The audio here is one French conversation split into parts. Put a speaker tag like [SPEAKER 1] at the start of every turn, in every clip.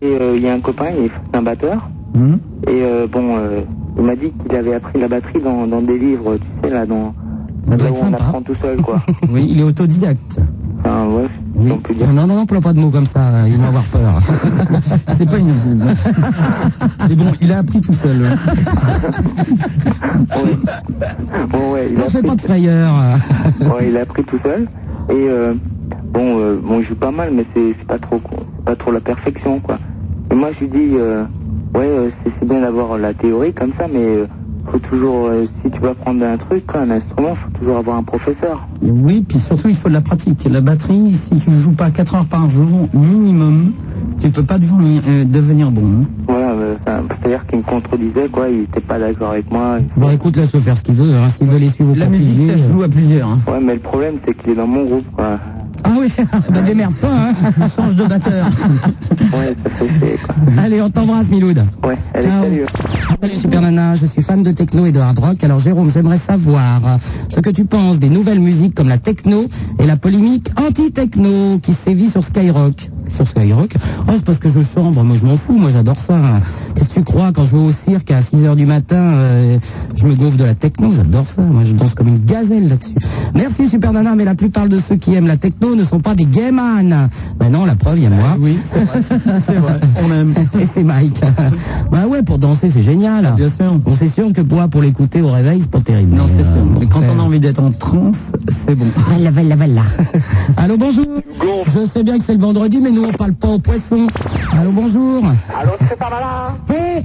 [SPEAKER 1] Et euh, il y a un copain, il est un batteur.
[SPEAKER 2] Mhm.
[SPEAKER 1] Et euh, bon, euh, il m'a dit qu'il avait appris la batterie dans, dans des livres, tu sais, là, dans.
[SPEAKER 2] Ça doit
[SPEAKER 1] là
[SPEAKER 2] être
[SPEAKER 1] où on
[SPEAKER 2] sympa.
[SPEAKER 1] apprend tout seul, quoi.
[SPEAKER 2] Oui, il est autodidacte.
[SPEAKER 1] Enfin, ouais,
[SPEAKER 2] Oui.
[SPEAKER 1] on peut dire.
[SPEAKER 2] Non, non, n'emploie pas de mots comme ça, euh, il va avoir peur. C'est pas inutile. Mais bon, il a appris tout seul.
[SPEAKER 1] Bon, ouais, il a
[SPEAKER 2] N'en fais
[SPEAKER 1] appris,
[SPEAKER 2] pas de frayeur.
[SPEAKER 1] ouais, il a appris tout seul. Et euh, bon, euh, bon, il joue pas mal, mais c'est c'est pas trop, con- c'est pas trop la perfection, quoi. Et moi, je lui dis, euh, ouais, euh, c'est c'est bien d'avoir la théorie comme ça, mais euh, faut toujours, euh, si tu veux apprendre un truc, quoi, un instrument, faut toujours avoir un professeur.
[SPEAKER 2] Oui, puis surtout, il faut de la pratique. La batterie, si tu ne joues pas 4 heures par jour, minimum, tu ne peux pas devenir, euh, devenir bon. hein.
[SPEAKER 1] Ouais, euh, enfin, c'est-à-dire qu'il me contredisait, quoi, il était pas d'accord avec moi.
[SPEAKER 3] Bon, écoute, laisse-le faire ce qu'il veut. hein. S'il veut les suivre,
[SPEAKER 2] La
[SPEAKER 3] pour
[SPEAKER 2] musique,
[SPEAKER 3] filer,
[SPEAKER 2] ça se
[SPEAKER 3] euh,
[SPEAKER 2] joue à plusieurs. hein.
[SPEAKER 1] Ouais, mais le problème, c'est qu'il est dans mon groupe, quoi.
[SPEAKER 2] Ah oui,
[SPEAKER 3] Bah, démerde pas, hein.
[SPEAKER 2] change de batteur.
[SPEAKER 1] Ouais, ça fait chier, quoi.
[SPEAKER 3] Allez, on t'embrasse, Miloud.
[SPEAKER 1] Ouais, allez,
[SPEAKER 3] Ah,
[SPEAKER 2] Ciao.
[SPEAKER 1] salut.
[SPEAKER 3] Salut Super Nana, je suis fan de techno et de hard rock. Alors Jérôme, j'aimerais savoir ce que tu penses des nouvelles musiques comme la techno et la polémique anti-techno qui sévit sur Skyrock. Sur Skyrock Oh, c'est parce que je chambre, moi je m'en fous, moi j'adore ça. Qu'est-ce que tu crois quand je vais au cirque à 6h du matin, euh, je me gaufre de la techno, j'adore ça. Moi je danse comme une gazelle là-dessus. Merci Super Nana, mais la plupart de ceux qui aiment la techno ne sont pas des gay man. Ben non, la preuve, il y a moi.
[SPEAKER 2] Ah Oui, c'est vrai. C'est vrai. On aime.
[SPEAKER 3] Et c'est Mike. bah ouais, pour danser, c'est génial.
[SPEAKER 2] Ah, Bien sûr.
[SPEAKER 3] Bon, c'est sûr que pour, pour l'écouter au réveil, c'est pas terrible.
[SPEAKER 2] Non,
[SPEAKER 3] Mais,
[SPEAKER 2] c'est
[SPEAKER 3] euh,
[SPEAKER 2] sûr.
[SPEAKER 3] bon,
[SPEAKER 2] Mais quand
[SPEAKER 3] c'est-
[SPEAKER 2] on a envie d'être en transe, c'est bon.
[SPEAKER 3] Voilà, voilà, voilà. Allô, bonjour. Je sais bien que c'est le vendredi, mais nous, on parle pas aux poissons. Allô, bonjour.
[SPEAKER 4] Allô, c'est pas mal, hein
[SPEAKER 3] Hé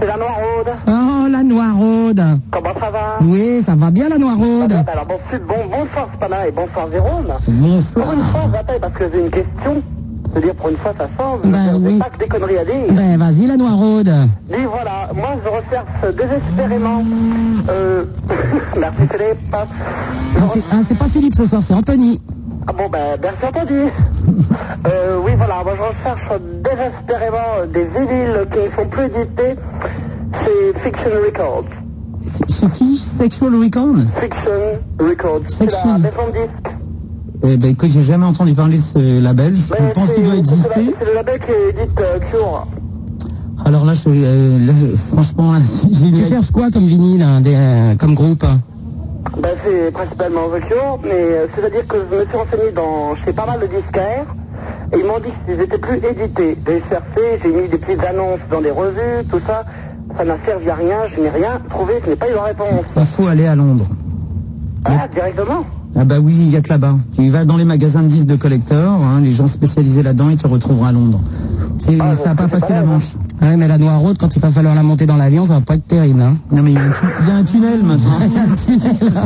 [SPEAKER 4] C'est la Noiraude.
[SPEAKER 3] Oh, la Noiraude.
[SPEAKER 4] Comment ça va
[SPEAKER 3] Oui, ça va bien, la Noiraude
[SPEAKER 4] Ah, bah, Alors, bon, c'est bon, bonsoir, Spana, et bonsoir, Jérôme. Pour une
[SPEAKER 3] Bonsoir.
[SPEAKER 4] fois, j'appelle parce que j'ai une question. C'est-à-dire, pour une fois, ça change.
[SPEAKER 3] Ben
[SPEAKER 4] Je
[SPEAKER 3] oui.
[SPEAKER 4] sais pas que des conneries à dire.
[SPEAKER 3] Ben, vas-y, la Noiraude.
[SPEAKER 4] Dis, voilà, moi, je recherche désespérément... Euh... merci, Philippe. Je
[SPEAKER 3] Ah, c'est- ah, c'est pas Philippe ce soir, c'est Anthony.
[SPEAKER 4] Ah bon, ben, merci entendu. Euh, oui, voilà, moi je recherche désespérément euh, des vinyles qui ne sont plus édités chez Fiction Records.
[SPEAKER 3] C'est- C'est qui Sexual Record
[SPEAKER 4] Fiction Records. C'est
[SPEAKER 3] Fiction.
[SPEAKER 4] la maison de disques.
[SPEAKER 2] Eh ben, écoute, j'ai jamais entendu parler de ce label. Je
[SPEAKER 4] Mais
[SPEAKER 2] pense
[SPEAKER 4] c'est-
[SPEAKER 2] qu'il doit
[SPEAKER 4] c'est la-
[SPEAKER 2] exister.
[SPEAKER 4] C'est le label qui édite euh, Cure.
[SPEAKER 2] Alors là, je, euh, là, franchement, j'ai
[SPEAKER 3] Tu cherches quoi comme vinyle, hein, des, euh, comme groupe
[SPEAKER 4] Ben, c'est principalement The Cure, mais euh, c'est-à-dire que je me suis renseigné dans, chez pas mal de disquaires, et ils m'ont dit qu'ils n'étaient plus édités. J'ai cherché, j'ai mis des petites annonces dans des revues, tout ça. Ça n'a servi à rien, je n'ai rien trouvé, je n'ai pas eu la réponse.
[SPEAKER 2] Il faut aller à Londres.
[SPEAKER 4] Ah, directement
[SPEAKER 2] Ah bah oui, il y a que là-bas. Tu vas dans les magasins de disques de collector, hein, les gens spécialisés là-dedans, ils te retrouveront à Londres. C'est-
[SPEAKER 4] Ah,
[SPEAKER 2] ça n'a
[SPEAKER 4] bon,
[SPEAKER 2] pas
[SPEAKER 4] c'est
[SPEAKER 2] passé
[SPEAKER 4] pas
[SPEAKER 2] la
[SPEAKER 4] mal,
[SPEAKER 2] manche.
[SPEAKER 3] Ah Ouais, mais la Noiraude, quand il va falloir la monter dans l'avion, ça va pas être terrible, hein.
[SPEAKER 2] Non mais il y a un tu- il y, a un tunnel maintenant.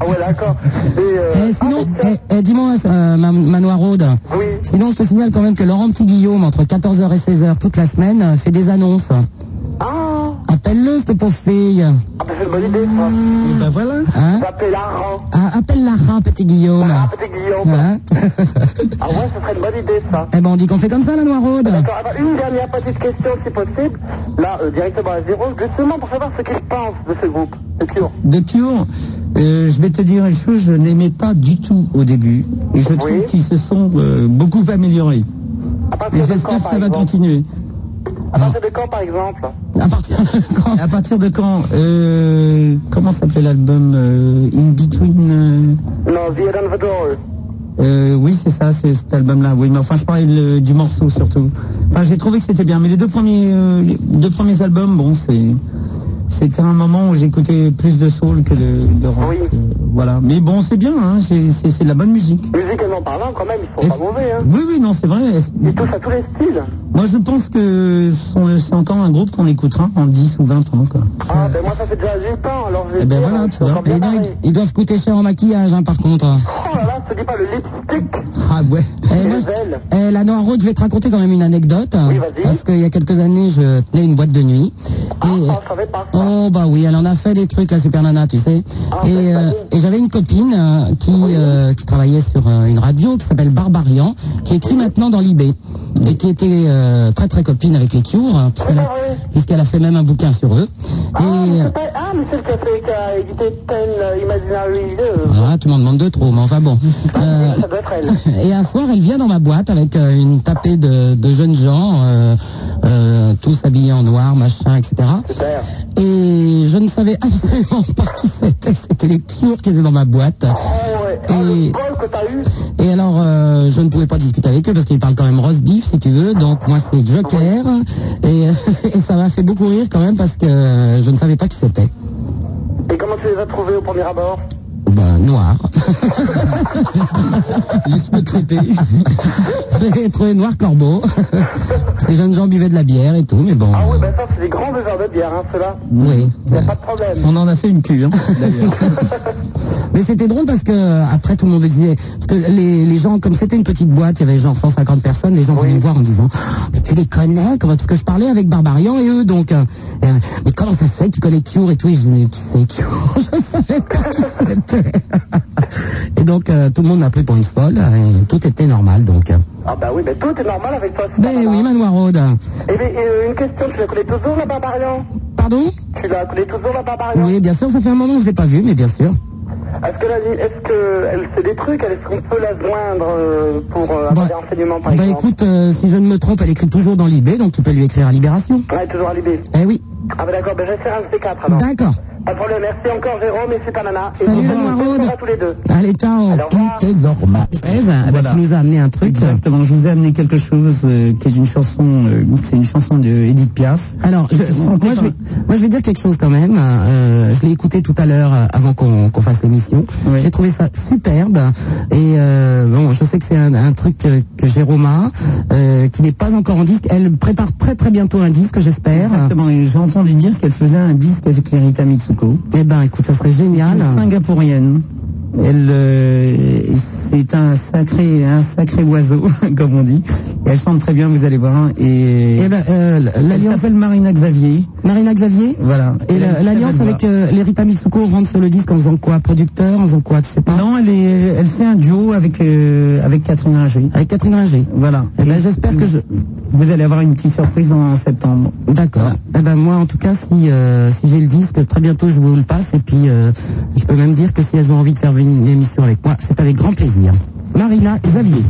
[SPEAKER 4] Ah ouais, d'accord. Et, euh,
[SPEAKER 3] Eh, sinon,
[SPEAKER 4] ah, mais
[SPEAKER 3] eh, eh, dis-moi, euh, ma, ma Noiraude,
[SPEAKER 4] tiens, oui.
[SPEAKER 3] sinon je te signale quand même que Laurent Petit-Guillaume, entre 14h et 16h toute la semaine, euh, fait des annonces.
[SPEAKER 4] Ah,
[SPEAKER 3] Appelle-le, cette pauvre fille.
[SPEAKER 4] ah, bah, c'est une bonne idée, ça.
[SPEAKER 2] Et bah voilà.
[SPEAKER 3] Hein
[SPEAKER 4] J'appelle Laurent.
[SPEAKER 3] Ah, appelle Lara, Petit Guillaume.
[SPEAKER 4] Ah, petit Guillaume.
[SPEAKER 3] Hein
[SPEAKER 4] Ah ouais, ce serait une bonne idée, ça.
[SPEAKER 3] eh ben, on dit qu'on fait comme ça, la Noiraude.
[SPEAKER 4] D'accord, alors, une dernière petite question, si possible. Là, euh, directement à zéro, justement pour savoir ce qu'il pense de ce groupe, de Cure.
[SPEAKER 2] De Cure, euh, je vais te dire une chose, je n'aimais pas du tout au début. Et je trouve
[SPEAKER 4] Oui.
[SPEAKER 2] qu'ils se sont euh, beaucoup améliorés.
[SPEAKER 4] À partir
[SPEAKER 2] Et
[SPEAKER 4] de
[SPEAKER 2] j'espère
[SPEAKER 4] quand,
[SPEAKER 2] que
[SPEAKER 4] par
[SPEAKER 2] ça va
[SPEAKER 4] exemple
[SPEAKER 2] continuer.
[SPEAKER 4] À partir de quand, par exemple
[SPEAKER 2] À partir de quand À partir de quand euh, Comment s'appelait l'album euh, In Between euh,
[SPEAKER 4] Non, The Head and the Door.
[SPEAKER 2] Euh, oui, c'est ça, c'est cet album-là. Oui, mais enfin, je parlais de- du morceau surtout. Enfin, j'ai trouvé que c'était bien, mais les deux premiers, euh, les deux premiers albums, bon, c'est c'était un moment où j'écoutais plus de soul que de, de rock.
[SPEAKER 4] Oui.
[SPEAKER 2] euh, voilà. Mais bon, c'est bien, hein, c'est- c'est c'est de la bonne musique.
[SPEAKER 4] Musicalement parlant, quand même, ils sont
[SPEAKER 2] Est-ce-
[SPEAKER 4] pas mauvais, hein.
[SPEAKER 2] Oui, oui, non, c'est vrai. Est-ce-
[SPEAKER 4] Ils touchent à tous les styles.
[SPEAKER 2] Moi, je pense que son- c'est encore un groupe qu'on écoutera en 10 ou 20 ans, quoi.
[SPEAKER 4] Ah, ben moi, ça fait déjà 8 ans, alors je vais
[SPEAKER 2] Eh ben
[SPEAKER 4] dire,
[SPEAKER 2] voilà,
[SPEAKER 4] hein,
[SPEAKER 2] tu vois.
[SPEAKER 4] encore bien
[SPEAKER 3] Et donc,
[SPEAKER 4] pareil.
[SPEAKER 3] ils doivent coûter cher en maquillage, hein, par contre.
[SPEAKER 4] Oh là là, je te dis pas le lipstick
[SPEAKER 2] Ah ouais.
[SPEAKER 3] Eh,
[SPEAKER 4] et
[SPEAKER 3] moi,
[SPEAKER 4] les
[SPEAKER 3] je-
[SPEAKER 4] ailes.
[SPEAKER 3] Eh, la Noiraude, je vais te raconter quand même une anecdote. hein,
[SPEAKER 4] vas-y.
[SPEAKER 3] parce qu'il y a quelques années, je tenais une boîte de nuit.
[SPEAKER 4] Ah,
[SPEAKER 3] Et-
[SPEAKER 4] ça, je savais pas. ça.
[SPEAKER 3] Oh bah oui, elle en a fait des trucs la super nana, tu sais.
[SPEAKER 4] Ah,
[SPEAKER 3] et
[SPEAKER 4] ouais,
[SPEAKER 3] euh,
[SPEAKER 4] bah
[SPEAKER 3] et j'avais une copine euh, qui euh, qui travaillait sur euh, une radio qui s'appelle Barbarian, qui écrit maintenant dans l'IB et qui était euh, euh, très très copine avec les Cure, hein, puisqu'elle a,
[SPEAKER 5] Ah oui.
[SPEAKER 3] puisqu'elle a fait même un bouquin sur eux.
[SPEAKER 5] Ah, mais
[SPEAKER 3] Et, euh,
[SPEAKER 2] euh,
[SPEAKER 5] c'est pas- ah, mais c'est le café qui a édité
[SPEAKER 4] euh,
[SPEAKER 5] Ten Imaginary 2.
[SPEAKER 3] ah, tu m'en demandes deux trop, mais enfin bon. Euh,
[SPEAKER 5] Ça doit être elle.
[SPEAKER 3] Et un soir, elle vient dans ma boîte avec euh, une tapée de, de jeunes gens, euh, euh, tous habillés en noir, machin, etc.
[SPEAKER 5] Super.
[SPEAKER 3] Et je ne savais absolument pas qui c'était. C'était les cures qui étaient dans ma boîte.
[SPEAKER 4] Ah
[SPEAKER 5] Oh, ouais. Oh,
[SPEAKER 3] Et-
[SPEAKER 5] le bol que t'as eu.
[SPEAKER 3] Et alors, euh, je ne pouvais pas discuter avec eux parce qu'ils parlent quand même roast beef, si tu veux. Donc moi, c'est Joker. Et, et ça m'a fait beaucoup rire quand même parce que euh, je ne savais pas qui c'était.
[SPEAKER 5] Et comment tu les as trouvés au premier abord
[SPEAKER 3] Ben, noir.
[SPEAKER 2] Laisse-moi crêper.
[SPEAKER 3] J'ai trouvé noir corbeau. Ces jeunes gens buvaient de la bière et tout, mais bon.
[SPEAKER 5] Ah oui, ben ça, c'est des grands buveurs de bière, hein, ceux-là.
[SPEAKER 3] Oui.
[SPEAKER 5] Y a pas de problème.
[SPEAKER 2] On en a fait une hein. cure, d'ailleurs.
[SPEAKER 3] Mais c'était drôle parce que euh, après tout le monde disait parce que les, les gens comme c'était une petite boîte, il y avait genre 150 personnes, les gens venaient me voir en me disant Oh, mais tu les connais comment- parce que je parlais avec Barbarian et eux donc euh, et, euh, mais comment ça se fait que tu connais Cure et tout et je dis mais qui c'est Cure je savais pas qui c'était et donc euh, tout le monde m'a pris pour une folle euh, et tout était normal donc euh,
[SPEAKER 5] Ah bah oui, ben tout est normal avec toi. c'est pas
[SPEAKER 3] ben
[SPEAKER 5] normal.
[SPEAKER 3] oui Manoir Rode
[SPEAKER 5] Eh bien, une question, tu la connais toujours, la Barbarian
[SPEAKER 3] pardon
[SPEAKER 5] Tu la connais toujours, la Barbarian
[SPEAKER 3] oui bien sûr ça fait un moment que je l'ai pas vu mais bien sûr
[SPEAKER 5] Est-ce que la- est-ce que elle sait des trucs Est-ce qu'on peut la joindre euh, pour euh, avoir
[SPEAKER 3] Bah-
[SPEAKER 5] des renseignements, par
[SPEAKER 3] bah
[SPEAKER 5] exemple
[SPEAKER 3] écoute euh, si je ne me trompe elle écrit toujours dans l'IB donc tu peux lui écrire à Libération
[SPEAKER 5] Ouais, toujours à l'idée.
[SPEAKER 3] eh oui
[SPEAKER 5] Ah bah d'accord, ben j'essaierai un de ces quatre alors.
[SPEAKER 3] d'accord
[SPEAKER 5] Pas de problème, merci encore Jérôme et Super Nana. Et
[SPEAKER 3] Salut,
[SPEAKER 5] bonne
[SPEAKER 3] le
[SPEAKER 5] soirée
[SPEAKER 3] Noiraude.
[SPEAKER 5] à tous les deux.
[SPEAKER 3] Allez, ciao
[SPEAKER 5] Alors, au revoir.
[SPEAKER 2] normal. Voilà.
[SPEAKER 3] bah, Tu nous as amené un truc.
[SPEAKER 2] Exactement, je vous ai amené quelque chose euh, qui est une chanson, euh, c'est une chanson de Edith Piaf.
[SPEAKER 3] Alors, je- moi, je vais, moi, je vais dire quelque chose quand même. Euh, je l'ai écouté tout à l'heure euh, avant qu'on qu'on fasse l'émission.
[SPEAKER 2] Oui.
[SPEAKER 3] J'ai trouvé ça superbe. Et euh, bon, je sais que c'est un, un truc que, que Jérôme a, euh, qui n'est pas encore en disque. Elle prépare très très bientôt un disque, j'espère.
[SPEAKER 2] Exactement, et j'ai entendu dire qu'elle faisait un disque avec Lerita Mitsuko.
[SPEAKER 3] Eh ben, écoute, ça serait génial.
[SPEAKER 2] Une singapourienne. Elle, euh, c'est un sacré, un sacré oiseau, comme on dit. Et elle chante très bien, vous allez voir. hein. Et
[SPEAKER 3] Eh ben, euh,
[SPEAKER 2] elle
[SPEAKER 3] l'alliance
[SPEAKER 2] s'appelle Marina Xavier.
[SPEAKER 3] Marina Xavier.
[SPEAKER 2] Voilà.
[SPEAKER 3] Et
[SPEAKER 2] Elle a une
[SPEAKER 3] la-
[SPEAKER 2] très
[SPEAKER 3] l'alliance
[SPEAKER 2] belle voix.
[SPEAKER 3] avec euh, l'Erita Mitsuko rentre sur le disque en faisant quoi Producteur, en faisant quoi Tu sais pas
[SPEAKER 2] Non, elle, est, elle fait un duo avec euh, avec Catherine Ringer.
[SPEAKER 3] Avec Catherine Ringer.
[SPEAKER 2] Voilà.
[SPEAKER 3] Eh ben,
[SPEAKER 2] Et
[SPEAKER 3] j'espère que je-
[SPEAKER 2] Vous allez avoir une petite surprise en septembre.
[SPEAKER 3] D'accord. Eh ben moi, en tout cas, si, euh, si j'ai le disque, très bientôt je vous le passe. Et puis, euh, je peux même dire que si elles ont envie de faire une, une émission avec moi, c'est avec grand plaisir. Marina et Xavier.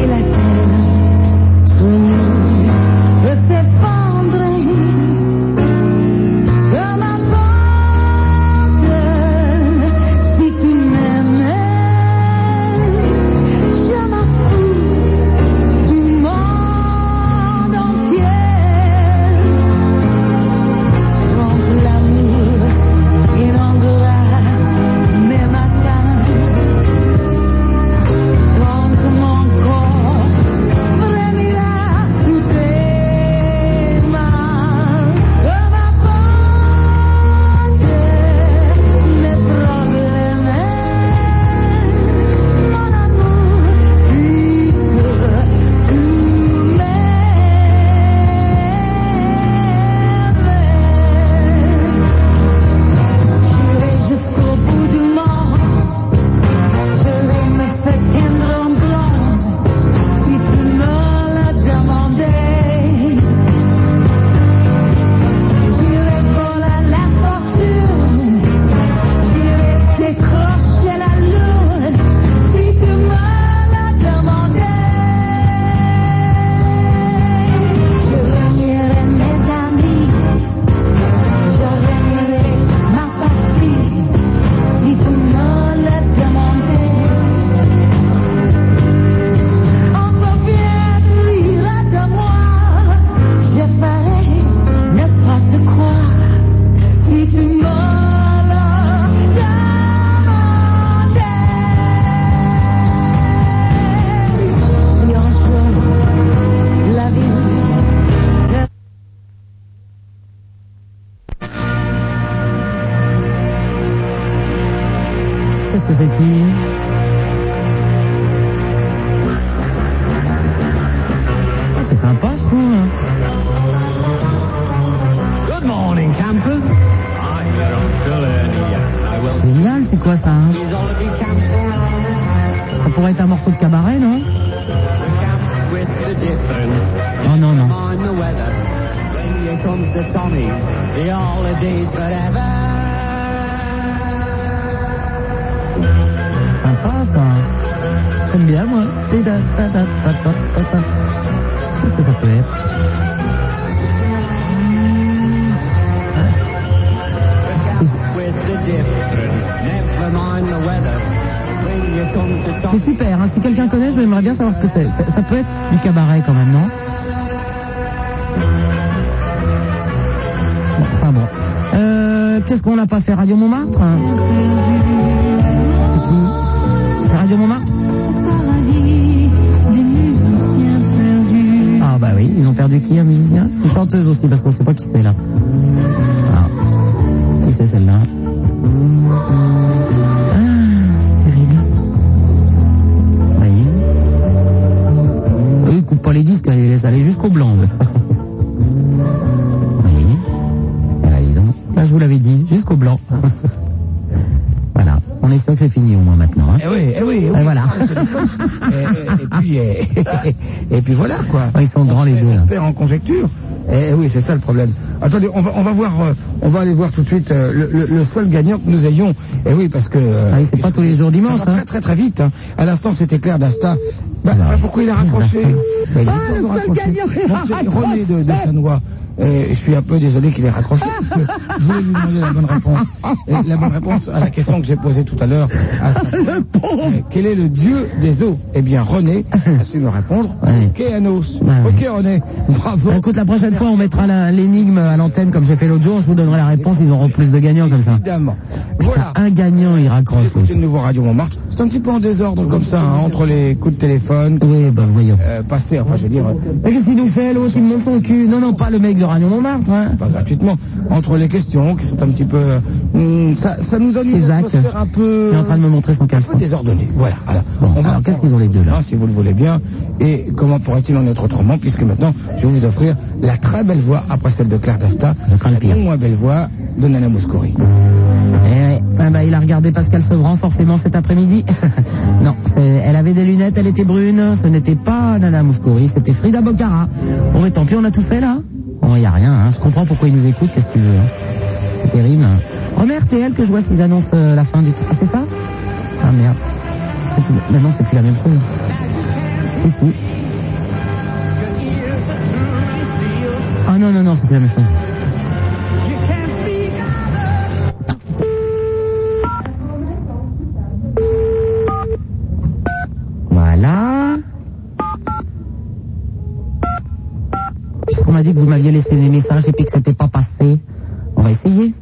[SPEAKER 6] Et la terre soumise peut s'effondrer comme un ventre. Si tu m'aimes, je m'en fous du monde entier. Donc l'amour inondera mes matins. Donc mon corps frémira sous tes mains Comme un pente, mes problèmes Mon amour, puisque tu m'aimes J'irai jusqu'au bout du monde je vais me fétendre en blonde si tu me l'as demandé. J'irai voler la fortune, j'irai décrocher la lune si tu me l'as demandé. Je renierai mes amis, je renierai ma patrie. Si tu me l'as demandé, on peut bien rire de moi. Je ferai n'importe quoi. Si tu me l'as demandé, si un jour la vie.
[SPEAKER 3] Qu'est-ce que c'est-il Ah, hein. quoi ça hein Ça pourrait être un morceau de cabaret, non Oh non, non. Sympa ça. J'aime bien moi. Qu'est-ce que ça peut être C'est super, hein. si quelqu'un connaît, je j'aimerais bien savoir ce que c'est. Ça, ça peut être du cabaret quand même, non Bon, Enfin bon. Euh, Qu'est-ce qu'on n'a pas fait Radio Montmartre C'est qui C'est Radio Montmartre
[SPEAKER 6] paradis des musiciens perdus.
[SPEAKER 3] Ah bah oui, ils ont perdu qui, un musicien Une chanteuse aussi, parce qu'on sait pas qui c'est là. Ah. Qui c'est celle-là Ah, c'est terrible. Voyez Eux, ils coupent pas les disques, ils les laissent aller jusqu'au blanc. eux. Voyez Ah bah dis donc. Là, je vous l'avais dit, jusqu'au blanc. voilà. On est sûr que c'est fini au moins maintenant. hein.
[SPEAKER 7] Eh oui, eh oui, eh oui.
[SPEAKER 3] Et voilà.
[SPEAKER 7] Eh, eh, et, puis, eh, et puis voilà quoi.
[SPEAKER 3] Ah, ils sont grands les deux
[SPEAKER 7] On
[SPEAKER 3] là.
[SPEAKER 7] se perd en conjecture. Eh oui, c'est ça le problème. Attendez, on va, on va voir, euh, on va aller voir tout de suite euh, le, le- le seul gagnant que nous ayons. Eh oui, parce que. euh,
[SPEAKER 3] Ah, et c'est pas tous les jours dimanche,
[SPEAKER 7] Ça va
[SPEAKER 3] hein.
[SPEAKER 7] Très très très vite. hein. À l'instant, c'était Claire d'Asta. Bah, bah, pourquoi il a raccroché
[SPEAKER 3] Ah, D'Asta.
[SPEAKER 7] Bah, il
[SPEAKER 3] Ah, le
[SPEAKER 7] est encore
[SPEAKER 3] seul
[SPEAKER 7] raccroché.
[SPEAKER 3] gagnant, il a
[SPEAKER 7] Bon, c'est René de, de
[SPEAKER 3] raccroché.
[SPEAKER 7] Sanois. Eh, je suis un peu désolé qu'il ait raccroché parce que je voulais lui demander la bonne réponse. Eh, La bonne réponse à la question que j'ai posée tout à l'heure. à sa-
[SPEAKER 3] Le pauvre
[SPEAKER 7] euh, Quel est le dieu des eaux Eh bien, René a su me répondre.
[SPEAKER 3] Ouais. Bah
[SPEAKER 7] Okeanos.
[SPEAKER 3] Ouais, ouais.
[SPEAKER 7] ok, René. Bravo.
[SPEAKER 3] Bah, écoute, la prochaine fois, on mettra la- l'énigme à l'antenne comme j'ai fait l'autre jour. Je vous donnerai la réponse. Ils auront plus de gagnants comme ça.
[SPEAKER 7] Évidemment. Voilà.
[SPEAKER 3] Un gagnant, il raccroche. quoi.
[SPEAKER 7] Écoutez le nouveau Radio Montmartre. C'est un petit peu en désordre comme ça, hein, entre les coups de téléphone,
[SPEAKER 3] Oui, bah voyons.
[SPEAKER 7] euh, passés, enfin, je veux dire, euh,
[SPEAKER 3] Mais Qu'est-ce qu'il nous fait l'autre Il me monte son cul. Non, non, pas le mec de Radio Montmartre. Hein.
[SPEAKER 7] pas gratuitement, entre les questions qui sont un petit peu. euh, hmm, ça, ça nous donne une
[SPEAKER 3] Ces actes.
[SPEAKER 7] atmosphère un peu.
[SPEAKER 3] Il est en train de me montrer son
[SPEAKER 7] un peu
[SPEAKER 3] caleçon.
[SPEAKER 7] désordonnée. Voilà. voilà.
[SPEAKER 3] Bon, alors, qu'est-ce qu'ils ont les deux, là
[SPEAKER 7] Hein, Si vous le voulez bien. Et comment pourrait-il en être autrement Puisque maintenant, je vais vous offrir la très belle voix après celle de Claire Dasta.
[SPEAKER 3] Je crains le
[SPEAKER 7] la
[SPEAKER 3] pire.
[SPEAKER 7] non moins belle voix de Nana Mouskouri.
[SPEAKER 3] Eh ouais. Ah bah, il a regardé Pascal Sevran forcément cet après-midi. non, c'est- elle avait des lunettes, elle était brune. Ce n'était pas Nana Mouskouri, c'était Frida Boccara. Bon, mais tant pis, on a tout fait là. Bon, il n'y a rien. hein. Je comprends pourquoi ils nous écoutent. Qu'est-ce que tu veux hein. C'est terrible. hein. Remets RTL que je vois s'ils annoncent euh, la fin du. Ah, c'est ça Ah merde. C'est toujours- Mais non, c'est plus la même chose. Si, si. Ah non, non, non, c'est plus la même chose. Voilà. Puisqu'on m'a dit que vous m'aviez laissé des messages et puis que c'était pas passé, on va essayer.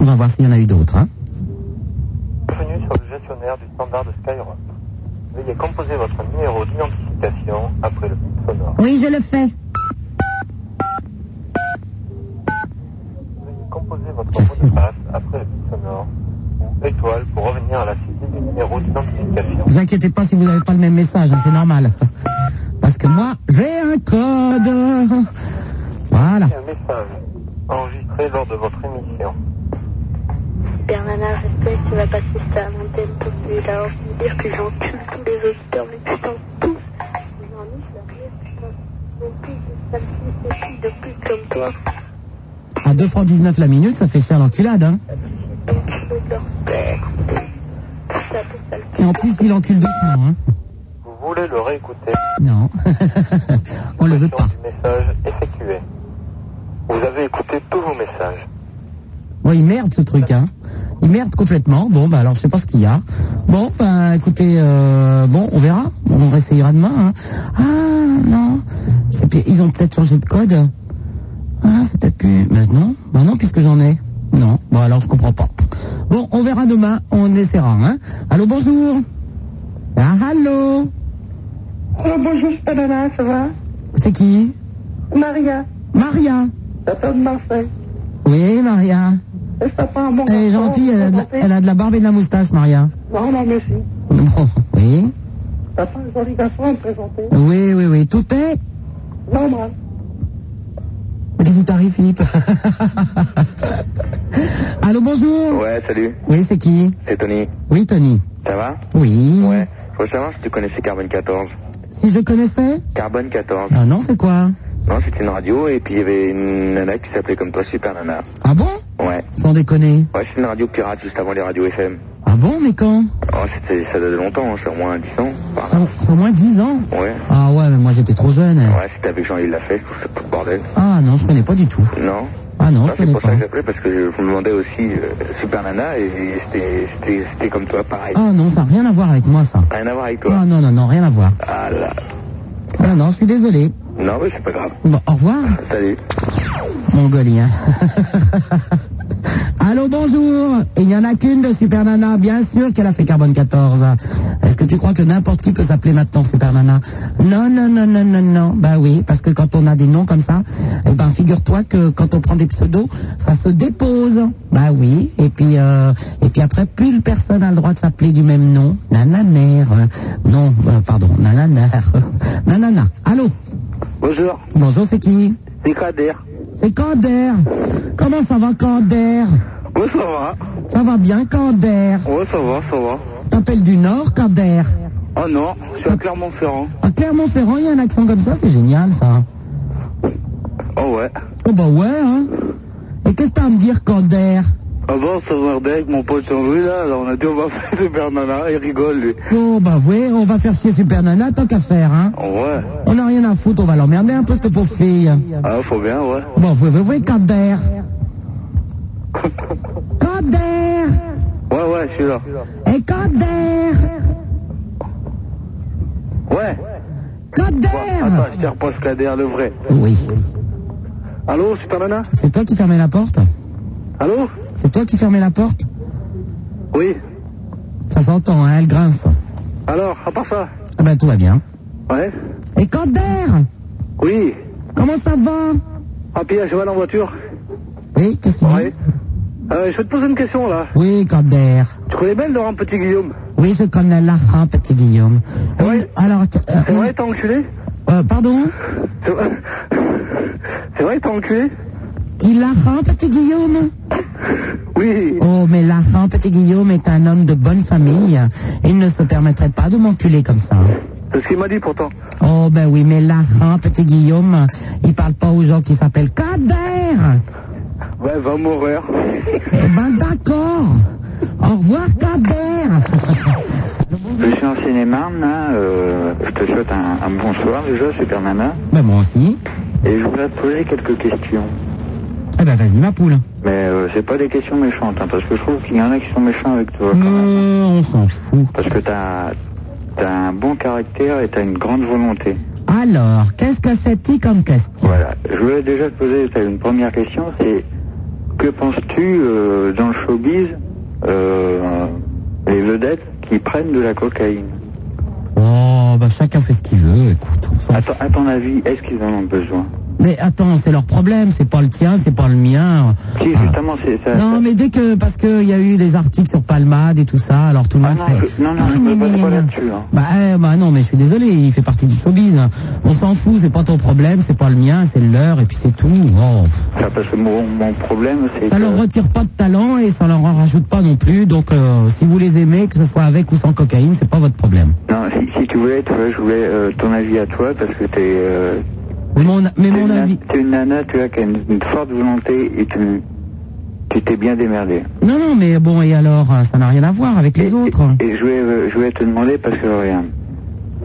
[SPEAKER 3] On va voir s'il y en a eu d'autres. hein.
[SPEAKER 8] Bienvenue sur le gestionnaire du standard de Skyrock. Veuillez composer votre numéro d'identification après le bip sonore.
[SPEAKER 3] Oui, je le fais.
[SPEAKER 8] Veuillez composer votre
[SPEAKER 3] Bien
[SPEAKER 8] mot de
[SPEAKER 3] sûr.
[SPEAKER 8] passe après le bip sonore ou étoile pour revenir à la saisie du numéro d'identification.
[SPEAKER 3] Vous inquiétez pas si vous n'avez pas le même message, hein, c'est normal. Parce que moi, j'ai un code. Voilà.
[SPEAKER 8] Un message enregistré lors de votre émission.
[SPEAKER 9] Bernana, respect, tu vas passer ça à l'antenne pour celui là pour dire que j'encule tous les auditeurs, mais putain, tous. Aujourd'hui, je vais rire, putain. Mon fils, ça me fait des filles de pute comme toi.
[SPEAKER 3] À 2 francs 19 la minute, ça fait cher l'enculade. Hein.
[SPEAKER 9] Donc, je veux leur père. Ça fait ça le
[SPEAKER 3] Et en plus, il encule doucement. Hein.
[SPEAKER 8] Vous voulez le réécouter
[SPEAKER 3] Non. on le veut pas.
[SPEAKER 8] du message effectué. Vous avez écouté tous vos messages.
[SPEAKER 3] Oui, il merde ce truc, hein. Il merde complètement. Bon, bah alors je sais pas ce qu'il y a. Bon, bah écoutez, euh, bon, on verra. On réessayera demain. Hein. Ah non, C'est pi- ils ont peut-être changé de code. Ah, c'est peut-être plus. Bah non, bah non, puisque j'en ai. Non, bon alors je comprends pas. Bon, on verra demain. On essaiera. Hein. Allô, bonjour. Ah, allô.
[SPEAKER 5] Oh, bonjour, c'est Banana, ça va
[SPEAKER 3] C'est qui
[SPEAKER 5] Maria,
[SPEAKER 3] Maria.
[SPEAKER 5] papa de Marseille.
[SPEAKER 3] Oui, Maria.
[SPEAKER 5] Et ça pas un bon
[SPEAKER 3] Elle est gentille. Elle a, de la, elle a de la barbe et de la moustache, Maria.
[SPEAKER 5] Non, non, mais si.
[SPEAKER 3] Bon, oui.
[SPEAKER 5] T'as pas un joli garçon à me présenter
[SPEAKER 3] Oui, oui, oui. Tout est
[SPEAKER 5] Normal.
[SPEAKER 3] Mais qu'est-ce qui t'arrive, Philippe Allô, bonjour
[SPEAKER 1] Ouais, salut,
[SPEAKER 3] Oui, c'est qui
[SPEAKER 1] c'est Tony.
[SPEAKER 3] Oui, Tony.
[SPEAKER 1] Ça va
[SPEAKER 3] Oui.
[SPEAKER 1] Ouais. Faut savoir si tu connaissais Carbone 14.
[SPEAKER 3] Si je connaissais
[SPEAKER 1] Carbone 14.
[SPEAKER 3] Ah non, c'est quoi
[SPEAKER 1] Non, c'était une radio et puis il y avait une nana qui s'appelait comme toi Super Nana.
[SPEAKER 3] Ah bon
[SPEAKER 1] Ouais.
[SPEAKER 3] Sans déconner.
[SPEAKER 1] Ouais, c'est une radio pirate juste avant les radios FM.
[SPEAKER 3] Ah bon, mais quand
[SPEAKER 1] Oh, c'était, ça date de longtemps, hein, c'est au moins 10 ans. par
[SPEAKER 3] ça,
[SPEAKER 1] là.
[SPEAKER 3] ça a au moins 10 ans
[SPEAKER 1] Ouais.
[SPEAKER 3] Ah ouais, mais moi j'étais trop jeune. hein.
[SPEAKER 1] Ouais, c'était avec Jean-Yves Lafesse, tout ce tout bordel.
[SPEAKER 3] Ah non, je connais pas du tout.
[SPEAKER 1] Non
[SPEAKER 3] Ah non,
[SPEAKER 1] Non,
[SPEAKER 3] je
[SPEAKER 1] c'est
[SPEAKER 3] connais
[SPEAKER 1] pour ça
[SPEAKER 3] pas.
[SPEAKER 1] que j'appelais parce que je me demandais aussi euh, Super Nana et, et c'était, c'était, c'était comme toi, pareil.
[SPEAKER 3] Ah non, ça n'a rien à voir avec moi, ça.
[SPEAKER 1] Rien à voir avec toi.
[SPEAKER 3] Ah non, non, non, rien à voir.
[SPEAKER 1] Ah là.
[SPEAKER 3] Ah non, je suis désolé.
[SPEAKER 1] Non, mais c'est pas grave.
[SPEAKER 3] Bon, au revoir, hein.
[SPEAKER 1] Salut.
[SPEAKER 3] Mongolien. Allô, bonjour. Il n'y en a qu'une de Super Nana. Bien sûr qu'elle a fait Carbone 14. Est-ce que tu crois que n'importe qui peut s'appeler maintenant Super Nana Non, non, non, non, non, non. Bah oui, parce que quand on a des noms comme ça, eh ben, figure-toi que quand on prend des pseudos, ça se dépose. Bah oui. Et puis, euh, et puis après, plus personne a le droit de s'appeler du même nom. Nananer. Euh, Non, euh, pardon. Nananer. Nanana. Allô
[SPEAKER 1] hein Bonjour,
[SPEAKER 3] Bonjour, c'est qui
[SPEAKER 1] c'est Kader.
[SPEAKER 3] c'est Kander. Comment ça va, Kander
[SPEAKER 1] Ouais, ça va.
[SPEAKER 3] Ça va bien, Kander.
[SPEAKER 1] Ouais, ça va, ça va.
[SPEAKER 3] T'appelles du Nord, Kander.
[SPEAKER 1] Oh non, je suis à Clermont-Ferrand.
[SPEAKER 3] À Clermont-Ferrand, il y a un accent comme ça, c'est génial, ça.
[SPEAKER 1] Oh ouais.
[SPEAKER 3] Oh bah ouais, hein. Et qu'est-ce que t'as à me dire, Kander
[SPEAKER 1] Avant, Ah ça regardait avec mon pote Jean-Louis, là, alors on a dit on va faire Super Nana, il rigole, lui.
[SPEAKER 3] Oh bah ouais, on va faire chier Super Nana, tant qu'à faire, hein.
[SPEAKER 1] Oh ouais,
[SPEAKER 3] On n'a rien à foutre, on va l'emmerder un peu, cette pauvre fille.
[SPEAKER 1] ah, faut bien, ouais.
[SPEAKER 3] Bon, vous voyez, Kander. Kander
[SPEAKER 1] Ouais, ouais, je suis là.
[SPEAKER 3] Et Kander
[SPEAKER 1] Ouais,
[SPEAKER 3] Kander
[SPEAKER 1] attends, je te repasse Kader, le vrai.
[SPEAKER 3] Oui,
[SPEAKER 1] Allô, Super Nana
[SPEAKER 3] c'est toi qui fermais la porte
[SPEAKER 1] Allô
[SPEAKER 3] C'est toi qui fermais la porte
[SPEAKER 1] Oui,
[SPEAKER 3] Ça s'entend, hein, elle grince.
[SPEAKER 1] alors, à part ça
[SPEAKER 3] Ah ben tout va bien.
[SPEAKER 1] Ouais
[SPEAKER 3] Et Kander
[SPEAKER 1] Oui
[SPEAKER 3] Comment ça va
[SPEAKER 1] Ah, puis là, je vais aller en voiture.
[SPEAKER 3] Oui, qu'est-ce qu'il
[SPEAKER 1] Ouais.
[SPEAKER 3] dit
[SPEAKER 1] Euh, je vais te poser une question, là.
[SPEAKER 3] Oui, Kander.
[SPEAKER 1] Tu connais bien Laurent Petit-Guillaume
[SPEAKER 3] Oui, je connais la hein, petit Guillaume. Oui, alors... t- euh,
[SPEAKER 1] C'est vrai, t'as enculé
[SPEAKER 3] euh, pardon
[SPEAKER 1] C'est vrai, C'est vrai, t'as enculé
[SPEAKER 3] Il a faim, petit Guillaume
[SPEAKER 1] Oui,
[SPEAKER 3] Oh, mais la faim, petit Guillaume est un homme de bonne famille. Il ne se permettrait pas de m'enculer comme ça.
[SPEAKER 1] c'est ce qu'il m'a dit, pourtant.
[SPEAKER 3] Oh, ben oui, mais la faim, petit Guillaume, il parle pas aux gens qui s'appellent Kader.
[SPEAKER 1] Ouais, va mourir.
[SPEAKER 3] Eh ben d'accord. Au revoir, Kader.
[SPEAKER 1] Je suis en Seine-et-Marne, là, euh, je te souhaite un, un bonsoir déjà, Super Nana,
[SPEAKER 3] Ben moi aussi.
[SPEAKER 1] et je voudrais te poser quelques questions.
[SPEAKER 3] Eh ben vas-y ma poule.
[SPEAKER 1] Mais euh, c'est pas des questions méchantes, hein, parce que je trouve qu'il y en a qui sont méchants avec toi. quand même.
[SPEAKER 3] Euh, on s'en fout.
[SPEAKER 1] Parce que t'as as un bon caractère et t'as une grande volonté.
[SPEAKER 3] Alors, qu'est-ce que c'est petit comme question
[SPEAKER 1] Voilà. Je voulais déjà te poser t'as une première question, c'est que penses-tu euh, dans le showbiz euh, les vedettes qui prennent de la cocaïne
[SPEAKER 3] Oh, bah chacun fait ce qu'il veut, écoute. on s'en
[SPEAKER 1] à, ton-
[SPEAKER 3] fout.
[SPEAKER 1] à ton avis, est-ce qu'ils en ont besoin
[SPEAKER 3] Mais attends, c'est leur problème, c'est pas le tien, c'est pas le mien.
[SPEAKER 1] Si, justement, c'est ça.
[SPEAKER 3] Ah. Non, mais dès que, parce qu'il y a eu des articles sur Palmade et tout ça, alors tout le
[SPEAKER 1] Ah
[SPEAKER 3] monde
[SPEAKER 1] non,
[SPEAKER 3] fait-
[SPEAKER 1] je- non, non,
[SPEAKER 3] Ah,
[SPEAKER 1] je me
[SPEAKER 3] gna,
[SPEAKER 1] base
[SPEAKER 3] gna,
[SPEAKER 1] pas
[SPEAKER 3] gna.
[SPEAKER 1] là-dessus, hein.
[SPEAKER 3] Bah, eh, bah non, mais je suis désolé, il fait partie du showbiz. hein. On s'en fout, c'est pas ton problème, c'est pas le mien, c'est le leur, et puis c'est tout. Oh.
[SPEAKER 1] Ça, parce que mon, mon problème, c'est
[SPEAKER 3] Ça
[SPEAKER 1] que...
[SPEAKER 3] leur retire pas de talent et ça leur en rajoute pas non plus. Donc, euh, si vous les aimez, que ce soit avec ou sans cocaïne, c'est pas votre problème.
[SPEAKER 1] Non, si, si tu voulais, tu vois, je voulais euh, ton avis à toi, parce que t'es... Euh,
[SPEAKER 3] Mais mon, mais
[SPEAKER 1] t'es
[SPEAKER 3] mon
[SPEAKER 1] une, na-
[SPEAKER 3] avis.
[SPEAKER 1] t'es une nana, tu vois, qui a une, une forte volonté, et tu... Tu t'es bien démerdé.
[SPEAKER 3] Non, non, mais bon, et alors, euh, ça n'a rien à voir avec les
[SPEAKER 1] Et-
[SPEAKER 3] autres.
[SPEAKER 1] Et, et je, voulais, euh, je voulais te demander, parce que rien.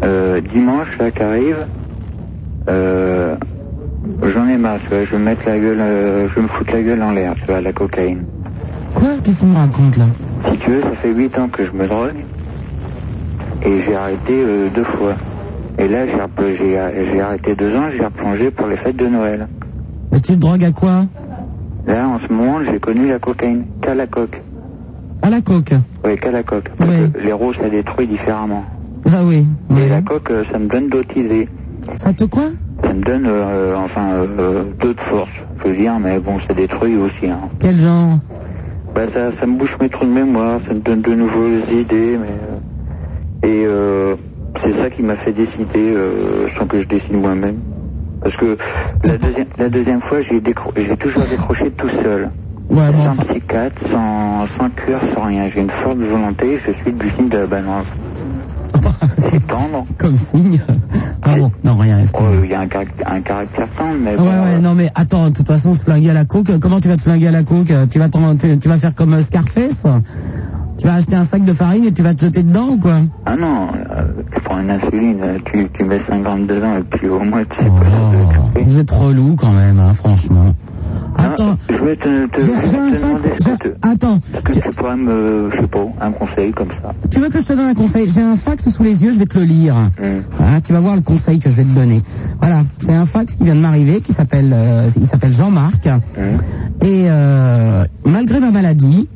[SPEAKER 1] Euh, dimanche, là, qui arrive, euh, j'en ai marre, tu vois, je vais me mettre la gueule, euh, je vais me foutre la gueule en l'air, tu vois, à la cocaïne.
[SPEAKER 3] Quoi Qu'est-ce qu'on me raconte là
[SPEAKER 1] Si tu veux, ça fait 8 ans que je me drogue et j'ai arrêté euh, deux fois. Et là, j'ai rep- j'ai j'ai arrêté deux ans, j'ai replongé pour les fêtes de Noël.
[SPEAKER 3] Mais tu te drogues à quoi
[SPEAKER 1] Là, en ce moment, j'ai connu la cocaïne, qu'à la coque.
[SPEAKER 3] À la coke.
[SPEAKER 1] Oui, qu'à la coque. Parce
[SPEAKER 3] Ouais.
[SPEAKER 1] que l'héros, ça détruit différemment.
[SPEAKER 3] Bah oui.
[SPEAKER 1] Et
[SPEAKER 3] Ouais.
[SPEAKER 1] la coque, euh, ça me donne d'autres idées.
[SPEAKER 3] Ça te quoi
[SPEAKER 1] Ça me donne, euh, euh, enfin, euh, euh, d'autres forces. Je veux dire, mais bon, ça détruit aussi. Hein.
[SPEAKER 3] Quel genre
[SPEAKER 1] Bah, ça, ça me bouche mes trous de mémoire, ça me donne de nouvelles idées, mais... euh, Et euh, c'est ça qui m'a fait décider, euh, sans que je décide moi-même. Parce que la, deuxième la deuxième fois, j'ai décro- j'ai toujours décroché tout seul.
[SPEAKER 3] Ouais, bon,
[SPEAKER 1] sans
[SPEAKER 3] enfin,
[SPEAKER 1] psychiatre, sans, sans cure, sans rien. J'ai une forte volonté, je suis du signe de la balance. C'est tendre,
[SPEAKER 3] comme signe. Ah bon, non, rien,
[SPEAKER 1] Oh,
[SPEAKER 3] excuse-moi.
[SPEAKER 1] il y a un caractère, un caractère tendre, mais
[SPEAKER 3] Ouais,
[SPEAKER 1] bon,
[SPEAKER 3] ouais, non, mais attends, de toute façon, se flinguer à la coke, comment tu vas te flinguer à la coke tu vas, t'en- tu, tu vas faire comme euh, Scarface Tu vas acheter un sac de farine et tu vas te jeter dedans ou quoi
[SPEAKER 1] Ah non, euh, tu prends une insuline, euh, tu, tu mets 50 dedans et puis au moins tu sais
[SPEAKER 3] Oh.
[SPEAKER 1] pas ce que tu fais.
[SPEAKER 3] Vous êtes relou quand même, hein, franchement.
[SPEAKER 1] Hein,
[SPEAKER 3] Attends,
[SPEAKER 1] je vais te, te,
[SPEAKER 3] j'ai j'ai un
[SPEAKER 1] te
[SPEAKER 3] fax.
[SPEAKER 1] demander
[SPEAKER 3] j'ai-
[SPEAKER 1] ce que tu-
[SPEAKER 3] Attends,
[SPEAKER 1] Est-ce que
[SPEAKER 3] tu,
[SPEAKER 1] tu pourrais me, je sais pas, un conseil comme ça
[SPEAKER 3] tu veux que je te donne un conseil J'ai un fax sous les yeux, je vais te le lire.
[SPEAKER 1] Hmm.
[SPEAKER 3] Voilà, tu vas voir le conseil que je vais te donner. Voilà, c'est un fax qui vient de m'arriver, qui s'appelle, euh, il s'appelle Jean-Marc.
[SPEAKER 1] Mm.
[SPEAKER 3] Et euh, malgré ma maladie,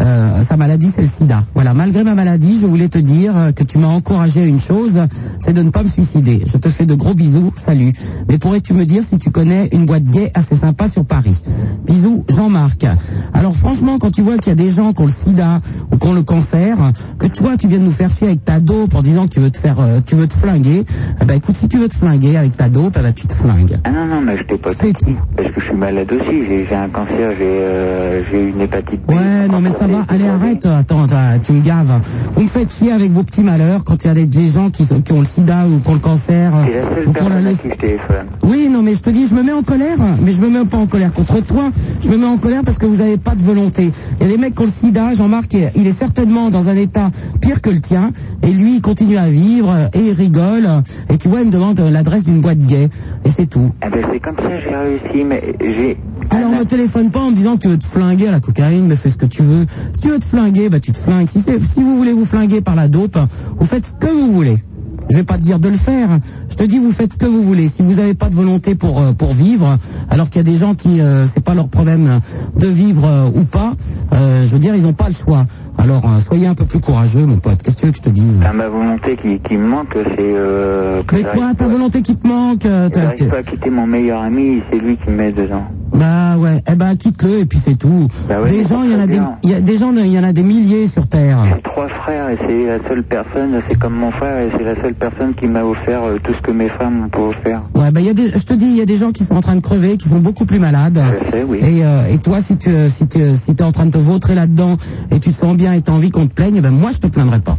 [SPEAKER 3] euh, sa maladie c'est le sida. Voilà, malgré ma maladie, je voulais te dire euh, que tu m'as encouragé à une chose, c'est de ne pas me suicider. Je te fais de gros bisous, salut. Mais pourrais-tu me dire si tu connais une boîte gay assez sympa sur Paris Bisous, Jean-Marc. Alors franchement, quand tu vois qu'il y a des gens qui ont le sida ou qui ont le cancer, que toi tu viens de nous faire chier avec ta dope en disant que tu veux te faire, euh, tu veux te flinguer, eh ben écoute, si tu veux te flinguer avec ta dope, eh ben, tu te flingues.
[SPEAKER 1] Ah non, non, mais je t'ai pas
[SPEAKER 3] C'est
[SPEAKER 1] dit.
[SPEAKER 3] tout.
[SPEAKER 1] Parce que je suis malade aussi, j'ai j'ai un cancer, j'ai euh, j'ai une hépatite B.
[SPEAKER 3] Ouais, non mais ça va, allez arrête, attends, t'as- tu me gaves. Vous me faites chier avec vos petits malheurs quand il y a des, des gens qui, sont- qui ont le sida ou qui ont le cancer
[SPEAKER 1] C'est la
[SPEAKER 3] ou
[SPEAKER 1] seule
[SPEAKER 3] qui ont la
[SPEAKER 1] personne à
[SPEAKER 3] leucémie.
[SPEAKER 1] qui je téléphone.
[SPEAKER 3] Oui, non, mais je te dis, je me mets en colère, mais je me mets pas en colère contre toi. Je me mets en colère parce que vous n'avez pas de volonté. Il y a des mecs qui ont le sida, Jean-Marc, il est certainement dans un état pire que le tien, et lui, il continue à vivre, et il rigole, et tu vois, il me demande euh, l'adresse d'une boîte gay, et c'est tout.
[SPEAKER 1] Eh ben, c'est comme ça que j'ai réussi, mais j'ai.
[SPEAKER 3] Alors ne téléphone pas en me disant que tu veux te flinguer à la cocaïne, mais fais ce que tu veux. Si tu veux te flinguer, bah tu te flingues. Si, c'est- si vous voulez vous flinguer par la dope, vous faites ce que vous voulez. Je vais pas te dire de le faire. Je te dis vous faites ce que vous voulez. Si vous n'avez pas de volonté pour euh, pour vivre, alors qu'il y a des gens qui euh, c'est pas leur problème de vivre euh, ou pas. euh, je veux dire ils n'ont pas le choix. Alors euh, soyez un peu plus courageux, mon pote. Qu'est-ce que tu veux que je te dise
[SPEAKER 1] Enfin, ma volonté qui, qui me manque, c'est. Euh, que
[SPEAKER 3] Mais
[SPEAKER 1] j'arrive
[SPEAKER 3] quoi, ta
[SPEAKER 1] pas-
[SPEAKER 3] volonté qui te manque euh,
[SPEAKER 1] que
[SPEAKER 3] t'as-
[SPEAKER 1] J'arrive
[SPEAKER 3] t'es-
[SPEAKER 1] pas à quitter mon meilleur ami, c'est lui qui me met dedans.
[SPEAKER 3] Bah ouais, eh ben quitte-le et puis c'est tout.
[SPEAKER 1] Bah ouais,
[SPEAKER 3] des
[SPEAKER 1] mais
[SPEAKER 3] gens,
[SPEAKER 1] c'est
[SPEAKER 3] il y en a
[SPEAKER 1] très
[SPEAKER 3] des,
[SPEAKER 1] bien.
[SPEAKER 3] il y a des gens, il y en a des milliers sur Terre.
[SPEAKER 1] J'ai trois frères et c'est la seule personne, c'est comme mon frère et c'est la seule personne qui m'a offert euh, tout ce que mes frères m'ont pas offert.
[SPEAKER 3] Ouais, bah il y a des, je te dis, il y a des gens qui sont en train de crever, qui sont beaucoup plus malades.
[SPEAKER 1] Je sais, oui.
[SPEAKER 3] Et, euh, et toi, si tu, euh, si tu, euh, si t'es en train de te vautrer là-dedans et tu te sens bien et t'as envie qu'on te plaigne, eh ben moi je te plaindrai pas.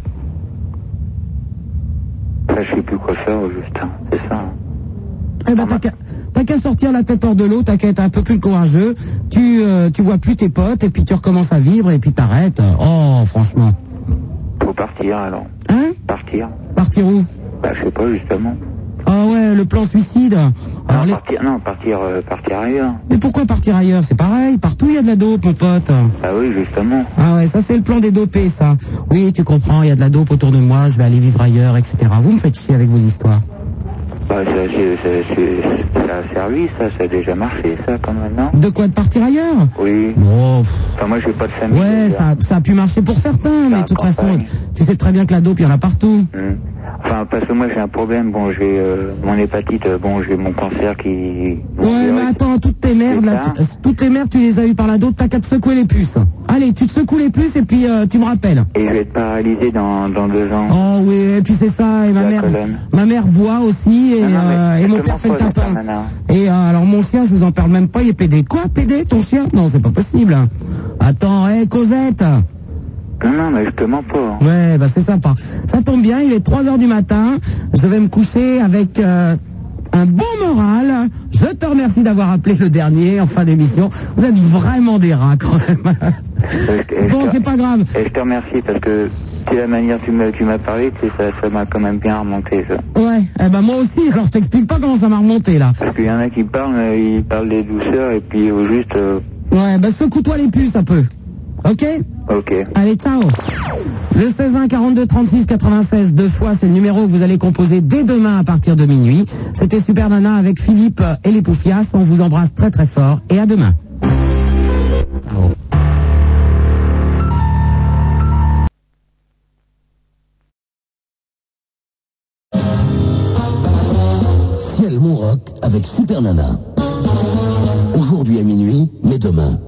[SPEAKER 1] Enfin, je sais plus quoi faire, Justin, c'est ça. hein.
[SPEAKER 3] Eh ben t'as qu'à, t'as qu'à sortir la tête hors de l'eau, t'as qu'à être un peu plus courageux. Tu, euh, tu vois plus tes potes et puis tu recommences à vivre et puis t'arrêtes. Oh, franchement.
[SPEAKER 1] Faut partir alors.
[SPEAKER 3] Hein
[SPEAKER 1] Partir
[SPEAKER 3] Partir où
[SPEAKER 1] Bah, je sais pas, justement.
[SPEAKER 3] Ah ouais, le plan suicide. Alors
[SPEAKER 1] non,
[SPEAKER 3] les-
[SPEAKER 1] partir, non, partir, euh, partir ailleurs.
[SPEAKER 3] Mais pourquoi partir ailleurs C'est pareil, partout il y a de la dope, mon pote.
[SPEAKER 1] Ah oui, justement.
[SPEAKER 3] Ah ouais, ça c'est le plan des dopés, ça. Oui, tu comprends, il y a de la dope autour de moi, je vais aller vivre ailleurs, etc. Vous me faites chier avec vos histoires.
[SPEAKER 1] Bah, ça, c'est- c'est- c'est- ça a servi, ça, ça a déjà marché, ça, quand même, non
[SPEAKER 3] De quoi de partir ailleurs
[SPEAKER 1] Oui.
[SPEAKER 3] Bon, pff,
[SPEAKER 1] Enfin, moi, j'ai pas de famille.
[SPEAKER 3] ouais,
[SPEAKER 1] déjà.
[SPEAKER 3] ça, a- ça a pu marcher pour certains, mais de toute façon,
[SPEAKER 1] campagne.
[SPEAKER 3] tu sais très bien que la dope, il y en a partout.
[SPEAKER 1] Hmm. Enfin, parce que moi, j'ai un problème. Bon, j'ai euh, mon hépatite, euh, bon, j'ai mon cancer qui... mon
[SPEAKER 3] Ouais, mais
[SPEAKER 1] virus.
[SPEAKER 3] attends, toutes tes merdes, là,
[SPEAKER 1] ça.
[SPEAKER 3] tu- euh, toutes tes merdes, tu les as eues par la dope, t'as qu'à te secouer les puces. Allez, tu te secoues les puces et puis euh, tu me rappelles.
[SPEAKER 1] Et je vais être paralysé dans, dans deux ans.
[SPEAKER 3] Oh oui, et puis c'est ça, et ma
[SPEAKER 1] La
[SPEAKER 3] mère,
[SPEAKER 1] colonne.
[SPEAKER 3] ma mère boit aussi, et,
[SPEAKER 1] Non, non, mais
[SPEAKER 3] euh, et mon
[SPEAKER 1] justement,
[SPEAKER 3] père fait le
[SPEAKER 1] quoi,
[SPEAKER 3] tapin.
[SPEAKER 1] cette nana
[SPEAKER 3] Et euh, alors mon chien, je vous en parle même pas, il est pédé. Quoi, pédé, ton chien Non, c'est pas possible. Attends, hé, Cosette Oh.
[SPEAKER 1] Non, non, mais justement pas. hein.
[SPEAKER 3] Ouais, bah c'est sympa. Ça tombe bien, il est 3 heures du matin, je vais me coucher avec... euh, un bon moral, je te remercie d'avoir appelé le dernier en fin d'émission. Vous êtes vraiment des rats quand même.
[SPEAKER 1] Euh, je- euh,
[SPEAKER 3] Bon,
[SPEAKER 1] je-
[SPEAKER 3] c'est pas grave.
[SPEAKER 1] Et je te remercie parce que c'est la manière dont tu m'as, tu m'as parlé, tu sais, ça, ça m'a quand même bien remonté ça.
[SPEAKER 3] Ouais, eh ben moi aussi, alors je t'explique pas comment ça m'a remonté là.
[SPEAKER 1] Parce qu'il y en a qui parlent, euh, ils parlent des douceurs et puis euh, juste, euh,
[SPEAKER 3] Ouais, bah secoue-toi les puces un peu. Ok
[SPEAKER 1] ok.
[SPEAKER 3] Allez, ciao Le 16 1 42 36 96 deux fois, c'est le numéro que vous allez composer dès demain à partir de minuit. C'était Super Nana avec Philippe et les Poufias. On vous embrasse très très fort et à demain.
[SPEAKER 10] Ciel mon rock avec Super Nana. Aujourd'hui à minuit, mais demain.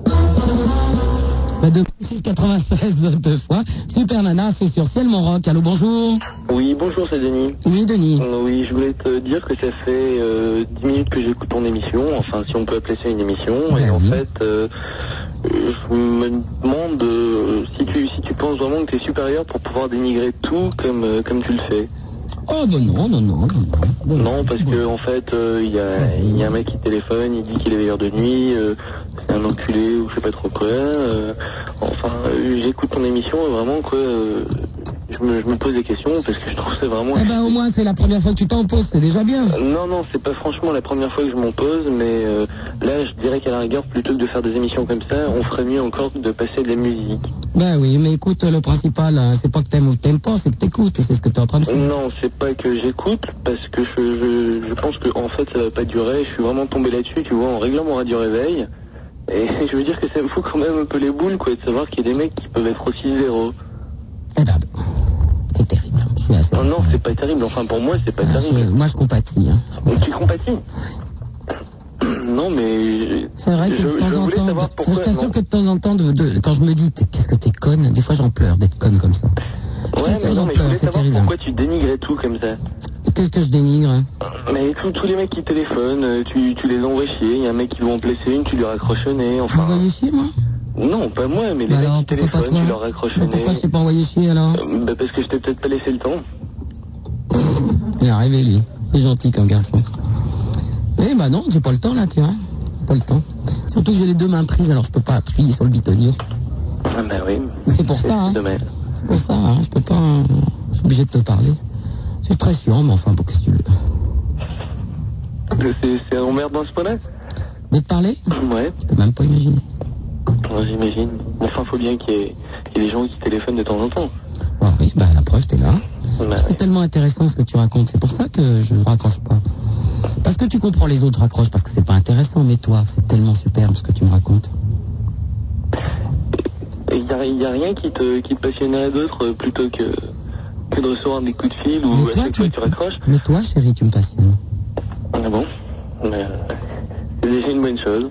[SPEAKER 3] Bah, de 96 deux fois. Super Nana, c'est sur Ciel Mon Rock. Allô, bonjour.
[SPEAKER 11] Oui, bonjour, c'est Denis.
[SPEAKER 3] Oui, Denis.
[SPEAKER 11] Oui, je voulais te dire que ça fait euh, 10 minutes que j'écoute ton émission, enfin, si on peut appeler ça une émission. et en fait, euh, je me demande euh, si, tu, si tu penses vraiment que tu es supérieur pour pouvoir dénigrer tout comme, euh, comme tu le fais.
[SPEAKER 12] Oh, ben non, non, non. non.
[SPEAKER 11] Non, parce que en fait, euh, il y, a, il y a un mec qui téléphone, il dit qu'il est veilleur de nuit, euh, c'est un enculé ou je sais pas trop quoi. euh, enfin, euh, j'écoute ton émission et vraiment quoi, euh, je, me, je me pose des questions parce que je trouve ça vraiment.
[SPEAKER 3] Eh ben, au moins, c'est la première fois que tu t'en poses. C'est déjà bien.
[SPEAKER 11] Non, non, c'est pas franchement la première fois que je m'en pose, mais euh, là, je dirais qu'à la rigueur, plutôt que de faire des émissions comme ça, on ferait mieux encore de passer de la musique.
[SPEAKER 3] Ben oui, mais écoute, le principal, hein, c'est pas que t'aimes ou que t'aimes pas, c'est que t'écoutes. Et c'est ce que t'es en train de faire.
[SPEAKER 11] Non, c'est pas que j'écoute, parce que je, je, je pense que en fait ça va pas durer. Je suis vraiment tombé là-dessus, tu vois, en réglant mon radio réveil. Et je veux dire que ça me fout quand même un peu les boules, quoi, de savoir qu'il y a des mecs qui peuvent être aussi zéro.
[SPEAKER 3] Eh ben, hein. Je suis assez-
[SPEAKER 11] Oh, Non, non, c'est pas terrible. Enfin, pour moi, c'est pas
[SPEAKER 3] Ah,
[SPEAKER 11] terrible.
[SPEAKER 3] je- moi, je compatis. hein.
[SPEAKER 11] Mais tu compatis Non, mais.
[SPEAKER 3] C'est vrai que
[SPEAKER 11] je,
[SPEAKER 3] de
[SPEAKER 11] je
[SPEAKER 3] temps en
[SPEAKER 11] voulais
[SPEAKER 3] temps,
[SPEAKER 11] savoir
[SPEAKER 3] de- je
[SPEAKER 11] pourquoi.
[SPEAKER 3] t'assure que de temps en temps, de- de- quand je me dis t'es- qu'est-ce que t'es conne, des fois j'en pleure d'être conne comme ça.
[SPEAKER 11] non. Ouais, mais non, mais je voulais savoir pourquoi tu dénigrais tout comme ça.
[SPEAKER 3] Qu'est-ce que je dénigre hein.
[SPEAKER 11] Mais tous tous les mecs qui téléphonent, euh, tu, tu les envoies chier. Il y a un mec qui veut en placer une, tu lui raccroches le nez. Enfin.
[SPEAKER 3] Envoyé chier, moi
[SPEAKER 11] Non, pas moi, mais les
[SPEAKER 3] Bah
[SPEAKER 11] mecs
[SPEAKER 3] alors,
[SPEAKER 11] qui
[SPEAKER 3] pourquoi pas
[SPEAKER 11] téléphonent,
[SPEAKER 3] toi Bah
[SPEAKER 11] tu leur raccroches le nez.
[SPEAKER 3] Pourquoi je t'ai pas envoyé chier alors
[SPEAKER 11] Euh, bah, parce que je t'ai peut-être pas laissé le temps.
[SPEAKER 3] Il est arrivé, lui. Il est gentil comme garçon. Eh ben non, j'ai pas le temps là, tu vois. Pas le temps. Surtout que j'ai les deux mains prises, alors je peux pas appuyer sur le bitonnier.
[SPEAKER 11] Ah bah oui.
[SPEAKER 3] C'est pour ça, hein.
[SPEAKER 11] dommage.
[SPEAKER 3] C'est pour ça, hein, je peux pas. euh, Je suis obligé de te parler. C'est très chiant, mais enfin, pour qu'est-ce que tu veux
[SPEAKER 11] Mais C'est c'est emmerdant à ce point-là
[SPEAKER 3] De te parler
[SPEAKER 11] Ouais,
[SPEAKER 3] Je peux même pas imaginer.
[SPEAKER 11] ouais, j'imagine. Enfin, faut bien qu'il y, ait- qu'il y ait des gens qui téléphonent de temps en temps.
[SPEAKER 3] Ah oui, bah la preuve, t'es là.
[SPEAKER 11] Bah,
[SPEAKER 3] C'est tellement intéressant ce que tu racontes, c'est pour ça que je ne raccroche pas. Parce que tu comprends les autres raccrochent parce que c'est pas intéressant, mais toi, c'est tellement superbe ce que tu me racontes.
[SPEAKER 11] Il n'y a, y a rien qui te, qui te passionnerait d'autre euh, plutôt que, que de recevoir des coups de fil ou à chaque fois que tu raccroches.
[SPEAKER 3] Mais toi, chérie, tu me passionnes.
[SPEAKER 11] Ah bon Mais, euh, C'est déjà une bonne chose.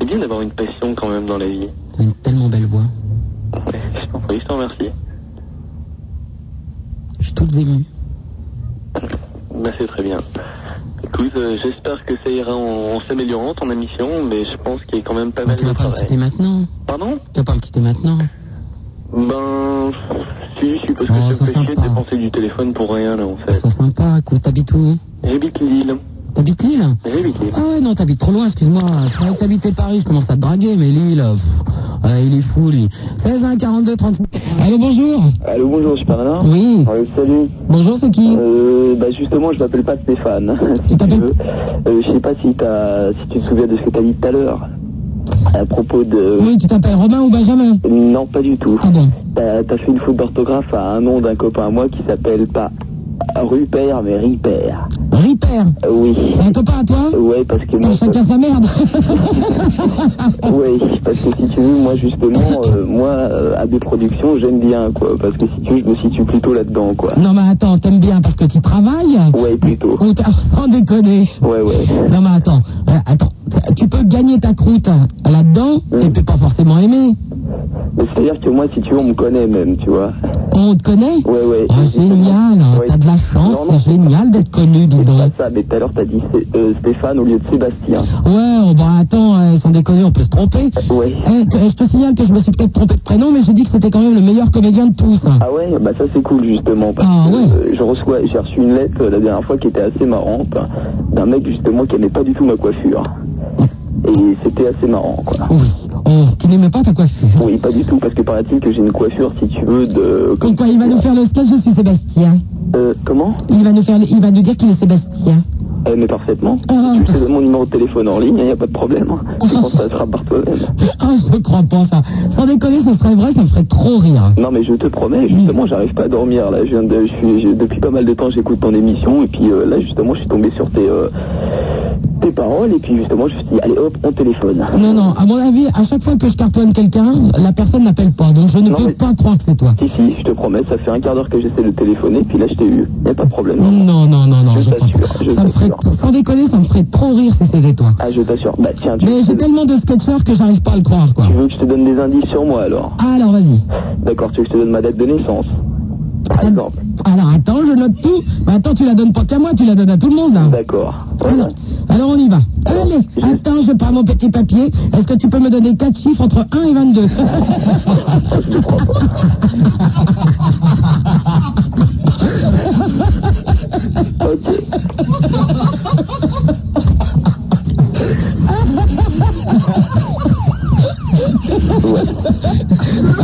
[SPEAKER 11] C'est bien d'avoir une passion quand même dans la vie.
[SPEAKER 3] Tu as une tellement belle voix.
[SPEAKER 11] Je t'en prie, je t'en remercie.
[SPEAKER 3] Je suis toute émue.
[SPEAKER 11] Bah, c'est très bien. Écoute, euh, j'espère que ça ira en, en s'améliorant ton émission, mais je pense qu'il y a quand même pas mal de travail.
[SPEAKER 3] T'es maintenant.
[SPEAKER 11] Pardon
[SPEAKER 3] Tu vas pas me quitter maintenant.
[SPEAKER 11] Ben, si, je suppose que ça me fait chier de dépenser du téléphone pour rien, là, en fait.
[SPEAKER 3] Sois sympa, écoute, t'habites où
[SPEAKER 11] J'habite Lille.
[SPEAKER 3] T'habites Lille
[SPEAKER 11] J'habite Lille.
[SPEAKER 3] Ah ouais, non, t'habites trop loin, excuse-moi. Je croyais que t'habitais Paris, je commence à te draguer, mais Lille, pff, euh, il est fou, lui. 16 1 42 38. Allô, bonjour
[SPEAKER 2] Allô, bonjour, super nana.
[SPEAKER 3] Oui.
[SPEAKER 2] salut.
[SPEAKER 3] Bonjour, c'est qui
[SPEAKER 2] euh, Bah justement, je m'appelle pas Stéphane. Si tu veux. Euh, je sais pas si, t'as- si tu te souviens de ce que t'as dit tout à l'heure. À propos de...
[SPEAKER 3] Oui, tu t'appelles Robin ou Benjamin
[SPEAKER 2] Non, pas du tout. Ah bon T'as t'as fait une faute d'orthographe à un nom d'un copain à moi qui s'appelle pas Rupert, mais Ripper.
[SPEAKER 3] Ripper
[SPEAKER 2] Oui.
[SPEAKER 3] C'est un copain à toi
[SPEAKER 2] Ouais, parce que...
[SPEAKER 3] Putain, Chacun sa merde
[SPEAKER 2] Oui, parce que si tu veux, moi justement, euh, moi, euh, AB Productions, j'aime bien, quoi. Parce que si tu veux, je me situe plutôt là-dedans, quoi.
[SPEAKER 3] Non, mais attends, t'aimes bien parce que tu travailles
[SPEAKER 2] Ouais, plutôt.
[SPEAKER 3] Ou t'as- sans déconner
[SPEAKER 2] Ouais, ouais.
[SPEAKER 3] Non, mais attends, euh, attends, tu peux gagner ta croûte euh, là-dedans et puis pas forcément aimer.
[SPEAKER 2] Mm. Mais C'est-à-dire que moi, si tu veux, on me connaît même, tu vois.
[SPEAKER 3] On te connaît
[SPEAKER 2] Ouais, ouais.
[SPEAKER 3] Oh, génial, hein, t'as de la chance, c'est génial d'être connu, dis donc.
[SPEAKER 2] Ça, mais tout à l'heure, t'as dit c'est, euh, Stéphane au lieu de Sébastien.
[SPEAKER 3] Ouais, oh, bah attends, euh, sans déconner, on peut se tromper. Eh, t- euh, je te signale que je me suis peut-être trompé de prénom, mais j'ai dit que c'était quand même le meilleur comédien de tous. hein.
[SPEAKER 2] Ah ouais, bah ça c'est cool justement parce que euh, je reçois, j'ai reçu une lettre euh, la dernière fois qui était assez marrante hein, d'un mec justement qui aimait pas du tout ma coiffure. Et c'était assez marrant quoi.
[SPEAKER 3] Oh, qui n'aimait pas ta coiffure.
[SPEAKER 2] Oui, pas du tout parce que paraît-il que j'ai une coiffure si tu veux de.
[SPEAKER 3] Donc quoi, il va nous faire le sketch, je suis Sébastien.
[SPEAKER 2] Euh, comment
[SPEAKER 3] Il va nous faire, le- il va nous dire qu'il est Sébastien.
[SPEAKER 2] Eh, mais parfaitement. Je te donne mon numéro de téléphone en ligne, il n'y a pas de problème. Je pense que ça sera par toi-même.
[SPEAKER 3] Ah, je crois pas ça. Sans déconner, ce serait vrai, ça me ferait trop rire.
[SPEAKER 2] Non mais je te promets, justement, j'arrive pas à dormir là. Je viens de, je suis, je- depuis pas mal de temps, j'écoute ton émission et puis euh, là justement, je suis tombé sur tes, euh, tes
[SPEAKER 11] les paroles et puis justement je me suis dit allez hop on téléphone.
[SPEAKER 3] Non, non, à mon avis, à chaque fois que je cartonne quelqu'un, la personne n'appelle pas. Donc je ne peux pas croire que c'est toi.
[SPEAKER 11] Si si je te promets ça fait un quart d'heure que j'essaie de téléphoner puis là je t'ai eu y a pas de problème.
[SPEAKER 3] Non, non, non, non,
[SPEAKER 11] je t'assure. je
[SPEAKER 3] Ça me ferait, sans déconner, ça me ferait trop rire si c'était toi.
[SPEAKER 11] Ah je t'assure bah tiens tu,
[SPEAKER 3] Mais j'ai tellement de sketchers que j'arrive pas à le croire, quoi.
[SPEAKER 11] tu veux que je te donne des indices sur moi alors.
[SPEAKER 3] Ah, alors vas-y.
[SPEAKER 11] D'accord tu veux que je te donne ma date de naissance. Par exemple.
[SPEAKER 3] Alors attends, je note tout. Mais attends, tu la donnes pas qu'à moi, tu la donnes à tout le monde, là.
[SPEAKER 11] D'accord.
[SPEAKER 3] Alors, alors on y va. Allez, attends, je prends mon petit papier. Est-ce que tu peux me donner quatre chiffres entre 1 et 22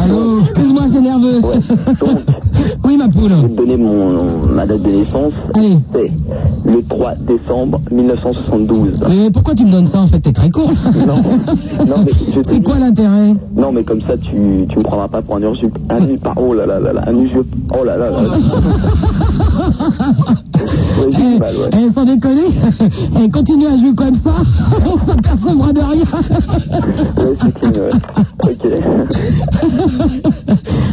[SPEAKER 3] Allô, excuse-moi, c'est nerveux. oui, ma poule.
[SPEAKER 11] Je vais te donner mon, ma date de naissance. C'est le 3 décembre 1972.
[SPEAKER 3] Mais pourquoi tu me donnes ça en fait T'es très con.
[SPEAKER 11] Non, non, mais je te
[SPEAKER 3] C'est
[SPEAKER 11] dis-
[SPEAKER 3] quoi l'intérêt
[SPEAKER 11] Non, mais comme ça, tu, tu me prendras pas pour un ursup. Un usurp- Oh là là là là, un usurp- Oh là là là. là. Ouais, j'ai du mal, ouais.
[SPEAKER 3] Eh, sans déconner, eh, continue à jouer comme ça, on s'apercevra de rien.
[SPEAKER 11] Ouais, c'est une, ouais.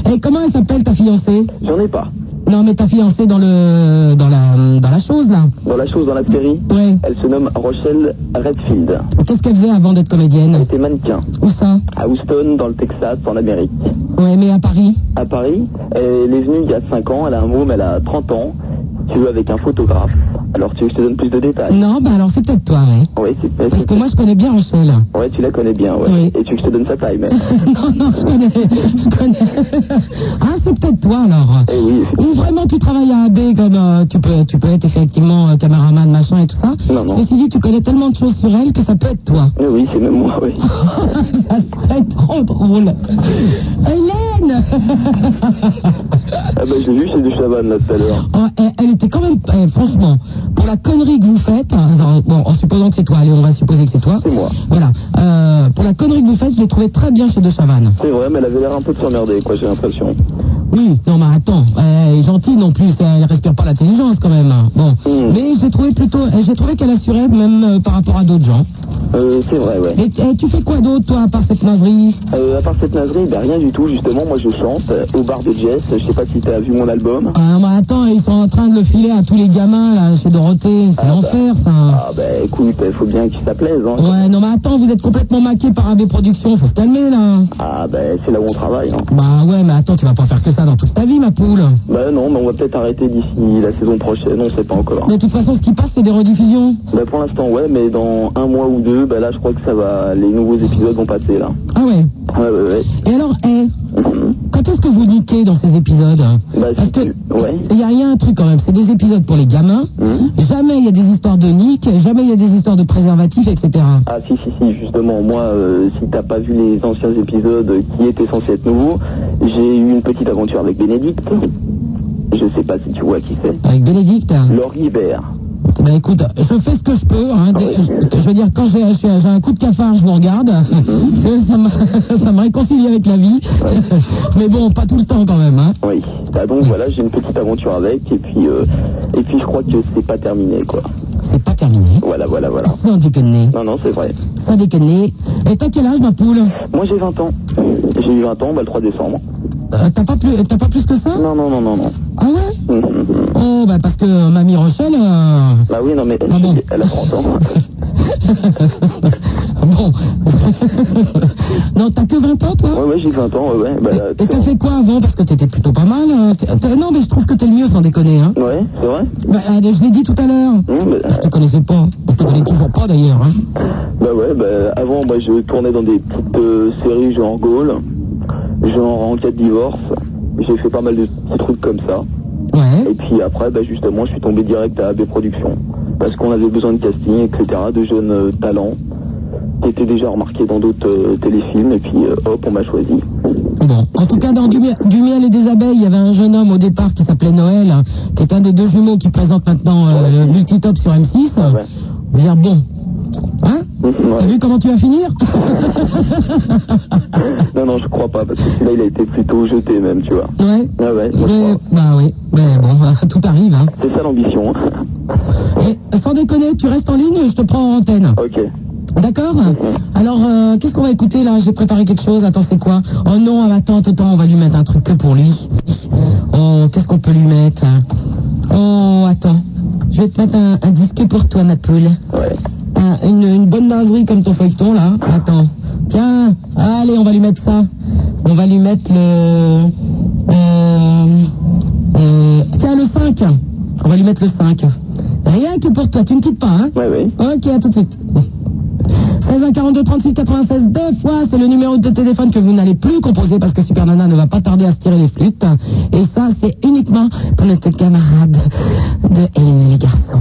[SPEAKER 3] Et Eh, comment elle s'appelle ta fiancée
[SPEAKER 11] J'en ai pas.
[SPEAKER 3] Non, mais ta fiancée dans le dans la dans la chose là.
[SPEAKER 11] Dans la chose, dans la série, elle se nomme Rochelle Redfield.
[SPEAKER 3] Qu'est-ce qu'elle faisait avant d'être comédienne
[SPEAKER 11] Elle était mannequin.
[SPEAKER 3] Où ça
[SPEAKER 11] À Houston, dans le Texas, en Amérique.
[SPEAKER 3] Ouais, mais à Paris.
[SPEAKER 11] À Paris, elle est venue il y a 5 ans, elle a un môme, elle a 30 ans. Tu veux avec un photographe. Alors tu veux que je te donne plus de détails
[SPEAKER 3] Non, bah alors c'est peut-être toi, ouais.
[SPEAKER 11] Ouais, c'est c'est-
[SPEAKER 3] Parce que moi je connais bien Rochelle.
[SPEAKER 11] Ouais, tu la connais bien, ouais. Et tu veux que je te donne sa taille, même.
[SPEAKER 3] non, non, je connais, je connais. ah, c'est peut-être toi alors.
[SPEAKER 11] Eh
[SPEAKER 3] Ou vraiment tu travailles à AB comme euh, tu peux, tu peux être effectivement euh, caméraman machin et tout ça.
[SPEAKER 11] Non, non.
[SPEAKER 3] Ceci dit, tu connais tellement de choses sur elle que ça peut être toi.
[SPEAKER 11] Oui, oui, c'est même moi, oui.
[SPEAKER 3] ça serait trop drôle. Hélène
[SPEAKER 11] Ah bah je l'ai vu chez du Chavannes, là, tout à l'heure.
[SPEAKER 3] Oh, elle, elle était quand même, eh, franchement, pour la connerie que vous faites, alors, bon, en supposant que c'est toi, allez, on va supposer que c'est toi. Voilà. Euh, pour la connerie que vous faites, je l'ai trouvée très bien chez De Chavannes.
[SPEAKER 11] C'est vrai, mais elle avait l'air un peu de s'emmerder, quoi, j'ai l'impression.
[SPEAKER 3] Oui, non, mais attends, elle est gentille non plus, elle respire pas l'intelligence quand même. hein. Bon, mais j'ai trouvé plutôt, euh, j'ai trouvé qu'elle assurait même euh, par rapport à d'autres gens.
[SPEAKER 11] Euh, c'est vrai, ouais.
[SPEAKER 3] Et, et tu fais quoi d'autre, toi, à part cette naserie
[SPEAKER 11] Euh, à part cette naserie, bah rien du tout, justement, moi je chante euh, au bar de Jess, je sais pas si t'as vu mon album.
[SPEAKER 3] Ah, mais attends, ils sont en train de le filer à tous les gamins, là, chez Dorothée, c'est l'enfer, ça.
[SPEAKER 11] Ah bah écoute, il faut bien qu'il ça plaise, hein.
[SPEAKER 3] Ouais, non, mais attends, vous êtes complètement maqués par AB Productions, faut se calmer, là.
[SPEAKER 11] Ah bah c'est là où on travaille, hein.
[SPEAKER 3] Bah ouais, mais attends, tu vas pas faire que ça dans toute ta vie, ma poule.
[SPEAKER 11] Bah non, mais on va peut-être arrêter d'ici la saison prochaine, on sait pas encore.
[SPEAKER 3] De toute façon, ce qui passe, c'est des rediffusions.
[SPEAKER 11] Bah pour l'instant, ouais, mais dans un mois ou deux, bah là je crois que ça va, les nouveaux épisodes vont passer, là.
[SPEAKER 3] Ah ouais.
[SPEAKER 11] Ouais, ouais, ouais.
[SPEAKER 3] Et alors, eh, quand est-ce que vous niquez dans ces épisodes
[SPEAKER 11] Bah,
[SPEAKER 3] Parce que il y, a- il y a un truc quand même, c'est des épisodes pour les gamins. Jamais il y a des histoires de nique, jamais il y a des histoires de préservatifs, etc.
[SPEAKER 11] Ah si si si justement moi euh, si t'as pas vu les anciens épisodes qui étaient censés être nouveaux j'ai eu une petite aventure avec Bénédicte je sais pas si tu vois qui c'est
[SPEAKER 3] Avec Bénédicte.
[SPEAKER 11] Laure Guibert
[SPEAKER 3] Bah écoute, je fais ce que je peux. hein. Dès- je, je veux dire, quand j'ai j'ai- j'ai un coup de cafard, je vous regarde. ça, me, ça me réconcilie avec la vie. Mais bon, pas tout le temps quand même. Hein.
[SPEAKER 11] oui bah donc voilà j'ai une petite aventure avec et puis euh, et puis je crois que c'est pas terminé quoi
[SPEAKER 3] c'est pas terminé
[SPEAKER 11] voilà voilà voilà
[SPEAKER 3] sans déconner
[SPEAKER 11] non non c'est vrai
[SPEAKER 3] Sans déconner. Et t'as quel âge, ma poule
[SPEAKER 11] moi j'ai 20 ans j'ai eu 20 ans bah le 3 décembre
[SPEAKER 3] Euh, T'as pas, plus- t'as pas plus que ça
[SPEAKER 11] non non non non non
[SPEAKER 3] Ah ouais Oh, bah parce que euh, mamie Rochelle... euh,
[SPEAKER 11] bah oui non mais elle, elle a 30 ans
[SPEAKER 3] Bon. non, t'as que 20 ans, toi
[SPEAKER 11] ouais ouais j'ai 20 ans ouais ouais bah là,
[SPEAKER 3] Et t'as fait quoi avant Parce que t'étais plutôt pas mal. euh, t'es- t'es- Non, mais je trouve que t'es le mieux, sans déconner. Hein.
[SPEAKER 11] ouais c'est vrai Hum,
[SPEAKER 3] Bah, euh, je l'ai dit tout à l'heure. Je te connaissais pas. Je te connais toujours pas, d'ailleurs. hein.
[SPEAKER 11] Bah ouais, bah avant moi je tournais dans des petites euh, séries genre Gaulle, genre Enquête Divorce, j'ai fait pas mal de petits trucs comme ça.
[SPEAKER 3] Ouais.
[SPEAKER 11] Et puis après, bah justement, je suis tombé direct à AB Productions, parce qu'on avait besoin de casting, etc., de jeunes euh, talents, qui étaient déjà remarqués dans d'autres euh, téléfilms, et puis euh, hop, on m'a choisi.
[SPEAKER 3] Bon, en tout cas, dans du, miel- du miel et des abeilles, il y avait un jeune homme au départ qui s'appelait Noël, hein, qui est un des deux jumeaux qui présente maintenant euh, le multitop sur M6.
[SPEAKER 11] Ah
[SPEAKER 3] Je veux dire, bon. Hein T'as vu comment tu vas finir
[SPEAKER 11] Non, non, non, je crois pas, parce que celui-là, il a été plutôt jeté même, tu vois.
[SPEAKER 3] Ouais.
[SPEAKER 11] Ah ouais, moi, je
[SPEAKER 3] Ouais,
[SPEAKER 11] crois.
[SPEAKER 3] bah oui, mais bon, tout arrive. Hein.
[SPEAKER 11] C'est ça l'ambition. hein.
[SPEAKER 3] Eh, sans déconner, tu restes en ligne, je te prends en antenne.
[SPEAKER 11] Ok.
[SPEAKER 3] D'accord Alors, euh, qu'est-ce qu'on va écouter là J'ai préparé quelque chose. Attends, c'est quoi Oh non, attends, attends, on va lui mettre un truc que pour lui. Oh, qu'est-ce qu'on peut lui mettre hein Oh, attends. Je vais te mettre un, un disque pour toi, ma poule. Un- une, une bonne dinguerie comme ton feuilleton là. Attends. Tiens, allez, on va lui mettre ça. On va lui mettre le. euh, euh, tiens, le 5. On va lui mettre le 5. Rien que pour toi, tu ne quittes pas, hein
[SPEAKER 11] Oui, oui.
[SPEAKER 3] Ok, à tout de suite. 16 1 42 36 96 deux fois, c'est le numéro de téléphone que vous n'allez plus composer parce que Super Nana ne va pas tarder à se tirer les flûtes. Et ça, c'est uniquement pour notre camarade de Hélène et les garçons.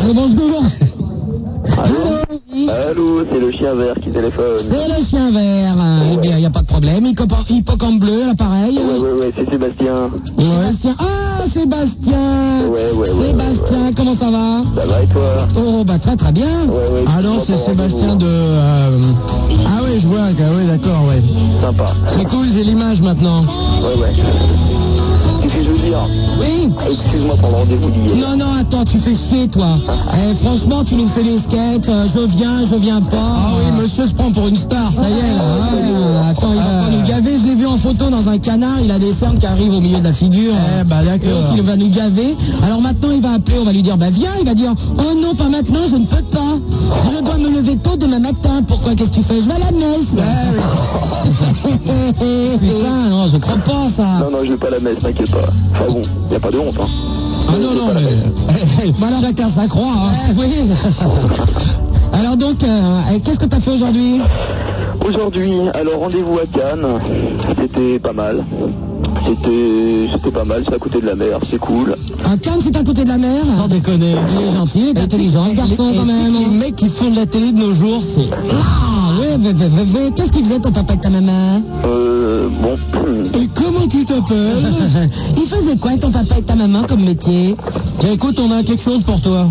[SPEAKER 3] Allô, bonjour
[SPEAKER 11] Allô, Allô, c'est le chien vert qui téléphone.
[SPEAKER 3] C'est le chien vert. Eh bien, il n'y a pas de problème. Hippoc- Hippocampe bleu, à l'appareil.
[SPEAKER 11] Ouais, ouais, ouais, c'est Sébastien.
[SPEAKER 3] Sébastien. Ah, Sébastien Sébastien, comment ça va
[SPEAKER 11] Ça va et toi
[SPEAKER 3] Oh, bah très très bien.
[SPEAKER 13] Alors, c'est Sébastien de. euh, Ah ouais, je vois, ah ouais, d'accord, ouais.
[SPEAKER 11] Sympa.
[SPEAKER 3] C'est cool, j'ai l'image maintenant.
[SPEAKER 11] Ouais, ouais. Qu'est-ce que je veux dire Ah,
[SPEAKER 3] Oui
[SPEAKER 11] Excuse-moi pour le rendez-vous d'hier.
[SPEAKER 3] Non, non, attends, tu fais chier, toi. Eh, franchement, tu nous fais les skates, euh, je viens, je viens pas. Ah oui, monsieur se prend pour une star, ça y est. Ah, attends, il va pas nous gaver, je l'ai vu en photo dans un canard, il a des cernes qui arrivent au milieu de la figure. Eh, bah d'accord. Et
[SPEAKER 2] Ah.
[SPEAKER 3] l'autre, il va nous gaver. Alors maintenant, il va appeler, on va lui dire, bah viens, il va dire, oh non, pas maintenant, je ne peux pas. Je dois me lever tôt demain matin, pourquoi, qu'est-ce que tu fais Je vais à la messe. Putain, non, je crois pas, ça.
[SPEAKER 11] Non, non, je vais pas à la messe, t'inquiète pas. Enfin bon, y a pas de honte, hein.
[SPEAKER 3] Ah non, non, mais. chacun sa croix, hein. oui. Alors donc, euh, eh, qu'est-ce que t'as fait aujourd'hui
[SPEAKER 11] Aujourd'hui, alors rendez-vous à Cannes, c'était pas mal. C'était c'était pas mal, c'est à côté de la mer, c'est cool.
[SPEAKER 3] Un Cannes, c'est à côté de la mer Sans déconner. Il est gentil, il est intelligent, ce garçon, quand même. Les mecs qui font de la télé de nos jours, c'est... Ah, oui, oui, oui, oui, oui. Qu'est-ce qu'il faisait, ton papa et ta maman
[SPEAKER 11] Euh, bon,
[SPEAKER 3] Et comment tu t'appelles Il faisait quoi, ton papa et ta maman, comme métier Tiens, Eh, écoute, on a quelque chose pour toi.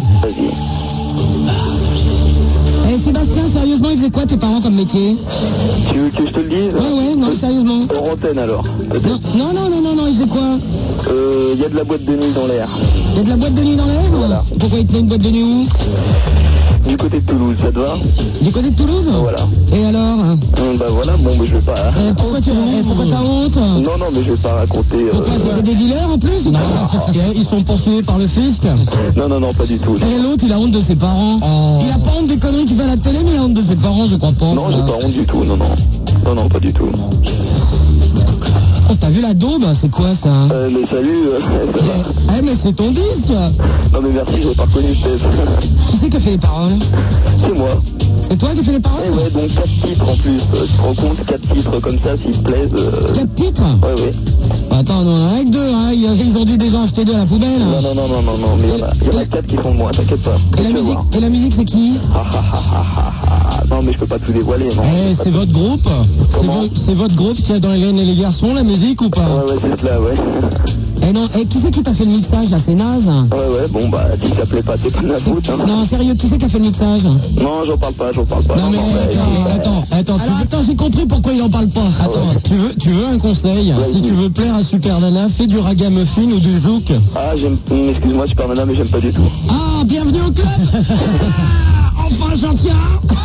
[SPEAKER 3] Eh, Sébastien, sérieusement, ils faisaient quoi, tes parents, comme métier
[SPEAKER 11] tu veux que je te le dise
[SPEAKER 3] Ouais, ouais, non, sérieusement.
[SPEAKER 11] Hors antenne alors.
[SPEAKER 3] Non, non, non, non, non, il faisait quoi
[SPEAKER 11] Euh, y a de la boîte de nuit dans l'air,
[SPEAKER 3] Il y a de la boîte de nuit dans l'air Pourquoi il tenait une boîte de nuit où
[SPEAKER 11] du côté de Toulouse, ça te va
[SPEAKER 3] Du côté de Toulouse
[SPEAKER 11] Voilà.
[SPEAKER 3] Et alors
[SPEAKER 11] Hum, Bah voilà, bon, mais je vais pas. hein.
[SPEAKER 3] Euh, Pourquoi tu eh, pourquoi t'as honte
[SPEAKER 11] Non, non, mais je vais pas raconter. euh,
[SPEAKER 3] C'était des dealers en plus Ils sont poursuivis par le fisc
[SPEAKER 11] Non, non, non, pas du tout.
[SPEAKER 3] Et l'autre, il a honte de ses parents. Il a pas honte des conneries qu'il fait à la télé, mais il a honte de ses parents, je crois pas.
[SPEAKER 11] Non,
[SPEAKER 3] ça.
[SPEAKER 11] j'ai pas honte du tout, non, non. Non, non, pas du tout.
[SPEAKER 3] Oh, t'as vu la daube C'est quoi ça
[SPEAKER 11] Euh, mais salut, euh, ça va
[SPEAKER 3] Eh, mais c'est ton disque
[SPEAKER 11] Non, mais merci, j'ai pas reconnu le test.
[SPEAKER 3] Qui c'est qui a fait les paroles
[SPEAKER 11] C'est moi.
[SPEAKER 3] C'est toi qui as fait les paroles
[SPEAKER 11] Ouais, ouais, donc 4 titres en plus. Euh, Tu te rends compte, 4 titres comme ça, s'ils te plaisent. euh,
[SPEAKER 3] 4 titres
[SPEAKER 11] Ouais, ouais.
[SPEAKER 3] Attends, on en a avec deux, hein. Ils ils ont dû déjà acheter deux à la poubelle. hein.
[SPEAKER 11] Non, non, non, non, non, non, mais il y en a 4 qui sont de moi, t'inquiète pas.
[SPEAKER 3] Et la musique, et la musique, c'est qui
[SPEAKER 11] Ah, ah, ah, ah, ah, ah. Non, mais je peux pas tout dévoiler, non.
[SPEAKER 13] Eh, c'est votre groupe C'est vo- C'est votre groupe qui a dans les Hélène et les garçons la musique ou pas
[SPEAKER 11] Ouais, ouais, c'est cela, ouais.
[SPEAKER 3] Eh non, eh, qui c'est qui t'a fait le mixage là C'est naze
[SPEAKER 11] Ouais, ouais, bon, bah, si ça plaît pas, c'est pas de ma faute, hein.
[SPEAKER 3] Non, sérieux, qui c'est qui a fait le mixage
[SPEAKER 11] Non, j'en parle pas, j'en parle pas.
[SPEAKER 13] Non, mais attends, attends,
[SPEAKER 3] Alors attends, Ah j'ai compris pourquoi il en parle pas. Attends,
[SPEAKER 13] tu veux, tu veux un conseil Si tu veux plaire à Super Nana, fais du ragamuffin ou du zouk.
[SPEAKER 11] Ah, j'aime. hum, Excuse-moi, Super Nana, mais j'aime pas du tout.
[SPEAKER 3] Ah, bienvenue au club Ah, Enfin gentil hein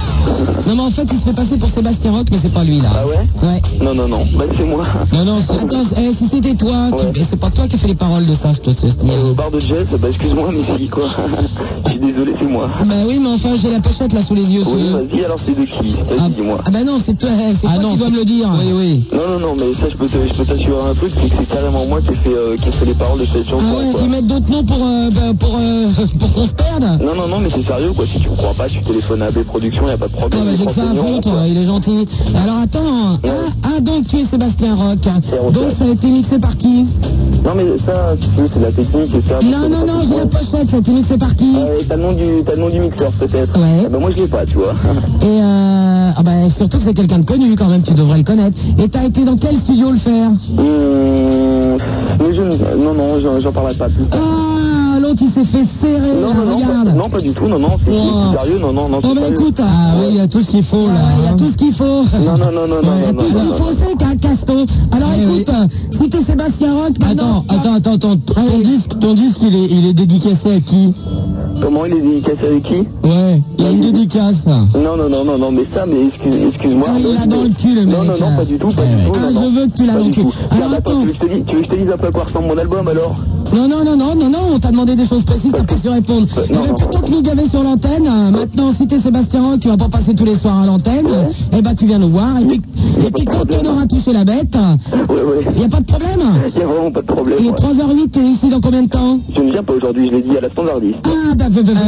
[SPEAKER 3] Non mais en fait, il se fait passer pour Sébastien Rock, mais c'est pas lui là.
[SPEAKER 11] Ah ouais
[SPEAKER 3] Ouais.
[SPEAKER 11] Non, non, non, bah, c'est moi.
[SPEAKER 3] Non, non, c'est- Attends, eh, si c'était toi, tu- eh, c'est pas toi qui as fait les paroles de ça, je te je te dis.
[SPEAKER 11] Au bar de jazz, bah, excuse-moi, mais si, quoi. Je suis désolé, c'est moi.
[SPEAKER 3] Bah oui, mais enfin, j'ai la pochette là sous les yeux.
[SPEAKER 11] Oui,
[SPEAKER 3] sous-
[SPEAKER 11] vas-y, alors c'est de qui Vas-y, dis-moi.
[SPEAKER 3] Ah bah non, c'est toi, eh, c'est toi qui dois me le dire. Oui, oui.
[SPEAKER 11] Non, non, non, mais ça, je peux te- je peux t'assurer un truc, c'est que c'est carrément moi qui ai fait, euh, qui ai fait les paroles de cette chanson.
[SPEAKER 3] Ah ouais,
[SPEAKER 11] quoi.
[SPEAKER 3] ils mettent d'autres noms pour, euh, bah, pour, euh, pour qu'on se perde
[SPEAKER 11] Non, non, non, mais c'est sérieux, quoi. Si tu me crois pas, tu téléphones à AB Productions, y a pas de problème.
[SPEAKER 3] Ah bah
[SPEAKER 11] Les
[SPEAKER 3] j'ai que ça à
[SPEAKER 11] renseignements,
[SPEAKER 3] foutre,
[SPEAKER 11] quoi.
[SPEAKER 3] il est gentil. Alors attends, ah, ah, donc tu es Sébastien Rock. Donc ça a été mixé par qui
[SPEAKER 11] Non, mais ça, si tu veux, c'est de la technique et ça.
[SPEAKER 3] Non, non, non, j'ai la pochette, ça a été mixé par qui
[SPEAKER 11] Euh, t'as le nom du, t'as le nom du mixeur, peut-être
[SPEAKER 3] Ouais.
[SPEAKER 11] bah, moi, je l'ai pas, tu vois.
[SPEAKER 3] Et euh, ah bah surtout que c'est quelqu'un de connu quand même, tu devrais le connaître. Et t'as été dans quel studio le faire
[SPEAKER 11] Hum, mais je ne- Non, non, j'en, j'en parlerai pas plus.
[SPEAKER 3] Ah, l'autre l'autre, il s'est fait serrer,
[SPEAKER 14] Non,
[SPEAKER 3] là,
[SPEAKER 14] non, non,
[SPEAKER 3] regarde.
[SPEAKER 14] pas, non, pas du tout, non, non, c'est c'est sérieux, non, non, non.
[SPEAKER 3] Bon, bah écoute, ah, oui, il y a tout ce qu'il faut, là. Ah, hein. Il y a tout ce qu'il faut.
[SPEAKER 14] Non, non, non, non, non, non, non,
[SPEAKER 3] Tout ce
[SPEAKER 14] non,
[SPEAKER 3] qu'il faut, c'est qu'un caston. Alors écoute, euh, si t'es Sébastien Rock, maintenant. Ah Attends, attends, attends. Ton disque, ton disque, il est, il est dédicacé à qui
[SPEAKER 14] Comment il est dédicacé avec qui
[SPEAKER 3] Ouais, il y a une dédicace.
[SPEAKER 14] Non, non, non, non, non, mais ça, mais excuse- excuse-moi.
[SPEAKER 3] Ah, il l'a dans le cul, le mec.
[SPEAKER 14] Non, non, non, pas du tout, pas du tout.
[SPEAKER 3] Ah,
[SPEAKER 14] non, non,
[SPEAKER 3] je veux que tu l'as
[SPEAKER 14] pas
[SPEAKER 3] dans le
[SPEAKER 14] du
[SPEAKER 3] cul.
[SPEAKER 14] tout. Regarde, attends, tu veux que je te dise- tu veux que je te dise un peu à quoi ressemble mon album alors
[SPEAKER 3] Non, non, non, non, non, non, on t'a demandé des choses précises, t'as pas su répondre. Eh ben, plutôt que nous gaver sur l'antenne, euh, maintenant, si t'es Sébastien Rock, tu vas pas passer tous les soirs à l'antenne, et eh ben, tu viens nous voir, et puis, et puis quand on aura touché la bête, y a pas de problème
[SPEAKER 14] Il y a vraiment pas de problème.
[SPEAKER 3] Il est
[SPEAKER 14] ouais.
[SPEAKER 3] 3h08, t'es ici dans combien de temps
[SPEAKER 14] Je ne viens pas aujourd'hui, je l'ai dit à la standardiste.
[SPEAKER 3] Ah, bah, bah, bah, bah,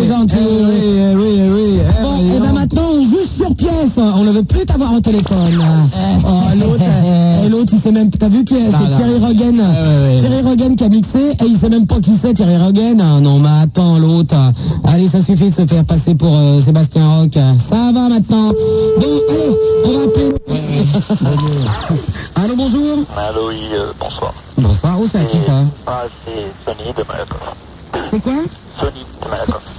[SPEAKER 3] les gens qui... eh Oui, oui, oui. Bon, et ben maintenant, on joue sur pièce. On ne veut plus t'avoir au téléphone. Oh, l'autre, eh, l'autre, il sait même... T'as vu que c'est
[SPEAKER 15] Voilà.
[SPEAKER 3] Thierry Rogen.
[SPEAKER 15] ouais.
[SPEAKER 3] Thierry Rogen qui a mixé et il sait même pas qui c'est, Thierry Rogen. Ah, Non, mais attends, l'autre. Allez, ça suffit de se faire passer pour euh, Sébastien Rock. Ça va maintenant. Bon, allez, on va appeler... Allô, bonjour.
[SPEAKER 11] Allô, oui, euh, bonsoir.
[SPEAKER 3] Bonsoir, où c'est à qui, ça hein.
[SPEAKER 11] Ah, c'est Sony de Malakoff.
[SPEAKER 3] C'est quoi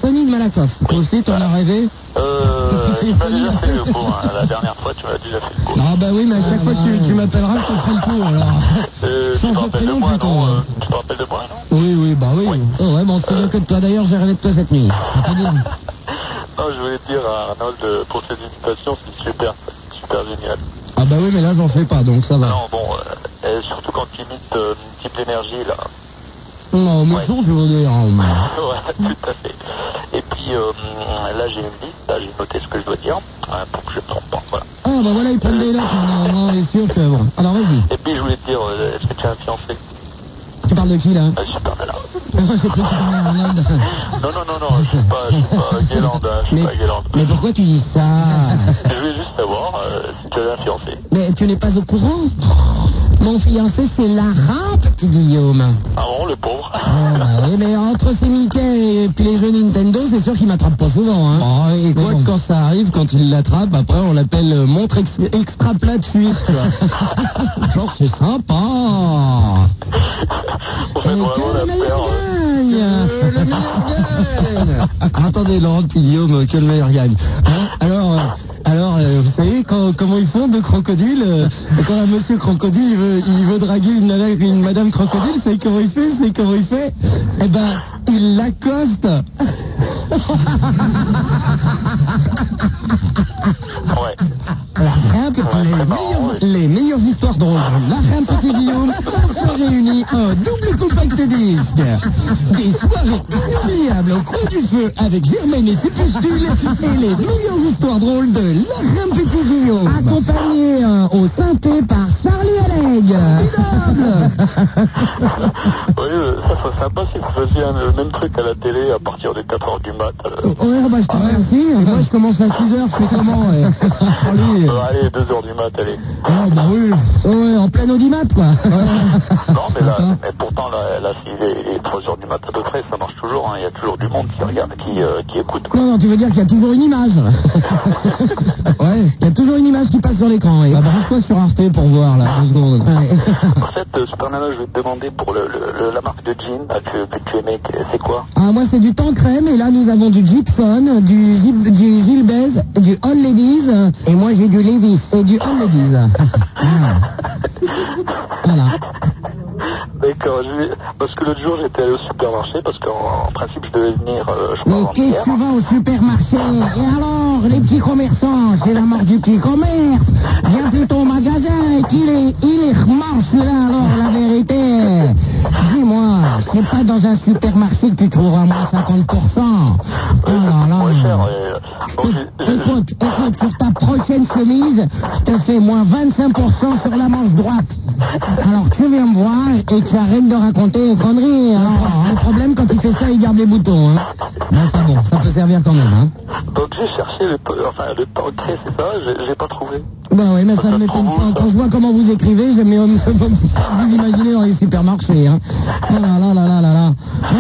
[SPEAKER 3] Sony de Malakoff. Toi aussi, t'en as rêvé
[SPEAKER 11] Euh, il m'a déjà fait le coup, hein. la dernière fois, tu m'as déjà fait le coup.
[SPEAKER 3] Ah bah oui, mais à chaque fois que tu, tu m'appelleras, je te ferai le coup, alors.
[SPEAKER 11] Euh, tu
[SPEAKER 3] Change
[SPEAKER 11] te
[SPEAKER 3] de
[SPEAKER 11] rappelles de
[SPEAKER 3] prénom
[SPEAKER 11] moi,
[SPEAKER 3] plutôt.
[SPEAKER 11] non
[SPEAKER 3] ouais.
[SPEAKER 11] euh, Tu te rappelles de moi, non
[SPEAKER 3] Oui, oui, bah oui. Oh, ouais, bon, c'est mieux que de toi. D'ailleurs, j'ai rêvé de toi cette nuit. Je peux te dire.
[SPEAKER 11] Non, je voulais te dire à Arnold, euh, pour ses imitations, c'est super, super génial.
[SPEAKER 3] Ah bah oui, mais là, j'en fais pas, donc ça va.
[SPEAKER 11] Non, bon, euh, et surtout quand tu imites euh, une type d'énergie, là.
[SPEAKER 3] Non, mais jour, je veux dire. hein.
[SPEAKER 11] ouais, tout à fait. Et puis, euh, là, j'ai une liste, là, j'ai noté ce que je dois dire, hein, pour que je ne me trompe pas, voilà.
[SPEAKER 3] Ah bah voilà, ils prennent des notes maintenant. Au moins, on est sûr que... Bon, alors vas-y.
[SPEAKER 11] Et puis, je voulais te dire, euh, est-ce que tu as un fiancé
[SPEAKER 3] Tu parles de qui, là
[SPEAKER 11] Ah, super, là.
[SPEAKER 3] J'ai cru que tu parlais à Arnold.
[SPEAKER 11] Non, non, non, non, je ne suis pas, je suis pas Guélande, hein, je suis pas Guélande.
[SPEAKER 3] Mais pourquoi tu dis ça
[SPEAKER 11] Je voulais juste savoir euh, si tu avais un fiancé.
[SPEAKER 3] Mais tu n'es pas au courant Mon fiancé, c'est Lara, petit Guillaume.
[SPEAKER 11] Ah bon, le pauvre
[SPEAKER 3] Ah bah oui, mais entre ces Mickey et puis les jeux Nintendo, c'est sûr qu'ils m'attrapent pas souvent. Hein. et quoi quand ça arrive, quand ils l'attrapent, après on l'appelle euh, montre extra plat de fuite. Genre c'est sympa.
[SPEAKER 11] euh,
[SPEAKER 3] Attendez, Laurent Petit Guillaume, que le meilleur gagne. Hein alors, euh, alors euh, vous savez quand- comment ils font de crocodile euh, Quand un monsieur crocodile il veut, il veut draguer une, nana- une madame crocodile, c'est comment il fait C'est comment il fait Eh ben, il l'accoste.
[SPEAKER 11] Ouais.
[SPEAKER 3] La Rimpe, les, meilleures, les meilleures histoires drôles. La Rimpe Petit Guillaume se réunit en double compact disque. Des soirées inoubliables au coin du feu avec Germaine et ses pustules et les meilleures histoires drôles de La Rimpe Petit Guillaume. Accompagné euh, au synthé par Charlie Alleg.
[SPEAKER 11] Oui, euh, ça serait sympa si vous faisiez un- le même truc à la télé à partir des 4h du mat. euh.
[SPEAKER 3] Ouais, bah je te remercie. Et moi je commence à 6h, je fais comment ouais
[SPEAKER 11] Euh, allez, 2h du mat, allez.
[SPEAKER 3] Ah bah oui, ouais, en plein audimat quoi.
[SPEAKER 11] Non, mais là, mais pourtant, là, là s'il est, 3h du mat à peu près, ça marche toujours. hein. Il y a toujours du monde qui regarde, qui, euh, qui écoute.
[SPEAKER 3] Non, non, tu veux dire qu'il y a toujours une image. ouais. Il y a toujours une image qui passe sur l'écran. Bah, branche-toi sur Arte pour voir, là, deux secondes.
[SPEAKER 11] En fait, euh, Super Nana, je vais te demander pour le, le- le- la marque de jean là, que, que tu aimais, que- c'est quoi
[SPEAKER 3] Ah, moi, c'est du temps crème, et là, nous avons du Gibson, du, Gib- du Gilles Bez, du All Ladies. Et moi, j'ai du Levis. Et du All Ladies. voilà.
[SPEAKER 11] D'accord, je vais- parce que l'autre jour, j'étais allé au supermarché, parce qu'en en principe, je devais venir, euh, je crois,
[SPEAKER 3] Mais qu'est-ce que tu vas au supermarché Et alors, les petits commerçants, c'est la mort du petit commerce. Viens plutôt au magasin et qu'il est, il est mort celui-là, alors la vérité. Dis-moi, c'est pas dans un supermarché que tu trouveras moins 50%. Oh là là.
[SPEAKER 11] Euh,
[SPEAKER 3] Je te- Écoute, écoute, sur ta prochaine chemise, je te fais moins 25% sur la manche droite. Alors tu viens me voir et tu arrêtes de raconter des conneries. Alors, le problème, quand il fait ça, il garde les boutons. Hein. Mais enfin bon, ça peut servir quand même. Hein.
[SPEAKER 11] Donc j'ai cherché le, peu- enfin, le temps créé, c'est ça, j'ai- j'ai pas trouvé.
[SPEAKER 3] Ben oui, mais ça ne m'étonne pas. Quand je vois comment vous écrivez, j'aime mieux vous imaginer dans les supermarchés. Hein. Oh là là là là là là.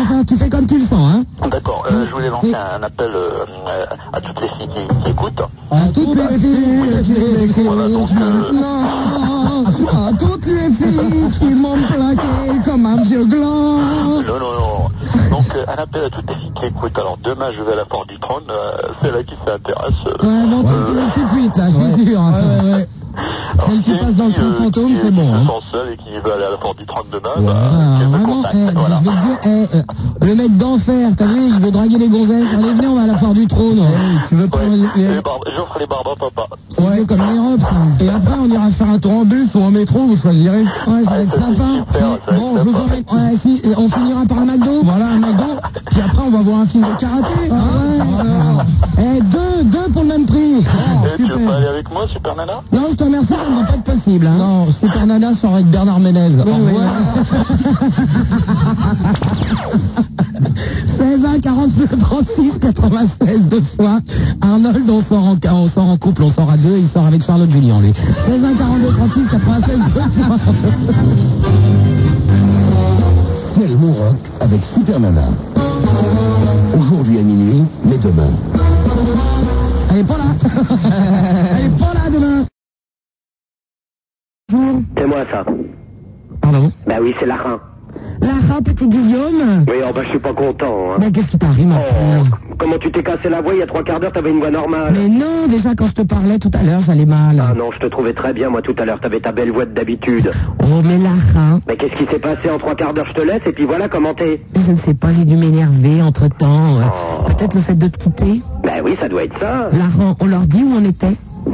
[SPEAKER 3] Enfin, tu fais comme tu le sens. Hein.
[SPEAKER 16] Ah,
[SPEAKER 11] D'accord, euh, je voulais lancer un appel euh, euh, à toutes les filles qui, qui écoutent.
[SPEAKER 3] À toutes les filles qui m'écrivent maintenant, à toutes les filles qui m'ont plaqué comme un vieux gland.
[SPEAKER 11] Non, non, non. Donc,
[SPEAKER 16] euh, un appel à toutes les filles qui écoutent. Alors demain, je vais à la porte du trône. euh, Celles à qui ça intéresse. euh,
[SPEAKER 17] Ouais, bon, tu te lèves tout de suite, là, je suis sûr. hein. Ouais, ouais. Celle qui passe dans le train fantôme, c'est bon. hein.
[SPEAKER 16] seul et euh, qui veut aller à la porte du trône demain, bah,
[SPEAKER 17] Ah, vraiment, eh, je vais te dire, eh, euh, le mec d'enfer, t'as vu, il veut draguer les gonzesses. Allez, venez, on va à la foire du trône. Eh, tu veux pas. eh,
[SPEAKER 16] j'offre les barbares, papa.
[SPEAKER 17] C'est un peu comme les robes, ça. Et après, on ira faire un tour en bus ou en métro, vous choisirez. Ouais, ça va être sympa. Bon, je vous emmène. Ouais, si, et on finira par un McDo. Voilà, un McDo. Puis après, on va voir un film de karaté. Ah ouais, alors. Eh, deux, deux pour le même prix. Oh, super.
[SPEAKER 16] Tu veux pas aller avec moi, super nana
[SPEAKER 17] Non, je te remercie, ça ne va pas être possible. Hein. Non, Super Nana sort avec Bernard Ménez. Au revoir. 16 1 42 36 96 deux fois. Arnold, on sort en, on sort en couple, on sort à deux, il sort avec Charlotte Julien, lui. 16 1 42 36 96 deux fois.
[SPEAKER 18] Ciel mon rock avec Super Nana. Aujourd'hui à minuit, mais demain.
[SPEAKER 17] Elle est pas là. Elle est pas là demain.
[SPEAKER 4] C'est moi ça.
[SPEAKER 3] Pardon
[SPEAKER 4] Bah oui, c'est Larin.
[SPEAKER 3] Lara, petit Guillaume
[SPEAKER 4] Oui, oh bah je suis pas content. hein.
[SPEAKER 3] Mais qu'est-ce qui t'arrive, ma
[SPEAKER 4] Euh.
[SPEAKER 3] poule
[SPEAKER 4] Comment tu t'es cassé la voix il y a trois quarts d'heure, t'avais une voix normale.
[SPEAKER 3] Mais non, déjà, quand je te parlais tout à l'heure, j'allais mal.
[SPEAKER 4] Ah non, je te trouvais très bien, moi tout à l'heure, t'avais ta belle voix de d'habitude.
[SPEAKER 3] Oh, mais Lara,
[SPEAKER 4] Mais qu'est-ce qui s'est passé en trois quarts d'heure, je te laisse, et puis voilà comment t'es.
[SPEAKER 3] je ne sais pas, j'ai dû m'énerver entre-temps. euh,
[SPEAKER 4] Ah.
[SPEAKER 3] Peut-être le fait de te quitter
[SPEAKER 4] Bah oui, ça doit être ça.
[SPEAKER 3] Lara, on leur dit où on était
[SPEAKER 4] Oh,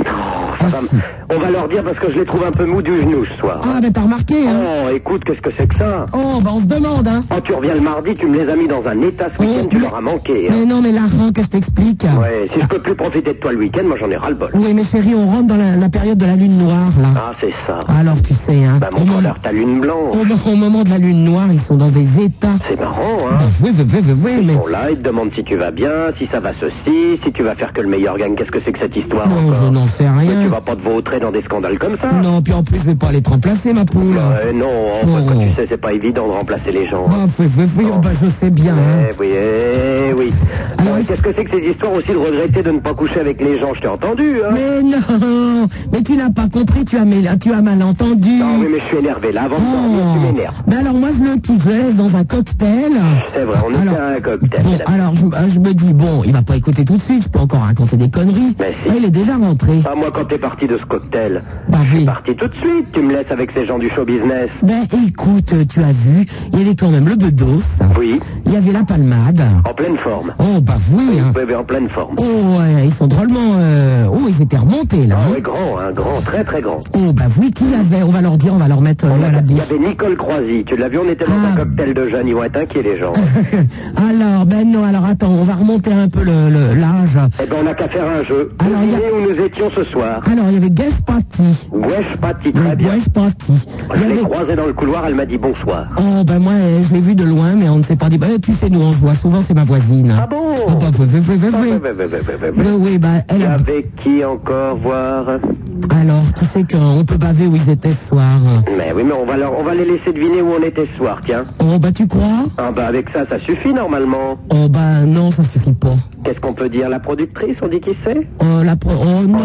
[SPEAKER 4] ça va me- On va leur dire parce que je les trouve un peu mous du genou ce soir.
[SPEAKER 3] Ah, mais t'as remarqué, hein
[SPEAKER 4] Oh, écoute, qu'est-ce que c'est que ça
[SPEAKER 3] Oh, bah on se demande, hein
[SPEAKER 4] Oh, tu reviens le mardi, tu me les as mis dans un état ce week-end, tu leur as manqué. hein.
[SPEAKER 3] Mais non, mais Lara, qu'est-ce que t'expliques
[SPEAKER 4] Ouais, si je peux plus profiter de toi le week-end, moi j'en ai ras-le-bol.
[SPEAKER 3] Oui, mais chérie, on rentre dans la, la période de la lune noire, là.
[SPEAKER 4] Ah, c'est ça.
[SPEAKER 3] Alors, tu sais, hein,
[SPEAKER 4] Bah, montre-leur ta lune blanche.
[SPEAKER 3] au, mo- au moment de la lune noire, ils sont dans des états.
[SPEAKER 4] C'est marrant, hein
[SPEAKER 3] Oui, oui, oui, oui, oui, mais...
[SPEAKER 4] Bon, là, ils te demandent si tu vas bien, si ça va ceci, si tu vas faire que le meilleur gagne. Qu'est-ce que c'est que cette histoire
[SPEAKER 3] Non, je n'en sais
[SPEAKER 4] Ah, Mais
[SPEAKER 3] rien.
[SPEAKER 4] tu vas pas te vautrer dans des scandales comme ça
[SPEAKER 3] Non, puis en plus, je vais pas aller te remplacer, ma poule.
[SPEAKER 4] Ouais, non, enfin, quand tu sais, c'est pas évident de remplacer les gens.
[SPEAKER 3] Ah, oui, oui, oui, oh, bah, je sais bien, hein.
[SPEAKER 4] Eh oui, eh oui.
[SPEAKER 3] Ah
[SPEAKER 4] Bon, et qu'est-ce que c'est que ces histoires aussi de regretter de ne pas coucher avec les gens Je t'ai entendu, hein
[SPEAKER 3] Mais non Mais tu n'as pas compris, tu as, mal- tu as mal entendu.
[SPEAKER 4] Non, Ah oui, mais je suis énervé, là, avant de dormir, tu m'énerves.
[SPEAKER 3] Ben alors moi je le kiffe, je le laisse dans un cocktail.
[SPEAKER 4] C'est vrai, on était
[SPEAKER 3] Alors,
[SPEAKER 4] à un cocktail.
[SPEAKER 3] Bon,
[SPEAKER 4] là.
[SPEAKER 3] alors je, euh, je me dis, bon, il va pas écouter tout de suite, je peux encore raconter des conneries. Ah, il est déjà rentré.
[SPEAKER 4] Ben, Ah, moi, quand t'es parti de ce cocktail,
[SPEAKER 3] Bah
[SPEAKER 4] je suis
[SPEAKER 3] oui.
[SPEAKER 4] parti tout de suite. Tu me laisses avec ces gens du show business.
[SPEAKER 3] Ben écoute, euh, tu as vu, il y avait quand même le bedos,
[SPEAKER 4] Oui,
[SPEAKER 3] il y avait la palmade.
[SPEAKER 4] en pleine forme.
[SPEAKER 3] Oh bah oui, hein.
[SPEAKER 4] Oui, mais en pleine forme.
[SPEAKER 3] Oh ouais, ils sont drôlement... euh, Oh, ils étaient remontés là.
[SPEAKER 4] Ah
[SPEAKER 3] hein.
[SPEAKER 4] ouais, grand, hein, grand, très très grand.
[SPEAKER 3] Oh bah oui, qui l'avait On va leur dire, on va leur mettre euh, l'eau à la
[SPEAKER 4] Il y
[SPEAKER 3] bière.
[SPEAKER 4] avait Nicole Croisy, tu l'as vu, on était dans
[SPEAKER 3] Ah.
[SPEAKER 4] un cocktail de jeunes, ils vont être inquiets les gens.
[SPEAKER 3] alors, ben non, alors attends, on va remonter un peu le- le- l'âge.
[SPEAKER 4] eh ben on n'a qu'à faire un jeu. Vous
[SPEAKER 3] Alors, il y a-
[SPEAKER 4] disiez où nous étions ce soir
[SPEAKER 3] alors, il y avait Guess Party.
[SPEAKER 4] Wesh Patty, très Ah, bien. Ah,
[SPEAKER 3] Guess Party. Il y
[SPEAKER 4] Je l'ai
[SPEAKER 3] avait-
[SPEAKER 4] croisée dans le couloir, elle m'a dit bonsoir.
[SPEAKER 3] Oh ben moi euh, je l'ai vu de loin mais on ne s'est pas dit bah tu sais nous on se voit souvent c'est ma voisine.
[SPEAKER 4] Ah bon Ah,
[SPEAKER 3] Oh bah oui oui oui oui, oui.
[SPEAKER 4] Ouais, ouais, ouais, ouais, ouais,
[SPEAKER 3] Oui,
[SPEAKER 4] ouais.
[SPEAKER 3] oui, bah
[SPEAKER 4] Il
[SPEAKER 3] elle
[SPEAKER 4] y
[SPEAKER 3] a...
[SPEAKER 4] avait qui encore voir
[SPEAKER 3] Alors tu sais qu'on peut baver où ils étaient ce soir.
[SPEAKER 4] Mais oui, mais on va, leur, on va les laisser deviner où on était ce soir, tiens.
[SPEAKER 3] Oh bah tu crois
[SPEAKER 4] Ah bah avec ça, ça suffit normalement.
[SPEAKER 3] Oh bah non ça suffit pas.
[SPEAKER 4] Qu'est-ce qu'on peut dire La productrice, on dit qui c'est
[SPEAKER 3] Oh la pro... oh, non.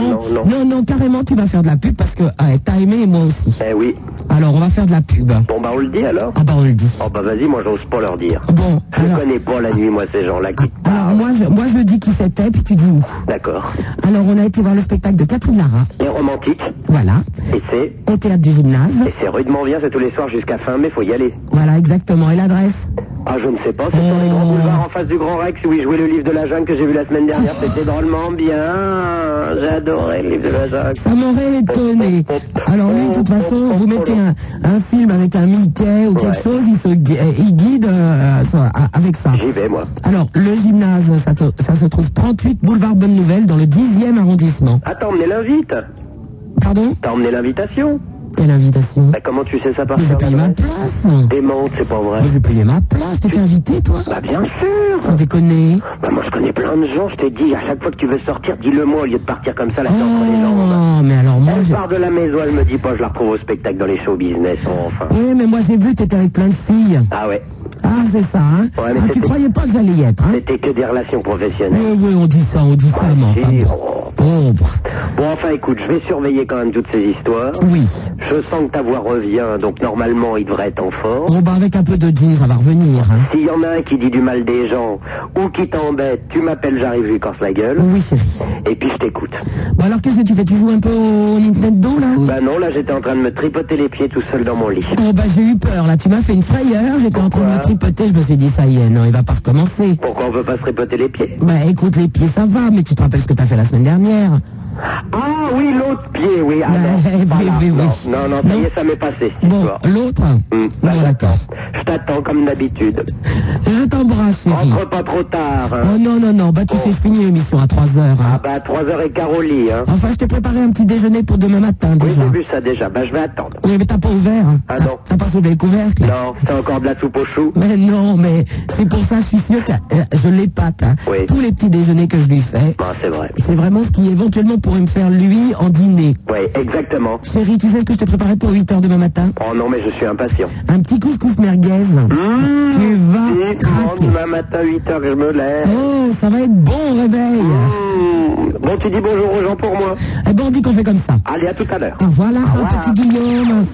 [SPEAKER 4] Ah, non, non.
[SPEAKER 3] carrément tu vas faire de la pub parce que ah, t'as aimé et moi aussi.
[SPEAKER 4] Eh oui.
[SPEAKER 3] Alors on va faire de la pub.
[SPEAKER 4] Bon bah on le dit alors
[SPEAKER 3] Ah bah on le dit.
[SPEAKER 4] Oh bah vas-y, moi j'ose pas leur dire.
[SPEAKER 3] Bon
[SPEAKER 4] Je
[SPEAKER 3] alors
[SPEAKER 4] connais pas la nuit, moi, ces gens-là qui...
[SPEAKER 3] alors moi je moi je dis qui c'était puis tu dis où.
[SPEAKER 4] D'accord.
[SPEAKER 3] Alors on a été voir le spectacle de Catherine Lara.
[SPEAKER 4] Et romantique,
[SPEAKER 3] Voilà.
[SPEAKER 4] et c'est...
[SPEAKER 3] Au théâtre du gymnase.
[SPEAKER 4] Et c'est rudement bien, c'est tous les soirs jusqu'à fin mai, faut y aller.
[SPEAKER 3] Voilà exactement et l'adresse.
[SPEAKER 4] Ah, je ne sais pas, c'est sur les grands boulevards en face du Grand Rex où il jouait le livre de la jungle que j'ai vu la semaine dernière. C'était drôlement bien. J'adorais le livre de la jungle.
[SPEAKER 3] Ça m'aurait étonné. Alors lui, de toute façon, vous mettez un, un film avec un Mickey ou quelque
[SPEAKER 4] Ouais.
[SPEAKER 3] chose, il, se, gui- euh, il guide euh, ça- a- avec ça.
[SPEAKER 4] J'y vais, moi.
[SPEAKER 3] Alors, le gymnase, ça, te- ça se trouve 38 boulevard Bonne Nouvelle dans le 10e arrondissement.
[SPEAKER 4] Ah, t'as emmené l'invite
[SPEAKER 3] Pardon
[SPEAKER 4] T'as emmené l'invitation
[SPEAKER 3] Quelle invitation
[SPEAKER 4] Bah, comment tu sais ça par
[SPEAKER 3] Mais j'ai
[SPEAKER 4] cœur
[SPEAKER 3] payé ma
[SPEAKER 4] l'adresse
[SPEAKER 3] place
[SPEAKER 4] Démente, c'est pas vrai.
[SPEAKER 3] Mais j'ai payé ma place, t'étais invité, toi
[SPEAKER 4] Bah, bien sûr
[SPEAKER 3] Sans déconner
[SPEAKER 4] Bah, moi, je connais plein de gens, je t'ai dit, à chaque fois que tu veux sortir, dis-le moi au lieu de partir comme ça, la tête entre les jambes.
[SPEAKER 3] Oh, mais alors moi,
[SPEAKER 4] Elle
[SPEAKER 3] je...
[SPEAKER 4] part de la maison, elle me dit pas, je la retrouve au spectacle dans les shows business, enfin.
[SPEAKER 3] Oui, mais moi j'ai vu, t'étais avec plein de filles.
[SPEAKER 4] Ah ouais,
[SPEAKER 3] Ah, c'est ça, hein
[SPEAKER 4] Ouais, mais
[SPEAKER 3] Ah, tu
[SPEAKER 4] c'était-
[SPEAKER 3] croyais pas que j'allais y être, hein
[SPEAKER 4] c'était que des relations professionnelles.
[SPEAKER 3] Oui, oui, on dit ça, on dit ça, mais enfin
[SPEAKER 4] Si,
[SPEAKER 3] bon.
[SPEAKER 4] oh, Bon, enfin, écoute, je vais surveiller quand même toutes ces histoires.
[SPEAKER 3] Oui.
[SPEAKER 4] Je sens que ta voix revient, donc normalement, il devrait être en forme.
[SPEAKER 3] Bon, bah, avec un peu de jean, ça va revenir. hein.
[SPEAKER 4] S'il y en a un qui dit du mal des gens ou qui t'embête, tu m'appelles, j'arrive, je lui corse la gueule.
[SPEAKER 3] Oui, chérie.
[SPEAKER 4] Et puis je t'écoute.
[SPEAKER 3] Bon, alors qu'est-ce que tu fais Tu joues un peu au Nintendo, là
[SPEAKER 4] Bah non, là j'étais en train de me tripoter les pieds tout seul dans mon lit.
[SPEAKER 3] Oh bah j'ai eu peur là, tu m'as fait une frayeur, j'étais en train de me tripoter, je me suis dit ça y est, non, il va pas recommencer.
[SPEAKER 4] Pourquoi on peut pas se tripoter les pieds
[SPEAKER 3] Bah écoute, les pieds ça va, mais tu te rappelles ce que t'as fait la semaine dernière
[SPEAKER 4] Ah oui, l'autre pied, oui. Ah, non, voilà, non, non, non, ça y est, ça m'est passé. cette
[SPEAKER 3] Bon,
[SPEAKER 4] histoire.
[SPEAKER 3] l'autre
[SPEAKER 4] Hum, bah, Je t'attends comme d'habitude.
[SPEAKER 3] Je t'embrasse, chérie.
[SPEAKER 4] Rentre pas trop tard. hein.
[SPEAKER 3] Oh non, non, non, bah tu sais, je finis l'émission à 3h.
[SPEAKER 4] Ah bah 3h15 au lit, hein.
[SPEAKER 3] Enfin, je t'ai préparé un petit déjeuner pour demain matin
[SPEAKER 4] Oui,
[SPEAKER 3] déjà.
[SPEAKER 4] j'ai vu ça déjà. Bah je vais attendre.
[SPEAKER 3] Oui, mais t'as pas ouvert. hein.
[SPEAKER 4] Ah non.
[SPEAKER 3] T'as pas soulevé le couvercle.
[SPEAKER 4] Non, c'est encore de la soupe au chou.
[SPEAKER 3] Mais non, mais c'est pour ça, je suis sûr que euh, je l'épate. Hein.
[SPEAKER 4] Oui.
[SPEAKER 3] Tous les petits déjeuners que je lui fais,
[SPEAKER 19] Ah,
[SPEAKER 4] Bah c'est vrai.
[SPEAKER 3] c'est vraiment ce qui éventuellement pourrait me faire lui en dîner.
[SPEAKER 4] Oui, exactement.
[SPEAKER 3] Chérie, tu sais ce que je t'ai préparé pour 8h demain matin
[SPEAKER 4] Oh non, mais je suis impatient.
[SPEAKER 3] Un petit couscous merguez.
[SPEAKER 4] Mmh,
[SPEAKER 19] Mmh.
[SPEAKER 3] tu vas
[SPEAKER 4] Bon,
[SPEAKER 3] craquer.
[SPEAKER 4] demain matin 8h, je me lève.
[SPEAKER 3] Oh, ça va être bon au réveil.
[SPEAKER 4] Mmh. Bon, tu dis bonjour aux gens pour moi.
[SPEAKER 3] Eh ben, on dit qu'on fait comme ça.
[SPEAKER 4] Allez, à tout à l'heure.
[SPEAKER 3] Ah, voilà, un petit Guillaume.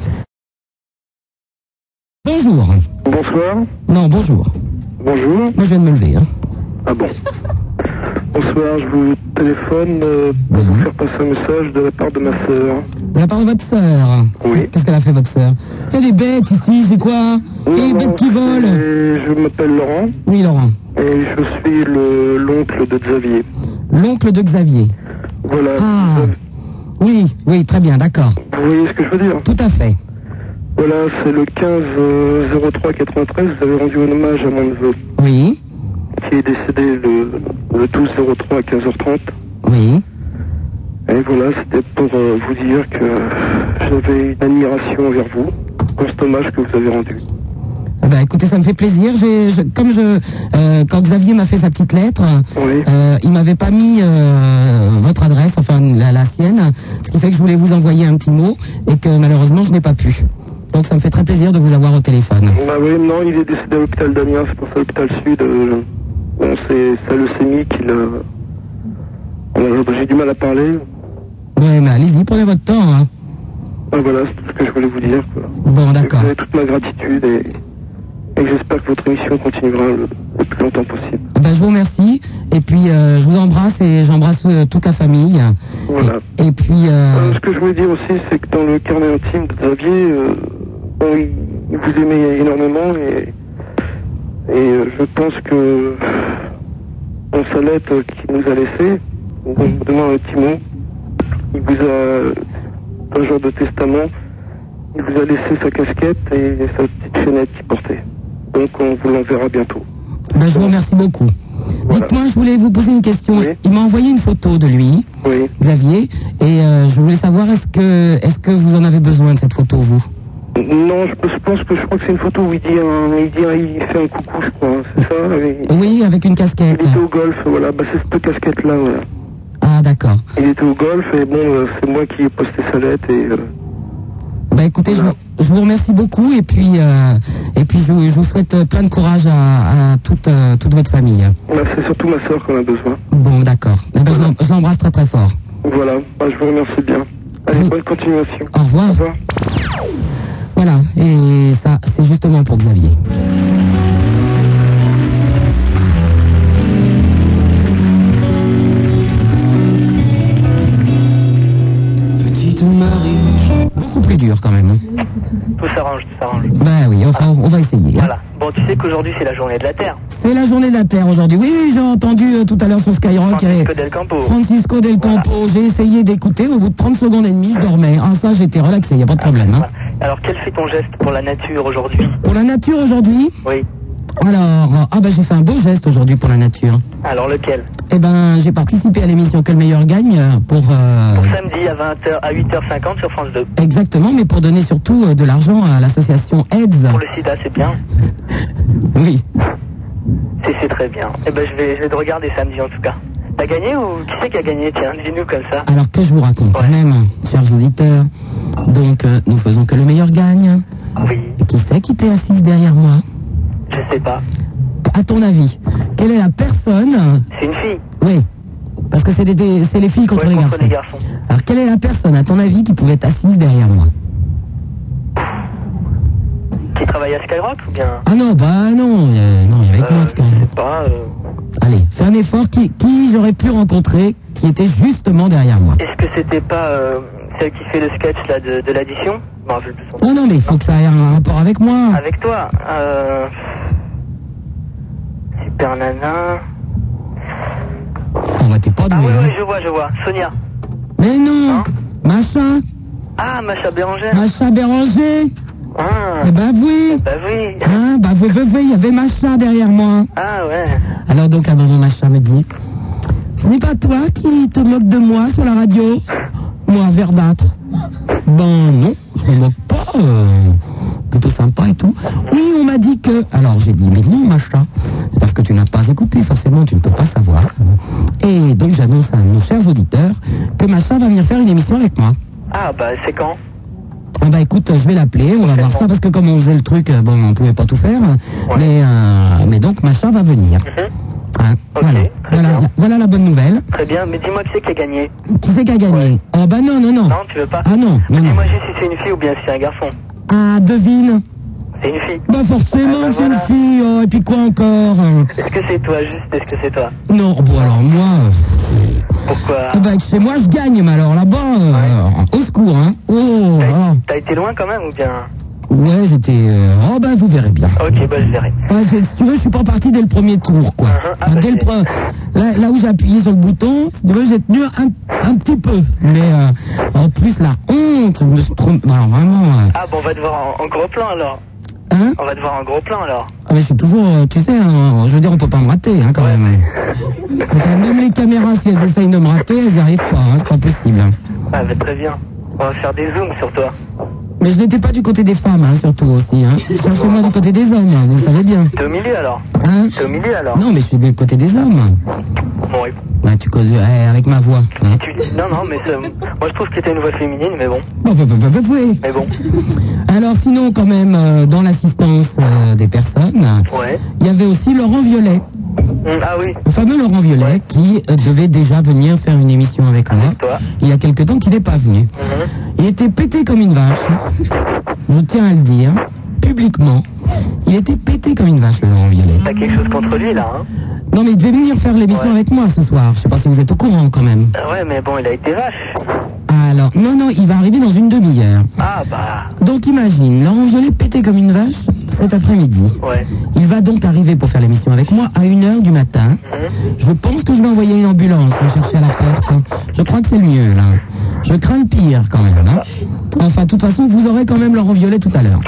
[SPEAKER 3] Bonjour.
[SPEAKER 7] Bonsoir.
[SPEAKER 3] Non, bonjour.
[SPEAKER 7] Bonjour.
[SPEAKER 3] Moi, je viens de me lever. Hein.
[SPEAKER 7] Ah bon. Bonsoir, je vous téléphone euh, pour vous faire passer un message de la part de ma sœur.
[SPEAKER 3] De la part de votre sœur. Oui. Qu'est-ce qu'elle a fait, votre sœur Elle est bête ici, c'est quoi
[SPEAKER 7] Oui,
[SPEAKER 3] Et les
[SPEAKER 7] alors,
[SPEAKER 3] bêtes qui volent.
[SPEAKER 7] et Je m'appelle Laurent
[SPEAKER 3] Oui, Laurent.
[SPEAKER 7] et je suis le- l'oncle de Xavier.
[SPEAKER 3] L'oncle de Xavier.
[SPEAKER 7] Voilà.
[SPEAKER 3] Ah. Oui, oui, très bien, d'accord.
[SPEAKER 7] Vous voyez ce que je veux dire
[SPEAKER 3] Tout à fait.
[SPEAKER 7] Voilà, c'est le 15 euh, 03 93. Vous avez rendu un hommage à mon neveu
[SPEAKER 3] Oui.
[SPEAKER 7] qui est décédé le, le 12 03 à 15h30.
[SPEAKER 3] Oui.
[SPEAKER 7] Et voilà, c'était pour euh, vous dire que j'avais une admiration envers vous pour cet hommage que vous avez rendu.
[SPEAKER 3] Eh Ben, écoutez, ça me fait plaisir. J'ai- je- comme je, euh, quand Xavier m'a fait sa petite lettre, euh, il m'avait pas mis euh, votre adresse, enfin la, la sienne, ce qui fait que je voulais vous envoyer un petit mot et que malheureusement je n'ai pas pu. Donc ça me fait très plaisir de vous avoir au téléphone.
[SPEAKER 7] Bah oui, non, il est décédé à l'hôpital d'Amiens, c'est pour ça l'hôpital sud. euh, bon, c'est sa leucémie qu'il a... on a- J'ai du mal à parler.
[SPEAKER 3] Ouais, mais eh ben, allez-y, prenez votre temps. hein.
[SPEAKER 7] Ah, voilà, c'est tout ce que je voulais vous dire. quoi.
[SPEAKER 3] Bon, d'accord.
[SPEAKER 7] Vous avez toute ma gratitude et, et j'espère que votre émission continuera le, le plus longtemps possible.
[SPEAKER 3] Eh Ben, je vous remercie et puis euh, je vous embrasse et j'embrasse euh, toute la famille.
[SPEAKER 7] Voilà.
[SPEAKER 3] Et, et puis euh,
[SPEAKER 7] Euh, ce que je voulais dire aussi, c'est que dans le carnet intime de Xavier, euh, bon, il, il vous aimait énormément et, et euh, je pense que dans sa lettre euh, qu'il nous a laissée, donc demain un petit mot, il vous a, un genre de testament, il vous a laissé sa casquette et sa petite chaînette qu'il portait. Donc on vous l'enverra bientôt.
[SPEAKER 3] ben, je vous remercie beaucoup. Dites-moi, je voulais vous poser une question. Il m'a envoyé une photo de lui, Xavier, et euh, je voulais savoir est-ce que est-ce que vous en avez besoin de cette photo vous
[SPEAKER 7] Non, je, je pense que je crois que c'est une photo où il dit un, il, dit un- il fait un coucou, je crois, hein, c'est ça avec-
[SPEAKER 3] Oui, avec une casquette.
[SPEAKER 7] Il était au golf, voilà, bah, c'est cette casquette-là, voilà.
[SPEAKER 3] Ah d'accord.
[SPEAKER 7] Il était au golf et bon, euh, c'est moi qui ai posté sa lettre et euh,
[SPEAKER 3] Bah écoutez, je vous, je vous remercie beaucoup et puis euh, et puis je, vous- je vous souhaite euh, plein de courage à, à toute euh, toute votre famille.
[SPEAKER 7] bah, c'est surtout ma soeur qu'on a besoin.
[SPEAKER 3] Bon d'accord. Eh ben, je l'em- je l'embrasse très très fort.
[SPEAKER 7] Voilà, bah, je vous remercie bien. Allez, bonne continuation.
[SPEAKER 3] Au revoir. Voilà, et ça, c'est justement pour Xavier. Petite Marie. Beaucoup plus dur quand même. hein.
[SPEAKER 1] Tout s'arrange, tout s'arrange.
[SPEAKER 3] Bah oui, enfin, on va essayer. hein.
[SPEAKER 1] Voilà. Bon, tu sais qu'aujourd'hui, c'est la journée de la Terre.
[SPEAKER 3] C'est la journée de la Terre aujourd'hui. Oui, oui, j'ai entendu euh, tout à l'heure sur Skyrock. il y avait
[SPEAKER 1] Francisco Del Campo.
[SPEAKER 3] Francisco Del Campo. J'ai essayé d'écouter. Au bout de 30 secondes et demie, je dormais. Ah, ça, j'étais relaxé, il n'y a pas de problème. hein.
[SPEAKER 1] Alors, quel fut ton geste pour la nature aujourd'hui
[SPEAKER 3] Pour la nature aujourd'hui
[SPEAKER 1] Oui.
[SPEAKER 3] Alors, euh, ah bah j'ai fait un beau geste aujourd'hui pour la nature.
[SPEAKER 1] Alors, lequel
[SPEAKER 3] Eh ben, j'ai participé à l'émission Que le meilleur gagne euh, pour... euh,
[SPEAKER 1] Pour samedi à 20h, à 8h50 sur France 2.
[SPEAKER 3] Exactement, mais pour donner surtout euh, de l'argent à l'association AIDS.
[SPEAKER 1] Pour le sida, c'est bien.
[SPEAKER 3] Oui.
[SPEAKER 1] C'est, c'est très bien. Eh ben, je vais, je vais te regarder samedi en tout cas. T'as gagné ou qui c'est qui a gagné Tiens, dis-nous comme ça.
[SPEAKER 3] Alors que je vous raconte quand même, chers auditeurs. Donc, euh, nous faisons que le meilleur gagne. Et Qui c'est qui était assise derrière moi
[SPEAKER 1] Je sais pas.
[SPEAKER 3] À ton avis, quelle est la personne
[SPEAKER 1] C'est une fille.
[SPEAKER 3] Oui. Parce que c'est des- des- c'est les filles contre, les, garçons. Alors, quelle est la personne, à ton avis, qui pouvait être assise derrière moi
[SPEAKER 20] Qui travaille à Skyrock ou bien
[SPEAKER 3] Ah non, bah non, euh, non, il y avait que moi, parce que-
[SPEAKER 20] pas euh,
[SPEAKER 3] Allez, fais un effort. Qui, qui j'aurais pu rencontrer qui était justement derrière moi
[SPEAKER 20] Est-ce que c'était pas euh, celle qui fait le sketch là de, de l'addition Je me rappelle plus son
[SPEAKER 3] Non, non, mais il faut que ça ait un rapport avec moi.
[SPEAKER 20] Avec toi, euh... Super Nana. Ah
[SPEAKER 3] On va t'es pas doué, hein.
[SPEAKER 20] Oui, Hein je vois, je vois. Sonia.
[SPEAKER 3] Mais non Machin
[SPEAKER 20] Ah, Macha Béranger.
[SPEAKER 3] Machin Béranger
[SPEAKER 20] Ah.
[SPEAKER 3] Eh ben oui
[SPEAKER 20] Bah oui.
[SPEAKER 3] Hein, bah oui, oui, oui, il y avait Machin derrière moi.
[SPEAKER 20] Ah ouais.
[SPEAKER 3] Alors donc, à un moment, Machin me dit Ce n'est pas toi qui te moques de moi sur la radio Moi, verdâtre. Ben non, je me moque pas. euh, plutôt sympa et tout. Oui, on m'a dit que... Alors j'ai dit, mais non, Machin, c'est parce que tu n'as pas écouté, forcément, tu ne peux pas savoir. Et donc j'annonce à nos chers auditeurs que Machin va venir faire une émission avec moi.
[SPEAKER 20] Ah bah c'est quand
[SPEAKER 3] Ah bah écoute, je vais l'appeler, on va voir ça, parce que comme on faisait le truc, euh, bon, on pouvait pas tout faire, mais, euh, mais donc Macha va venir.
[SPEAKER 20] Mhm.
[SPEAKER 3] Hein, voilà. Voilà, la, voilà la bonne nouvelle.
[SPEAKER 20] Très bien, mais dis-moi qui c'est qui a gagné.
[SPEAKER 3] Qui c'est qui a gagné Oh bah non, non, non.
[SPEAKER 20] Non, tu veux pas
[SPEAKER 3] Ah non, non, non.
[SPEAKER 20] Dis-moi juste si c'est une fille ou bien si c'est un garçon.
[SPEAKER 3] Ah, devine.
[SPEAKER 20] C'est une fille.
[SPEAKER 3] Bah forcément,
[SPEAKER 20] Ah bah
[SPEAKER 3] que c'est
[SPEAKER 20] voilà.
[SPEAKER 3] une fille, oh, et puis quoi encore euh,
[SPEAKER 20] Est-ce que c'est toi juste Est-ce que c'est toi
[SPEAKER 3] Non, bon alors moi... euh,
[SPEAKER 20] Pourquoi
[SPEAKER 3] Ah bah chez moi je gagne, mais alors là-bas, euh, alors, au secours, hein. Oh, là.
[SPEAKER 20] T'as été loin quand même ou bien
[SPEAKER 3] Ouais, j'étais... euh, oh bah vous verrez bien.
[SPEAKER 20] Ok, bah je verrai.
[SPEAKER 3] Ouais, c'est- si tu veux, je suis pas parti dès le premier tour, quoi.
[SPEAKER 20] Ah,
[SPEAKER 3] Enfin, dès le pre- là, là où j'ai appuyé sur le bouton, si tu veux, j'ai tenu un, un petit peu. Mais euh, en plus, la honte, je me suis trompé. Alors vraiment, euh,
[SPEAKER 20] Ah bon, on va te voir en, en gros plan alors.
[SPEAKER 3] Hein
[SPEAKER 20] On va te voir en gros plan alors.
[SPEAKER 3] ah, mais je suis toujours, euh, tu sais, hein, je veux dire, on peut pas me rater, hein, quand même. Enfin, Même les caméras, si elles essayent de me rater, elles n'y arrivent pas, hein, c'est pas possible.
[SPEAKER 20] Ah bah très bien. On va faire des zooms sur toi.
[SPEAKER 3] Mais je n'étais pas du côté des femmes, hein, surtout aussi. Hein. Cherchez-moi du côté des hommes, hein, vous le savez bien.
[SPEAKER 20] T'es au milieu alors
[SPEAKER 3] Hein
[SPEAKER 20] T'es au milieu alors
[SPEAKER 3] Non, mais je suis du côté des hommes.
[SPEAKER 20] Bon, écoute,
[SPEAKER 3] Bah, tu causes eh, avec ma voix. hein.
[SPEAKER 20] tu dis- Non, non, mais c'est- moi je trouve que t'es une voix féminine, mais bon.
[SPEAKER 3] Bah, bah, bah, bah, bah, ouais.
[SPEAKER 20] Mais bon.
[SPEAKER 3] Alors sinon, quand même, euh, dans l'assistance euh, des personnes, il y avait aussi Laurent Violet.
[SPEAKER 20] Ah oui.
[SPEAKER 3] Le fameux Laurent Violet qui euh, devait déjà venir faire une émission avec moi. Il y a quelque temps qu'il n'est pas venu.
[SPEAKER 20] Mm-hmm.
[SPEAKER 3] Il était pété comme une vache. Je tiens à le dire, publiquement. Il était pété comme une vache, le Laurent Violet.
[SPEAKER 20] T'as quelque chose contre lui là, hein
[SPEAKER 3] Non mais il devait venir faire l'émission avec moi ce soir. Je sais pas si vous êtes au courant quand même.
[SPEAKER 20] Ah Ouais, mais bon, il a été vache.
[SPEAKER 3] Alors, non, non, il va arriver dans une demi-heure.
[SPEAKER 20] Ah bah.
[SPEAKER 3] Donc imagine, Laurent Violet pété comme une vache cet après-midi.
[SPEAKER 20] Ouais.
[SPEAKER 3] Il va donc arriver pour faire l'émission avec moi à 1h du matin.
[SPEAKER 20] Hein
[SPEAKER 3] Je pense que je vais envoyer une ambulance le chercher à la porte. Je crois que c'est le mieux là. Je crains le pire quand même. hein. Enfin, de toute façon, vous aurez quand même Laurent Violet tout à l'heure.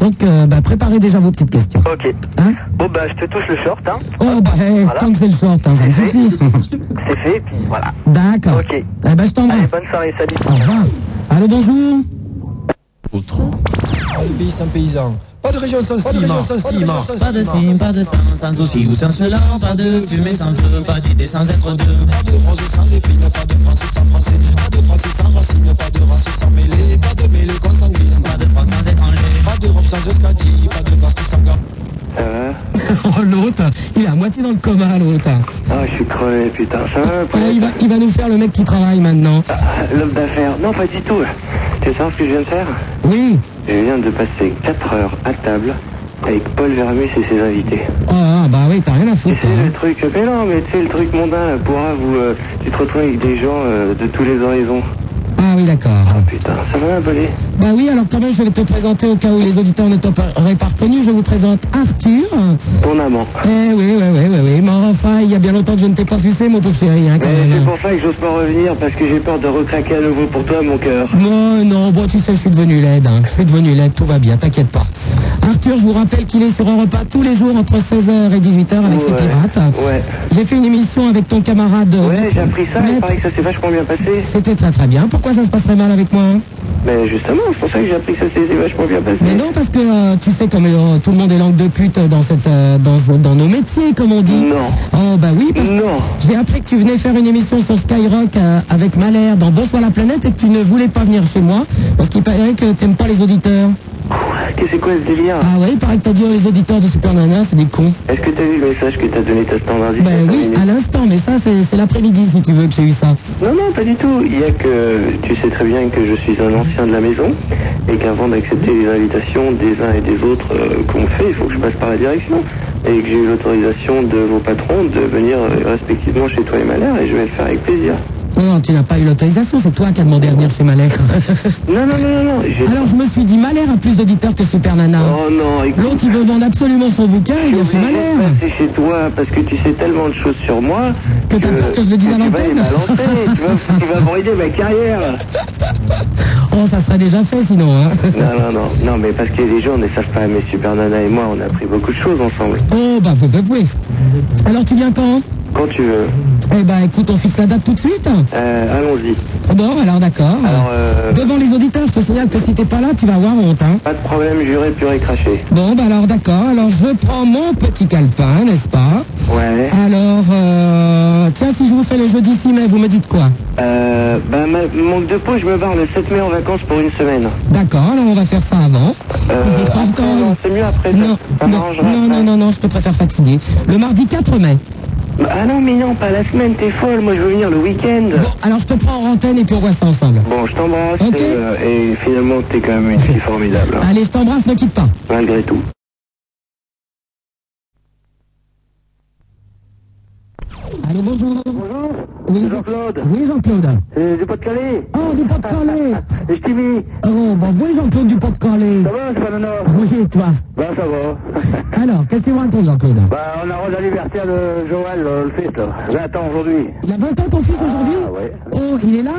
[SPEAKER 3] Donc euh, bah, préparez déjà vos petites questions.
[SPEAKER 20] Ok.
[SPEAKER 3] Hein
[SPEAKER 20] Bon bah je te touche le short, hein.
[SPEAKER 3] Oh bah eh, tant que c'est le short, hein, ça me suffit.
[SPEAKER 20] C'est fait, et puis voilà.
[SPEAKER 3] D'accord.
[SPEAKER 20] Ok.
[SPEAKER 3] Eh ben je t'embrasse.
[SPEAKER 20] Allez, bonne soirée, salut.
[SPEAKER 3] Au revoir. Ah, Allô, bonjour.
[SPEAKER 18] Pays sans paysan. Pas de région sans
[SPEAKER 6] Pas de signe, pas de sang, sans souci ou sans cela, pas de fumée sans feu, pas d'idée sans être deux. Pas de rose sans l'épine, pas de français sans français, pas de français sans racine, pas de race sans mêlée, pas de mêlée consanguine, pas de France sans étranger, pas d'Europe sans escadille, pas de vasque sans gars.
[SPEAKER 3] oh l'autre, il est à moitié dans le coma l'autre.
[SPEAKER 19] Ah, je suis crevé, putain. Ça va,
[SPEAKER 3] Oh, il, va, il va nous faire le mec qui travaille maintenant.
[SPEAKER 19] l'homme d'affaires Non, pas du tout. Tu sais ce que je viens de faire
[SPEAKER 3] Oui.
[SPEAKER 19] Je viens de passer 4 heures à table avec Paul Vermus et ses invités.
[SPEAKER 3] Oh, ah, bah oui, t'as rien à foutre. toi, hein.
[SPEAKER 19] Le truc, mais non, mais tu sais, le truc mondain, là, pour un, vous, euh, tu te retrouves avec des gens euh, de tous les horizons.
[SPEAKER 3] Ah oui, d'accord.
[SPEAKER 19] Putain, ça m'a volé.
[SPEAKER 3] Bah oui, alors quand même, je vais te présenter au cas où les auditeurs ne t'auraient pas reconnu. Je vous présente Arthur.
[SPEAKER 19] Ton amant.
[SPEAKER 3] Eh oui, oui, oui, oui, oui. Mais enfin, il y a bien longtemps que je ne t'ai pas sucé, mon pauvre chéri, hein, quand
[SPEAKER 19] Mais c'est
[SPEAKER 3] même.
[SPEAKER 19] pour ça que j'ose pas revenir, parce que j'ai peur de recraquer à nouveau pour toi, mon cœur.
[SPEAKER 3] Moi, non, bon, tu sais, je suis devenu laide. hein. Je suis devenu laide, tout va bien, t'inquiète pas. Arthur, je vous rappelle qu'il est sur un repas tous les jours entre 16h et 18h avec ses pirates. J'ai fait une émission avec ton camarade. Ouais, j'ai appris
[SPEAKER 19] Ça, il paraît que ça s'est vachement bien passé.
[SPEAKER 3] C'était très très bien. Pourquoi ça se passerait mal avec moi hein
[SPEAKER 19] Mais justement, c'est pour ça que j'ai appris que ça s'était vachement bien passé.
[SPEAKER 3] Mais non, parce que euh, tu sais, comme euh, tout le monde est langue de pute dans, cette, euh, dans, ce- dans nos métiers, comme on dit.
[SPEAKER 19] Non.
[SPEAKER 3] Oh, bah oui, parce que j'ai appris que tu venais faire une émission sur Skyrock euh, avec Malher dans Bonsoir la planète et que tu ne voulais pas venir chez moi parce qu'il paraît que tu n'aimes pas les auditeurs.
[SPEAKER 19] que c'est quoi ce délire
[SPEAKER 3] Ah ouais, il paraît que t'as dit aux auditeurs de Super Nana, c'est des cons.
[SPEAKER 19] Est-ce que t'as vu le message que t'as donné ta standardiste
[SPEAKER 3] Bah oui, à l'instant, mais ça, c'est c'est l'après-midi si tu veux que j'ai eu ça.
[SPEAKER 19] Non, non, pas du tout. Il y a que tu sais très bien que je suis un ancien de la maison et qu'avant d'accepter les invitations des uns et des autres euh, qu'on me fait, il faut que je passe par la direction et que j'ai eu l'autorisation de vos patrons de venir euh, respectivement chez toi et Malher et je vais le faire avec plaisir.
[SPEAKER 3] Non, tu n'as pas eu l'autorisation, c'est toi qui as demandé à venir chez Malher.
[SPEAKER 19] non, non, non, non, non.
[SPEAKER 3] Alors je me suis dit, Malher a plus d'auditeurs que Super Nana.
[SPEAKER 19] Oh non, écoute.
[SPEAKER 3] L'autre, il veut vendre absolument son bouquin, il vient chez Malher.
[SPEAKER 19] C'est chez toi parce que tu sais tellement de choses sur moi que, que,
[SPEAKER 3] que je le dise à
[SPEAKER 19] l'antenne. Tu vas les balancer, tu vas, tu vas brider ma carrière.
[SPEAKER 3] Oh, ça serait déjà fait sinon. Hein.
[SPEAKER 19] Non, non, non, non, mais parce que les gens ne savent pas, mais Super Nana et moi, on a appris beaucoup de choses ensemble.
[SPEAKER 3] Oh, bah, vous pouvez. Alors tu viens quand
[SPEAKER 19] Quand tu veux.
[SPEAKER 3] Eh ben écoute, on fixe la date tout de suite.
[SPEAKER 19] Euh, Allons-y.
[SPEAKER 3] Bon, alors d'accord.
[SPEAKER 19] Alors, euh,
[SPEAKER 3] Devant les auditeurs, je te signale que si t'es pas là, tu vas avoir honte. Hein.
[SPEAKER 19] pas de problème, juré, puré, craché.
[SPEAKER 3] Bon, bah alors d'accord. Alors je prends mon petit calepin, n'est-ce pas
[SPEAKER 19] Ouais.
[SPEAKER 3] Alors, euh, tiens, si je vous fais le jeudi 6 mai, vous me dites quoi
[SPEAKER 19] Euh, bah, ma- manque de peau, je me barre le 7 mai en vacances pour une semaine.
[SPEAKER 3] D'accord, alors on va faire ça avant.
[SPEAKER 19] Euh,
[SPEAKER 3] Je prends le
[SPEAKER 19] après,
[SPEAKER 3] temps.
[SPEAKER 19] non, c'est mieux après.
[SPEAKER 3] hein. Non,
[SPEAKER 19] ça
[SPEAKER 3] non,
[SPEAKER 19] m'arrangera
[SPEAKER 3] non, non, non, non, je te préfère fatiguer. Le mardi 4 mai.
[SPEAKER 19] Bah, ah non, mais non, pas la semaine, t'es folle, moi je veux venir le week-end.
[SPEAKER 4] Euh.
[SPEAKER 3] Alors je te prends en antenne et puis on voit ça ensemble.
[SPEAKER 19] Bon, je t'embrasse et, euh, et finalement, t'es quand même une fille formidable, hein,
[SPEAKER 3] Allez, je t'embrasse, ne quitte pas.
[SPEAKER 19] malgré tout.
[SPEAKER 3] Allez, bonjour.
[SPEAKER 4] Bonjour.
[SPEAKER 3] Oui,
[SPEAKER 4] Jean-Claude.
[SPEAKER 3] Oui, Jean-Claude.
[SPEAKER 4] Euh, du Pas-de-Calais.
[SPEAKER 3] Oh, du Pas-de-Calais.
[SPEAKER 4] Je t'ai mis.
[SPEAKER 3] Oh, bah oui, Jean-Claude du Pas-de-Calais.
[SPEAKER 4] Ça va, Spanana
[SPEAKER 3] Oui, et toi
[SPEAKER 4] Bah, ça va.
[SPEAKER 3] Alors, qu'est-ce que tu me racontes, Jean-Claude
[SPEAKER 4] bah, on arrose l'anniversaire de Joël, euh, le fils, là. 20 ans aujourd'hui.
[SPEAKER 3] Il a 20 ans ton fils aujourd'hui
[SPEAKER 4] Ah, ouais.
[SPEAKER 3] Oh, il est là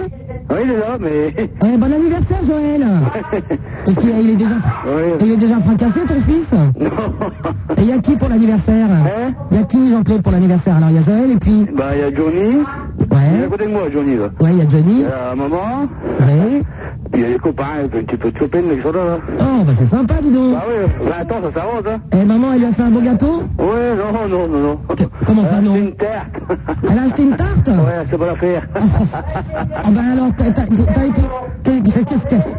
[SPEAKER 4] Oui, il est là, mais.
[SPEAKER 3] Eh, Bon anniversaire, Joël Parce qu'il est déjà, il est déjà fracassé, ton fils
[SPEAKER 4] Non. Hein?
[SPEAKER 3] Et il y a qui pour l'anniversaire Il y a qui, Jean-Claude, pour l'anniversaire Alors, il y a Joël et puis...
[SPEAKER 4] Bah, il y a Johnny. Il est à côté de moi, Johnny, là. Euh,
[SPEAKER 3] Ouais, il y a Johnny.
[SPEAKER 4] Il y a maman.
[SPEAKER 2] Eh
[SPEAKER 3] Ouais.
[SPEAKER 4] Puis il y a les copains, et puis un petit peu de copines, mais qui sont là, là.
[SPEAKER 2] Ah.
[SPEAKER 3] Oh, bah c'est sympa, dis donc
[SPEAKER 4] Bah, oui, 20 ans, ça s'arrose, hein.
[SPEAKER 3] Eh, maman, elle lui a fait un beau gâteau
[SPEAKER 4] Ouais, non, non, non, non.
[SPEAKER 3] Comment ça, non
[SPEAKER 4] Une tarte.
[SPEAKER 3] Elle a acheté une tarte
[SPEAKER 4] Ouais, c'est bonne affaire.
[SPEAKER 3] Ah ben alors, t'as t'as- t'as été... qu'est- qu'est- Qu'est-ce que...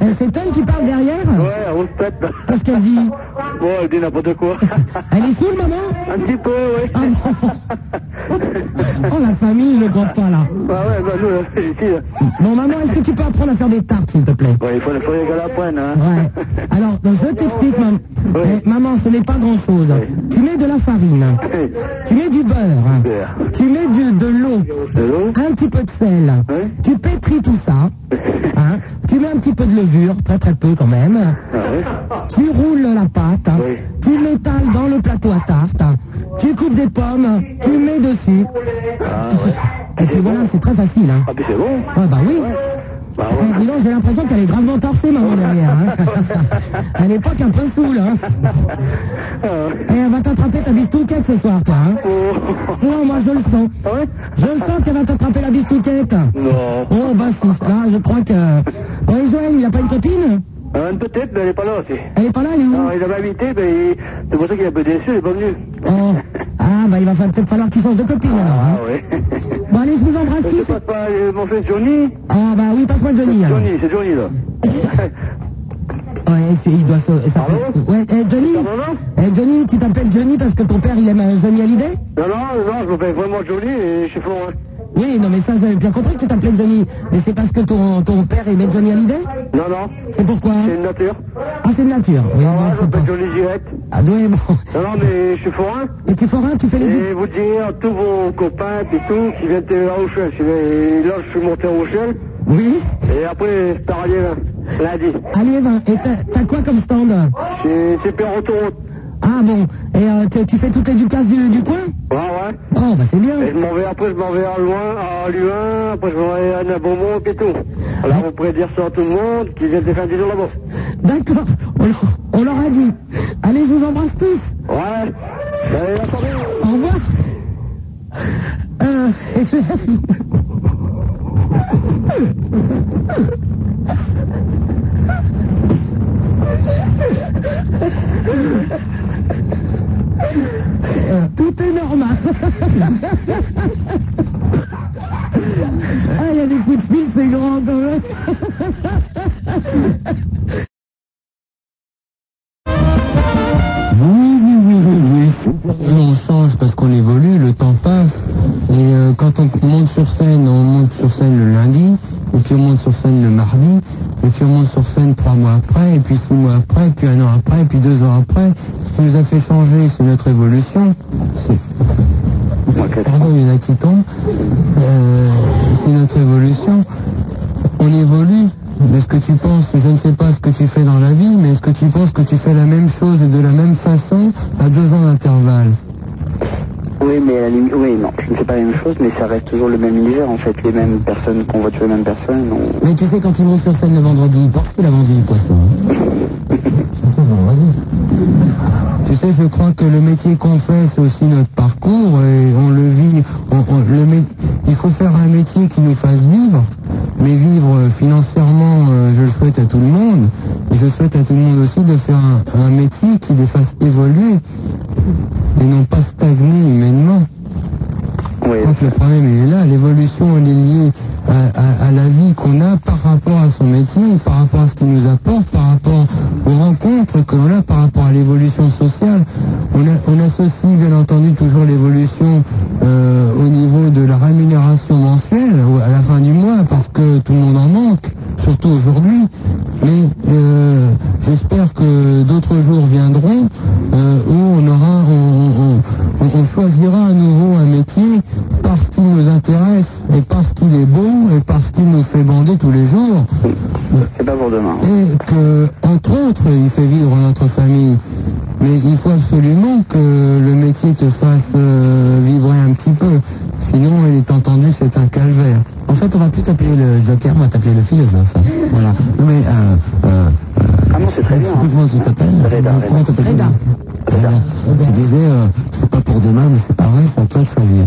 [SPEAKER 3] Eh, C'est elle qui parle derrière
[SPEAKER 4] Ouais, on se pète, là.
[SPEAKER 3] Qu'est-ce qu'elle dit
[SPEAKER 4] Bon, elle dit n'importe quoi.
[SPEAKER 3] Elle est saoule, maman
[SPEAKER 4] Un petit peu, oui.
[SPEAKER 3] Ah non. Oh, la famille ne compte pas, là.
[SPEAKER 4] Bah ouais, bah nous, là, c'est ici, là.
[SPEAKER 3] Bon, maman, est-ce que tu peux apprendre à faire des tartes, s'il te plaît
[SPEAKER 4] Ouais, il faut, il faut les gars la prennent, hein.
[SPEAKER 3] Ouais. Alors, je t'explique, maman. Eh, maman, ce n'est pas grand-chose. Tu mets de la farine. Tu mets du beurre. Tu mets du- de l'eau. Un petit peu de sel. Tu pétris tout ça. Hein. Tu mets un petit peu de levure, très très peu quand même. Tu roules la pâte. Tu l'étales dans le plateau à tarte. Tu coupes des pommes. Tu mets dessus. Et puis voilà, c'est très facile. Hein.
[SPEAKER 4] Ah, puis c'est bon.
[SPEAKER 3] Ah bah oui. Eh, dis donc, j'ai l'impression qu'elle est gravement torsée, maman, derrière. hein. Elle n'est pas qu'un peu saoule. Hein. Et elle va t'attraper ta bistouquette ce soir, toi. Hein. Non, moi, je le sens. Je le sens qu'elle va t'attraper la bistouquette.
[SPEAKER 4] Non.
[SPEAKER 3] Oh, bah si. Là, je crois que... Oui, Joël, il n'a pas une copine
[SPEAKER 4] Euh, peut-être, mais elle est pas là, aussi.
[SPEAKER 3] Elle n'est pas là, elle est où
[SPEAKER 4] Non, il avait invité, mais il- c'est pour ça qu'il est un peu déçu, il est pas venu.
[SPEAKER 3] Oh. Ah, bah il va fa- peut-être falloir qu'il change de copine, alors. hein.
[SPEAKER 4] Ah ouais.
[SPEAKER 3] Bon, allez, je vous embrasse
[SPEAKER 4] Je
[SPEAKER 3] tous.
[SPEAKER 4] te passe pas euh, mon fils Johnny
[SPEAKER 3] Ah, bah oui, passe-moi Johnny, alors.
[SPEAKER 4] Johnny, c'est Johnny, là.
[SPEAKER 3] Ouais, il doit se... ça peut- Ouais, eh, Johnny Eh, Johnny, tu t'appelles Johnny parce que ton père, il aime euh, Johnny Hallyday
[SPEAKER 4] Non, non, non, je m'appelle vraiment Johnny et je suis Florent.
[SPEAKER 3] Oui, non, mais ça, j'avais bien compris que tu t'appelais Johnny. Mais c'est parce que ton, ton père aimait Johnny Hallyday
[SPEAKER 4] Non, non.
[SPEAKER 3] C'est pourquoi
[SPEAKER 4] C'est une nature.
[SPEAKER 3] Ah, c'est de nature. Oui, bon,
[SPEAKER 4] Je
[SPEAKER 3] c'est pas...
[SPEAKER 4] m'appelle Johnny Direct.
[SPEAKER 3] Ah, ouais, bon.
[SPEAKER 4] Non, non, mais je suis forain.
[SPEAKER 3] Et tu feras, tu fais les...
[SPEAKER 4] Et vous dire, tous vos copains et tout, qui viennent de la Rochelle. Je vais- Là, je suis monté à Rochelle.
[SPEAKER 3] Oui
[SPEAKER 4] Et après, c'est pareil, là, lundi.
[SPEAKER 3] Allez, va. Et t'as t'as quoi comme stand
[SPEAKER 4] C'est c'est père autoroute.
[SPEAKER 3] Ah, bon. Et euh, tu- tu fais toutes les ducasses du, du coin
[SPEAKER 4] Ouais, ouais.
[SPEAKER 3] Oh, bah c'est bien.
[SPEAKER 4] Et je m'en vais, après, je m'en vais à loin, à Luin, après, je m'en vais à Nabomont et tout. Alors, vous pourrez dire ça à tout le monde, qui viennent de faire des jours là-bas.
[SPEAKER 3] D'accord. On, leur- on leur a dit. Allez, je vous embrasse tous.
[SPEAKER 4] Ouais. Allez, attendez.
[SPEAKER 3] Au revoir. Euh, Tout est normal. Ah, il y a des coups de fil, c'est grand quand même. euh, Picardie, et puis on monte sur scène trois mois après, et puis six mois après, et puis un an après, et puis deux ans après. Ce qui nous a fait changer, c'est notre évolution. C'est- Pardon, il y en a qui tombent. Euh, c'est notre évolution. On évolue. Mais ce que tu penses, je ne sais pas ce que tu fais dans la vie, mais est-ce que tu penses que tu fais la même chose et de la même façon à deux ans d'intervalle
[SPEAKER 1] Oui, mais à la limite- oui, non, je ne fais pas la même chose, mais ça reste toujours le même univers, en fait, les mêmes personnes, qu'on voit toujours les mêmes personnes. on-
[SPEAKER 3] Mais tu sais, quand ils montent sur scène le vendredi, ils pensent qu'il a vendu du poisson. hein. Surtout le vendredi. Tu sais, je crois que le métier qu'on fait, c'est aussi notre parcours et on le vit. on- on- le mé- il faut faire un métier qui nous fasse vivre, mais vivre euh, financièrement, euh, je le souhaite à tout le monde. Et je souhaite à tout le monde aussi de faire un, un métier qui les fasse évoluer et non pas stagner humainement. Je crois que le problème il est là, l'évolution elle est liée à, à- à la vie qu'on a par rapport à son métier, par rapport à ce qu'il nous apporte, par rapport aux rencontres que l'on a, par rapport à l'évolution sociale. On, a- on associe bien entendu toujours l'évolution euh, au niveau de la rémunération mensuelle au- à la fin du mois parce que tout le monde en manque, surtout aujourd'hui. Mais euh, j'espère que d'autres jours viendront euh, où on aura, on- on- on- on choisira à nouveau un métier parce qu'il nous intéresse et parce qu'il est beau et parce qu'il nous fait bander tous les jours.
[SPEAKER 1] C'est pas pour demain.
[SPEAKER 3] Et que, entre autres, il fait vivre notre famille. Mais il faut absolument que le métier te fasse euh, vibrer un petit peu. Sinon, il est entendu que c'est un calvaire. En fait, on va plus t'appeler le joker, on va t'appeler le philosophe. Voilà. Non, mais, euh, euh,
[SPEAKER 1] ah non, c'est très
[SPEAKER 3] bien. Je sais plus comment tu t'appelles. Comment t'appelles Reda. Tu disais, euh, c'est pas pour demain, mais c'est pas vrai, c'est à toi de choisir.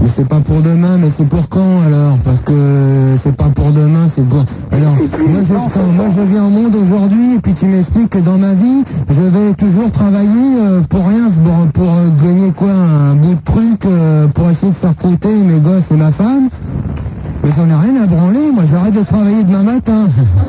[SPEAKER 3] Mais c'est pas pour demain, mais c'est pour quand alors Parce que c'est pas pour demain, c'est pour... Alors, moi je, attends, moi, je viens au monde aujourd'hui, et puis tu m'expliques que dans ma vie, je vais toujours travailler euh, pour rien, pour, pour, euh, gagner quoi Un bout de truc euh, pour essayer de faire croûter mes gosses et ma femme mais j'en ai rien à branler, moi j'arrête de travailler demain matin.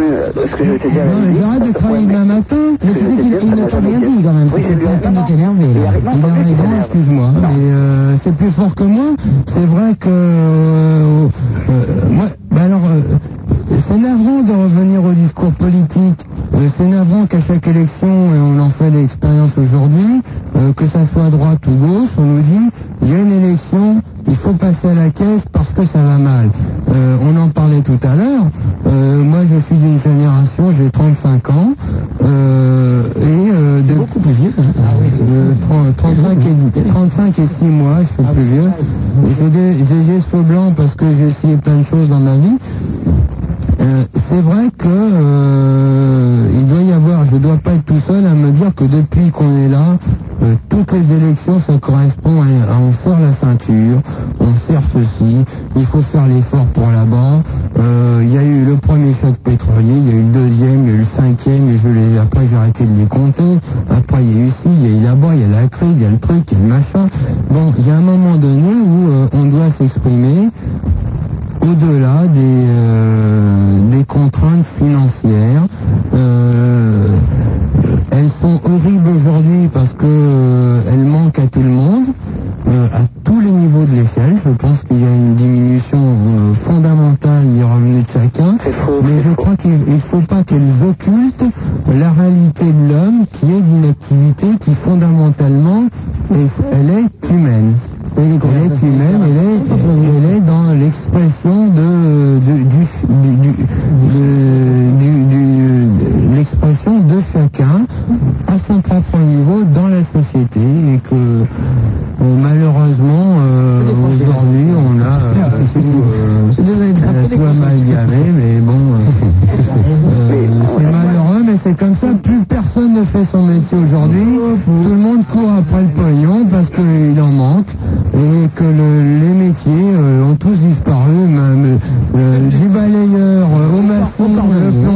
[SPEAKER 3] Non, mais j'arrête de travailler demain matin. Mais tu sais qu'il il ne t'a rien dit quand même, c'était pas la peine de t'énerver. là. Il a raison, excuse-moi, mais euh, c'est plus fort que moi. C'est vrai que... euh, euh, moi, bah alors, euh, c'est navrant de revenir au discours politique. Euh, c'est navrant qu'à chaque élection, et on en fait l'expérience aujourd'hui, euh, que ça soit droite ou gauche, on nous dit, il y a une élection, il faut passer à la caisse parce que ça va mal. Euh, on en parlait tout à l'heure. Euh, moi, je suis d'une génération, j'ai 35 ans. euh, et euh, de, beaucoup plus vieux. Ah oui, 35, et, 35 et 6 mois, je suis plus vieux. J'ai des, j'ai des cheveux blancs parce que j'ai essayé plein de choses dans ma vie. Euh, c'est vrai que euh, il doit y avoir, je dois pas être tout seul à me dire que depuis qu'on est là, euh, toutes les élections, ça correspond à, à on serre la ceinture, on serre ceci, il faut faire l'effort pour là-bas. Euh, Il y a eu le premier choc pétrolier, il y a eu le deuxième, il y a eu le cinquième, et je l'ai, après j'ai arrêté de les compter. Après il y a eu ci, il y a eu là-bas, il y a la crise, il y a le truc, il y a le machin. Bon, il y a un moment donné où euh, on doit s'exprimer au-delà des, euh, des contraintes financières. Euh, elles sont horribles aujourd'hui parce que euh, elles manquent à tout le monde, euh, à tous les niveaux de l'échelle. Je pense qu'il y a une diminution euh, fondamentale des revenus de chacun. Mais je crois qu'il ne faut pas qu'elles occultent la réalité de l'homme qui est d'une activité qui fondamentalement, est- elle est humaine. Elle est humaine, elle est, elle est dans l'expression de, de- du, du- du- de- du- du- de- l'expression de chacun à son propre niveau dans la société et que euh, malheureusement euh, aujourd'hui on a euh, tout, euh, euh, tout amalgamé mais bon euh, euh, c'est malheureux mais c'est comme ça plus personne ne fait son métier aujourd'hui tout le monde court après le pognon parce qu'il en manque et que le- les métiers euh, ont tous disparu même, euh, du balayeur euh, au maçon le plomb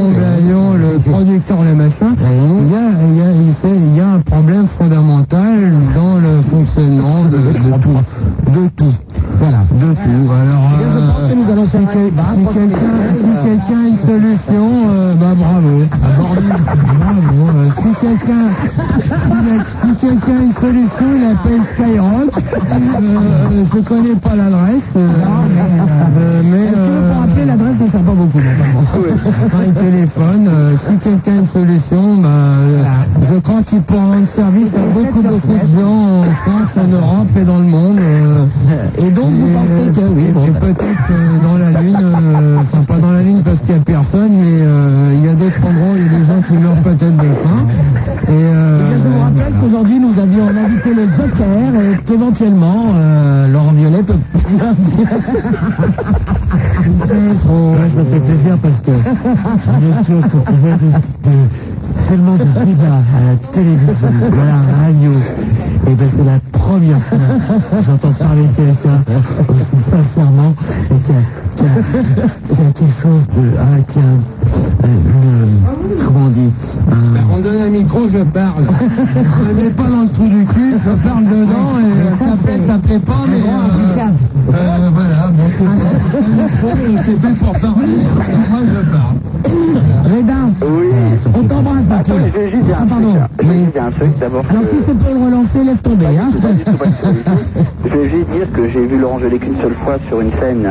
[SPEAKER 3] le producteur le machin il y a, il y a- il sait- il y a un problème fondamental dans le fonctionnement de, de tout de tout voilà de tout alors euh, si quel- si quelqu'un si quelqu'un a une solution, euh, bah bravo. Alors lui, bravo. Euh, si quelqu'un si, si quelqu'un a une solution, il appelle Skyrock. Euh, je connais pas l'adresse. euh,
[SPEAKER 2] Ah,
[SPEAKER 3] euh, mais euh,
[SPEAKER 2] Pour appeler l'adresse, ça sert pas beaucoup. mais enfin bon.
[SPEAKER 3] Enfin, il téléphone. euh, si quelqu'un a une solution, bah, euh, je crois qu'il pourra rendre service à beaucoup, beaucoup de gens en France, en Europe et dans le monde. euh. et donc, vous pensez que Euh, oui,
[SPEAKER 2] bah.
[SPEAKER 3] peut-être euh, dans la Lune, euh, enfin, pas dans la Lune parce qu'il n'y a personne, mais euh, il y a d'autres endroits où il y a des gens qui meurent peut-être de faim. Et, euh,
[SPEAKER 2] Eh Je vous rappelle qu'aujourd'hui, nous avions invité le Joker et qu'éventuellement, euh, Laurent Violet peut...
[SPEAKER 3] Ouais, ça fait plaisir parce que bien sûr qu'on voit des- des- tellement de débats à la télévision, à la radio. Et ben c'est la première fois que j'entends parler de quelqu'un aussi sincèrement et qui a, qui a- qui a quelque chose de. ah, qui a un- euh, une- euh, comment on dit On donne un micro, je parle. Je ne mets pas dans le trou du cul, je parle dedans et ça plaît, ça plaît pas, mais. euh, euh, voilà, bon, c'est- c'est fait pour parler. Alors, Moi, je parle.
[SPEAKER 2] Reda, on t'embrasse, ma poule. Ah, pardon.
[SPEAKER 1] Je vais juste dire un truc d'abord.
[SPEAKER 2] Alors, si c'est pour le relancer, laisse tomber, hein.
[SPEAKER 1] Je vais juste dire que j'ai vu Laurent Gelé qu'une seule fois sur une scène.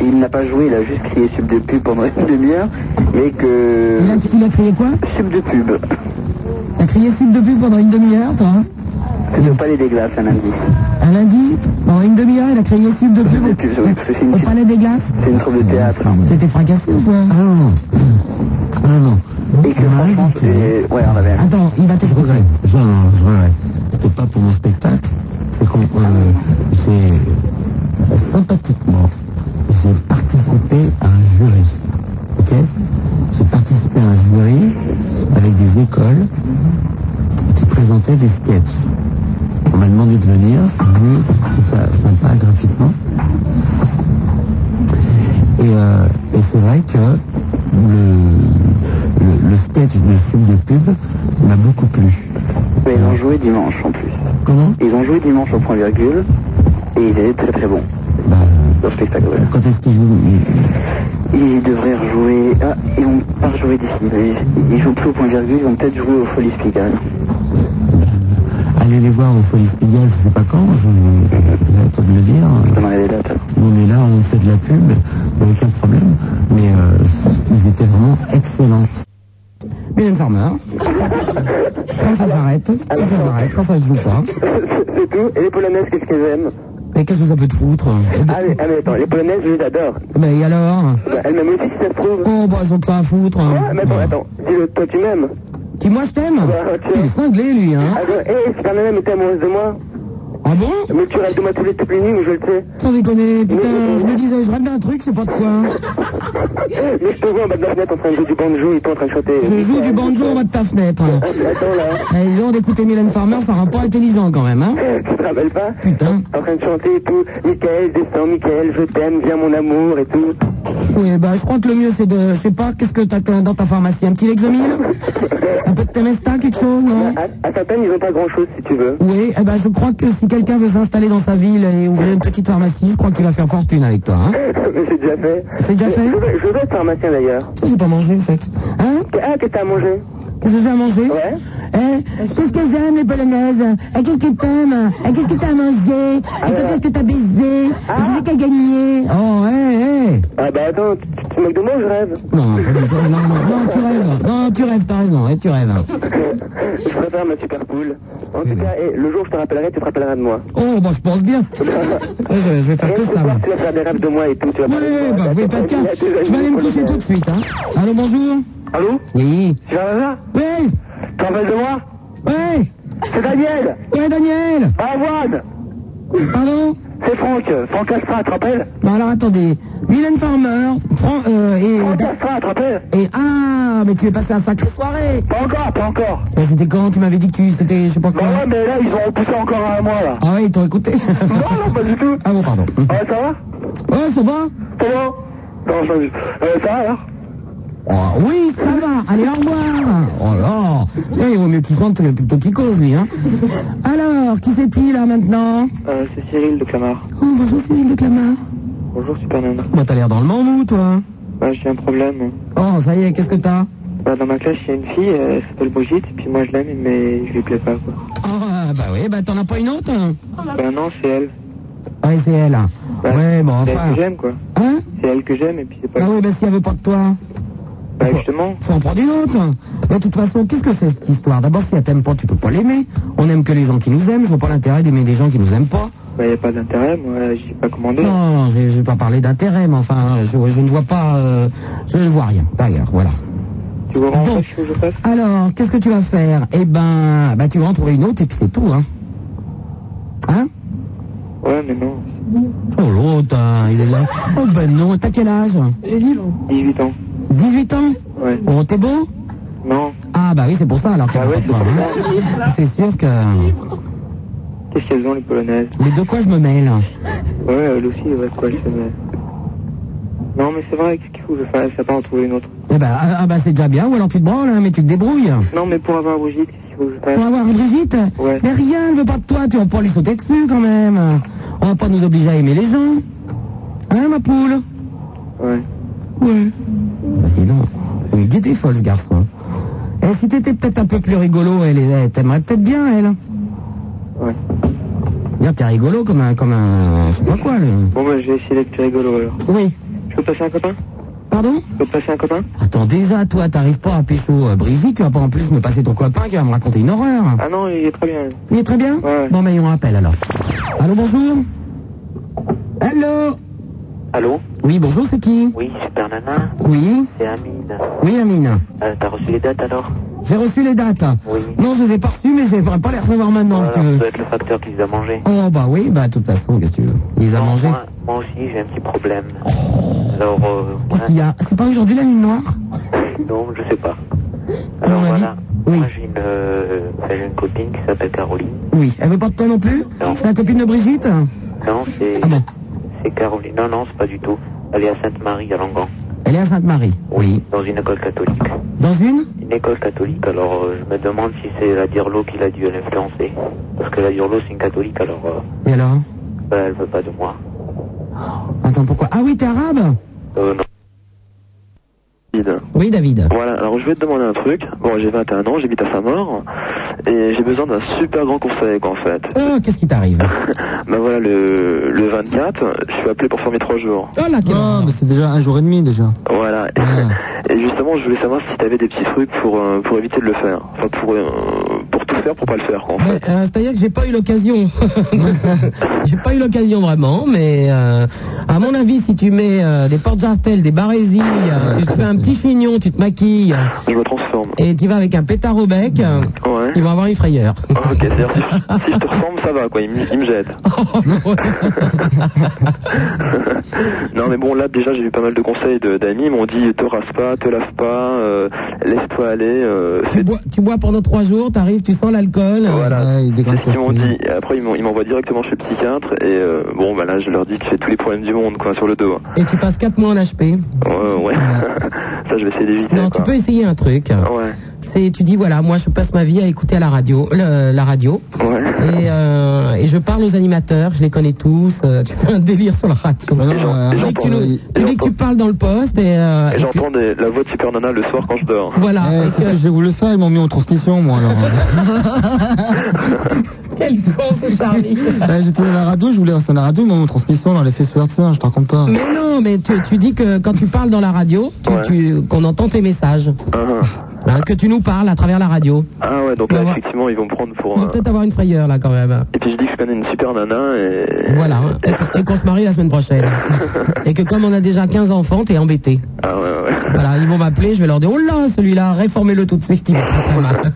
[SPEAKER 1] Il n'a pas joué, il a juste crié sub de pub pendant une demi-heure, mais que...
[SPEAKER 2] Il a, il a crié quoi
[SPEAKER 1] Sub de pub.
[SPEAKER 2] T'as crié sub de pub pendant une demi-heure, toi hein
[SPEAKER 1] C'est au Palais des Glaces un lundi.
[SPEAKER 2] Un lundi, pendant une demi-heure, il a crié sub de pub au, au Palais des Glaces
[SPEAKER 1] C'est une troupe de théâtre.
[SPEAKER 2] T'étais fracassé ou quoi Non.
[SPEAKER 3] Ah, Non, non.
[SPEAKER 1] Et que franchement, c'est- ouais, on avait...
[SPEAKER 2] Attends, il va te
[SPEAKER 3] Je regrette. Je, je regrette. C'était pas pour mon spectacle. C'est qu'on. euh, j'ai. euh, Sympathiquement, j'ai participé à un jury. Ok J'ai participé à un jury avec des écoles qui présentaient des sketchs. On m'a demandé de venir, c'est venu, je trouve ça sympa gratuitement. Et, euh, et c'est vrai que le, le, le sketch de sub de pub m'a beaucoup plu.
[SPEAKER 1] Mais ils ont joué dimanche en plus.
[SPEAKER 3] Comment
[SPEAKER 1] Ils ont joué dimanche au point virgule et il est très très bon. Leur spectacle. ouais.
[SPEAKER 3] Quand est-ce qu'ils jouent
[SPEAKER 1] Ils devraient rejouer. Ah, ils vont pas rejouer d'ici. Ils, ils jouent plus au point virgule, ils vont peut-être jouer au Folies Pigalle.
[SPEAKER 3] Allez les voir au Folie Pigalle, je sais pas quand, je je- j'ai hâte de le dire. On est là, on fait de la pub, il n'y a aucun problème. Mais euh, ils étaient vraiment excellents.
[SPEAKER 2] Mylène Farmer. Quand ça s'arrête, quand ça s'arrête, quand ça se joue pas.
[SPEAKER 4] C'est tout. Et les Polonaises, qu'est-ce qu'elles aiment
[SPEAKER 2] Mais qu'est-ce que ça peut te foutre
[SPEAKER 4] ah mais, ah mais attends, les Polonaises, je les adore.
[SPEAKER 2] Mais et alors
[SPEAKER 4] Bah, elles m'aiment aussi, si ça se trouve.
[SPEAKER 2] Oh, bah, ils ont pas à foutre.
[SPEAKER 4] Ah, mais attends, attends. Dis-le, toi, tu m'aimes
[SPEAKER 2] Qui, moi, je t'aime
[SPEAKER 4] Il est
[SPEAKER 2] cinglé, lui, hein
[SPEAKER 4] Ah, ouais, hé, si ta nana était amoureuse de moi.
[SPEAKER 2] Ah bon
[SPEAKER 4] Mais tu rêves de moi tous les toutes les nuits, mais je le sais.
[SPEAKER 2] Sans déconner, putain, je me disais, je rêve d'un truc, c'est pas de quoi. hein.
[SPEAKER 4] Mais je te vois en bas de la fenêtre en train de jouer du banjo et toi en train de chanter.
[SPEAKER 2] Je joue du banjo en bas de ta fenêtre.
[SPEAKER 4] Attends là.
[SPEAKER 2] Eh, dis donc, d'écouter Mylène Farmer, ça rend pas intelligent quand même, hein
[SPEAKER 1] Eh.
[SPEAKER 4] euh, Tu te rappelles pas
[SPEAKER 2] Putain.
[SPEAKER 4] En train de chanter et tout. Michael, descends, Michael, je t'aime, viens mon amour et tout.
[SPEAKER 2] Oui, bah, je crois que le mieux, c'est de. Je sais pas, qu'est-ce que t'as que- dans ta pharmacie Un petit Lexomil Un peu de Temesta, quelque chose, non
[SPEAKER 4] À, à ta peine, ils ont pas grand chose si tu veux.
[SPEAKER 2] Oui, eh ben, je crois que si quelqu'un veut s'installer dans sa ville et ouvrir une petite pharmacie, je crois qu'il va faire fortune avec toi, hein
[SPEAKER 4] Mais c'est déjà fait.
[SPEAKER 2] C'est déjà fait
[SPEAKER 4] Je veux- Je veux être pharmacien d'ailleurs.
[SPEAKER 2] J'ai pas mangé, en fait. Hein
[SPEAKER 4] Ah, qu'est-ce que t'as à manger
[SPEAKER 2] Qu'est-ce que j'ai à manger Eh, qu'est-ce qu'elles aiment, les Polonaises Eh, qu'est-ce que t'aimes Eh, qu'est-ce que t'as à manger
[SPEAKER 4] Euh.
[SPEAKER 2] Et quand est-ce que t'as baisé Et qui c'est qui a gagné Oh, eh, eh
[SPEAKER 4] Ah bah attends, tu, tu te moques de moi ou je rêve
[SPEAKER 2] Non, non, non, non, non, tu rêves. Non, tu rêves, t'as raison, eh, tu rêves.
[SPEAKER 4] Je préfère ma super poule. En tout cas, eh, le jour où je te rappellerai, tu te rappelleras de moi.
[SPEAKER 2] Oh, bah, je pense bien.
[SPEAKER 4] Ouais,
[SPEAKER 2] je, je vais faire que Ah, ça, moi.
[SPEAKER 4] Tu vas faire des rêves de moi et tout, tu vas parler de
[SPEAKER 2] Eh,
[SPEAKER 4] moi.
[SPEAKER 2] bah, vous pouvez pas de cas. Je vais aller me coucher tout de suite, hein. Allô, bonjour
[SPEAKER 4] Allô
[SPEAKER 2] Oui.
[SPEAKER 4] Tu vas là
[SPEAKER 2] Oui
[SPEAKER 4] T'en rappelles de moi
[SPEAKER 2] Ouais
[SPEAKER 4] C'est Daniel
[SPEAKER 2] Ouais, Daniel
[SPEAKER 4] Avoine
[SPEAKER 2] Pardon
[SPEAKER 4] C'est Franck, euh, Franck Astra, tu te rappelles
[SPEAKER 2] Bah alors attendez, Mylène Farmer, prends, euh, et... Et ah, mais tu es passé à sacrée soirée
[SPEAKER 4] Pas encore, pas encore Bah
[SPEAKER 2] Bah, C'était quand Tu m'avais dit que tu... c'était... je sais pas quoi...
[SPEAKER 4] Ouais, mais là, ils ont repoussé encore un mois, là.
[SPEAKER 2] Ah ouais, ils t'ont écouté
[SPEAKER 4] Non, non, pas du tout
[SPEAKER 2] Ah bon, pardon.
[SPEAKER 4] Ouais, ça va
[SPEAKER 2] Ouais, Oh, ça va
[SPEAKER 4] Comment Non, je... Euh, ça va, alors
[SPEAKER 2] Oh, Oui, ça va Allez, au revoir Oh là là, Il vaut mieux qu'il chante plutôt qu'il cause, lui, hein Alors, qui c'est qui, là, maintenant
[SPEAKER 4] euh, C'est Cyril de Clamart.
[SPEAKER 2] bah, Oh, bonjour, Cyril de Clamart
[SPEAKER 4] Bonjour, Super Nana.
[SPEAKER 2] Bah, t'as l'air dans le monde, vous, toi
[SPEAKER 1] Bah, j'ai un problème.
[SPEAKER 3] Oh, ça y est, qu'est-ce que t'as
[SPEAKER 1] Bah, dans ma classe, il y a une fille, euh, elle s'appelle Brigitte, puis moi je l'aime, mais je lui plais pas, quoi.
[SPEAKER 3] Ah, bah oui, bah t'en as pas une autre hein
[SPEAKER 1] Bah, non, c'est elle.
[SPEAKER 2] Ah,
[SPEAKER 3] Ouais, c'est elle.
[SPEAKER 1] Bah,
[SPEAKER 3] ouais, bon,
[SPEAKER 1] C'est elle
[SPEAKER 3] enfin.
[SPEAKER 1] que j'aime, quoi.
[SPEAKER 3] Hein
[SPEAKER 1] C'est elle que j'aime, et puis c'est pas.
[SPEAKER 3] Ah oui, bah s'il n'y avait pas de toi,
[SPEAKER 1] Bah, justement.
[SPEAKER 3] faut en prendre une autre. Mais de toute façon, qu'est-ce que c'est cette histoire D'abord, si elle t'aime pas, tu peux pas l'aimer. On aime que les gens qui nous aiment. Je vois pas l'intérêt d'aimer des gens qui nous aiment pas.
[SPEAKER 1] Bah, y a pas d'intérêt, moi, j'ai pas commandé.
[SPEAKER 3] Non, je je vais pas parler d'intérêt, mais enfin, je, je ne vois pas, euh, je ne vois rien. D'ailleurs, voilà.
[SPEAKER 1] Tu vois
[SPEAKER 3] Bon.
[SPEAKER 1] vraiment pas ce que je passe
[SPEAKER 3] Alors, qu'est-ce que tu vas faire Eh ben, bah, tu vas en trouver une autre et puis c'est tout, hein. Hein
[SPEAKER 1] Ouais, mais non.
[SPEAKER 3] Oh l'autre, hein, il est là. Oh ben non, t'as quel âge
[SPEAKER 1] 18 ans.
[SPEAKER 3] 18 ans
[SPEAKER 1] Ouais.
[SPEAKER 3] Oh, t'es beau
[SPEAKER 1] Non.
[SPEAKER 3] Ah bah oui, c'est pour ça alors. Ah ouais, c'est sûr que...
[SPEAKER 1] Qu'est-ce qu'elles ont, les polonaises
[SPEAKER 3] Mais de quoi je me mêle
[SPEAKER 1] Ouais, elle aussi, ouais, quoi, elle se met. Non, mais c'est vrai, qu'est-ce qu'il faut que je fasse Ça pas en trouver une autre.
[SPEAKER 3] Eh ben, ah, ah, bah c'est déjà bien, ou alors tu te branles, hein, mais tu te débrouilles.
[SPEAKER 1] Non, mais pour avoir Brigitte, qu'est-ce qu'il faut que je fasse
[SPEAKER 3] Pour avoir une Brigitte
[SPEAKER 1] Ouais.
[SPEAKER 3] Mais rien, elle veut pas de toi, tu vas pas lui sauter dessus quand même. On va pas nous obliger à aimer les gens. Hein ma poule
[SPEAKER 1] Ouais.
[SPEAKER 3] Ouais. Dis donc, oui, il était folle ce garçon. Et si t'étais peut-être un peu plus rigolo, elle, elle t'aimerait peut-être bien, elle.
[SPEAKER 1] Ouais.
[SPEAKER 3] Regarde, t'es rigolo comme un, comme un, je sais pas quoi, le...
[SPEAKER 1] Bon, bah, je vais essayer d'être plus rigolo alors.
[SPEAKER 3] Oui.
[SPEAKER 1] Je peux passer un copain
[SPEAKER 3] Pardon
[SPEAKER 1] Je peux passer un copain
[SPEAKER 3] Attends, déjà, toi, t'arrives pas à pécho euh, Brigitte, tu vas pas en plus me passer ton copain qui va me raconter une horreur.
[SPEAKER 1] Ah non, il est très bien.
[SPEAKER 3] Il est très bien Bon, mais on rappelle alors. Allô, bonjour Allô
[SPEAKER 21] Allô
[SPEAKER 3] Oui, bonjour, c'est qui
[SPEAKER 21] Oui, Super Nana,
[SPEAKER 3] Oui
[SPEAKER 21] c'est Amine.
[SPEAKER 3] Oui, Amine.
[SPEAKER 21] Euh, T'as reçu les dates alors
[SPEAKER 3] J'ai reçu les dates. Non, je les ai pas reçues, mais je vais pas les recevoir maintenant, si tu
[SPEAKER 21] Ça
[SPEAKER 3] veux.
[SPEAKER 21] doit être le facteur qui les a mangés.
[SPEAKER 3] Oh, bah oui, bah, de toute façon, qu'est-ce que tu veux Ils ont mangé
[SPEAKER 21] Moi, moi aussi, j'ai un petit problème. Alors, euh,
[SPEAKER 3] Qu'est-ce qu'il y a C'est pas aujourd'hui la nuit noire
[SPEAKER 21] non, je sais pas. Alors voilà, moi j'ai une, euh, enfin, j'ai une copine qui s'appelle Caroline.
[SPEAKER 3] Oui. Elle veut pas de toi non plus C'est la copine de Brigitte Ah
[SPEAKER 21] Non, c'est c'est Caroline. Non, non, c'est pas du tout. Elle est à Sainte-Marie, à Langan.
[SPEAKER 3] Elle est à Sainte-Marie. Oui.
[SPEAKER 21] Dans une école catholique.
[SPEAKER 3] Dans une
[SPEAKER 21] Une école catholique, alors euh, je me demande si c'est la Dirlo qui l'a dû l'influencer. Parce que la Dirlo, c'est une catholique, alors euh,
[SPEAKER 3] Et alors
[SPEAKER 21] bah, elle veut pas de moi.
[SPEAKER 3] Attends, pourquoi Ah oui, t'es arabe
[SPEAKER 21] Euh, non.
[SPEAKER 3] Oui, David.
[SPEAKER 7] Voilà, alors je vais te demander un truc. Bon, j'ai 21 ans, j'habite à Saint-Maur, et j'ai besoin d'un super grand conseil, quoi, en fait.
[SPEAKER 3] Oh, qu'est-ce qui t'arrive
[SPEAKER 7] Ben voilà, le, le 24, je suis appelé pour former 3 jours.
[SPEAKER 3] Oh là, quelle horreur.
[SPEAKER 2] Ah, mais c'est déjà un jour et demi déjà.
[SPEAKER 7] Voilà. Et justement, je voulais savoir si t'avais des petits trucs pour, euh, pour éviter de le faire. Enfin, pour, euh, pour tout faire, pour pas le faire, quoi, en fait.
[SPEAKER 3] Ouais, euh, C'est-à-dire que j'ai pas eu l'occasion. j'ai pas eu l'occasion vraiment, mais euh, à mon avis, si tu mets euh, des portes jartelles, des barésies, euh, tu te fais un petit chignon, tu te maquilles.
[SPEAKER 7] Je me transforme.
[SPEAKER 3] Et tu vas avec un pétard au bec, euh, ils vont avoir une frayeur.
[SPEAKER 7] Oh, Ok, c'est-à-dire si, je- si je te reforme, ça va, quoi, il, me- il me jette. non, mais bon, là, déjà, j'ai eu pas mal de conseils de- d'amis, ils m'ont dit, te rase pas, te lave pas, euh, laisse-toi aller, euh,
[SPEAKER 3] Tu bois, tu bois pendant trois jours, t'arrives, tu sens l'alcool.
[SPEAKER 7] Voilà.
[SPEAKER 3] dégrade
[SPEAKER 7] C'est ce qu'ils m'ont dit. Et après, ils m'ont- ils m'envoient directement chez le psychiatre. Et euh, bon, bah là, je leur dis que j'ai tous les problèmes du monde, quoi, sur le dos.
[SPEAKER 3] Et tu passes quatre mois en HP.
[SPEAKER 7] Ouais, ouais. ça, je vais essayer d'éviter.
[SPEAKER 3] Non, tu peux essayer un truc.
[SPEAKER 7] Ouais.
[SPEAKER 3] C'est, tu dis voilà, moi je passe ma vie à écouter à la radio, le- la radio, et, euh, et je parle aux animateurs, je les connais tous. euh, tu fais un délire sur la radio. Tu dis que tu, nous- tu dis que tu parles dans le poste et, euh, et
[SPEAKER 7] Et
[SPEAKER 3] que-
[SPEAKER 7] j'entends des- la voix de Super Nana le soir quand je dors.
[SPEAKER 3] voilà.
[SPEAKER 2] Eh, c'est ce que j'ai voulu faire, ils m'ont mis en transmission moi alors.
[SPEAKER 3] Quel con ce Charlie
[SPEAKER 2] Ouais, Eh, J'étais à la radio, je voulais rester à la radio, ils m'ont mis en transmission dans les fesses je te raconte pas.
[SPEAKER 3] Mais non, mais tu, tu dis que quand tu parles dans la radio, tu- tu- qu'on entend tes messages, Hein, que tu nous parles à travers la radio. Bah,
[SPEAKER 7] Ah ouais, donc là, effectivement, ils vont me prendre pour.
[SPEAKER 3] On
[SPEAKER 7] un-
[SPEAKER 3] va peut-être avoir une frayeur là quand même.
[SPEAKER 7] Et puis je dis que je connais une Super Nana et.
[SPEAKER 3] Voilà, hein. et que- et qu'on se marie la semaine prochaine. Et que comme on a déjà 15 enfants, t'es embêté.
[SPEAKER 7] Ah ouais, ouais.
[SPEAKER 3] Voilà, ils vont m'appeler, je vais leur dire, oh là, celui-là, réformez-le tout de suite, il va très très mal.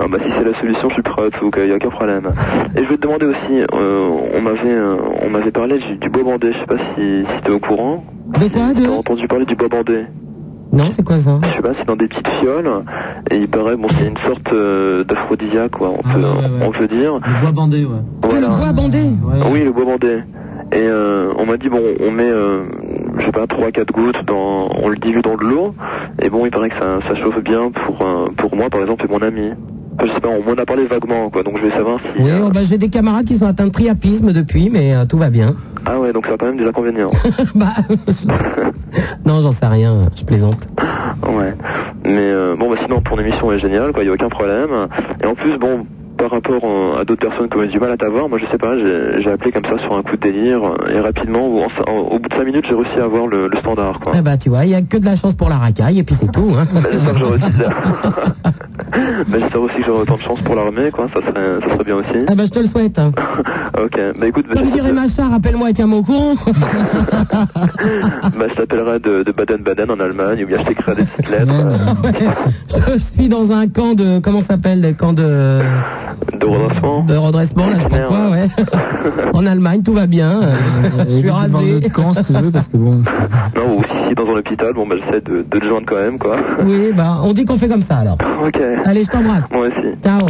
[SPEAKER 7] Ah bah si c'est la solution, je suis prêt à tout, il n'y a aucun problème. Et je vais te demander aussi, euh, on m'avait euh, on m'avait parlé du, du bois bandé, je sais pas si, si t'es au courant.
[SPEAKER 3] De quoi
[SPEAKER 7] T'as entendu parler du bois bandé
[SPEAKER 3] Non, c'est quoi ça
[SPEAKER 7] Je sais pas, c'est dans des petites fioles, et il paraît, bon, c'est une sorte euh, d'aphrodisiaque, quoi, on peut,
[SPEAKER 3] Ah,
[SPEAKER 7] on peut dire.
[SPEAKER 2] Le bois bandé, ouais.
[SPEAKER 7] Voilà.
[SPEAKER 3] Bois bandé
[SPEAKER 7] Oui, le bois bandé. Et euh, on m'a dit, bon, on met, euh, je sais pas, 3-4 gouttes, dans, on le dilue dans de l'eau, et bon, il paraît que ça, ça chauffe bien pour, euh, pour moi, par exemple, et mon ami. Enfin, je sais pas, on m'en a parlé vaguement, quoi, donc je vais savoir si...
[SPEAKER 3] Oui, oh, bah, j'ai des camarades qui sont atteints de priapisme depuis, mais euh, tout va bien.
[SPEAKER 7] Ah ouais, donc ça a quand même des inconvénients.
[SPEAKER 3] bah, non, j'en sais rien, je plaisante.
[SPEAKER 7] Ouais. Mais euh, bon, bah sinon, ton émission est géniale, quoi. Il n'y a aucun problème. Et en plus, bon, par rapport euh, à d'autres personnes qui ont eu du mal à t'avoir, moi, je sais pas, j'ai j'ai appelé comme ça sur un coup de délire. euh, Et rapidement, au, en- en- au bout de 5 minutes, j'ai réussi à avoir le, le standard, quoi.
[SPEAKER 3] Eh bah, tu vois, il n'y a que de la chance pour la racaille, et puis c'est tout. Hein.
[SPEAKER 7] Bah, j'espère que j'aurai aussi bah, j'espère aussi que j'aurai autant de chance pour l'armée, quoi. Ça serait, ça serait bien aussi.
[SPEAKER 3] Ah bah, je te le souhaite. hein.
[SPEAKER 7] ok, bah écoute, bah,
[SPEAKER 3] Comme dirait Macha, rappelle-moi et tiens-moi au courant.
[SPEAKER 7] bah, je t'appellerai de, de Baden-Baden en Allemagne, ou bien je t'écrirai des petites lettres. euh,
[SPEAKER 3] Ouais, je suis dans un camp de. Comment ça s'appelle le Camp de.
[SPEAKER 7] De redressement
[SPEAKER 3] De redressement, là, je sais pas quoi, ouais. en Allemagne, tout va bien. euh, Je suis rasé.
[SPEAKER 7] Non, ou si si, dans un hôpital, bon, bah, j'essaie de, de le joindre quand même, quoi.
[SPEAKER 3] Oui, bah, on dit qu'on fait comme ça alors.
[SPEAKER 7] Ok.
[SPEAKER 3] Allez, je t'embrasse.
[SPEAKER 7] Moi aussi.
[SPEAKER 3] Ciao.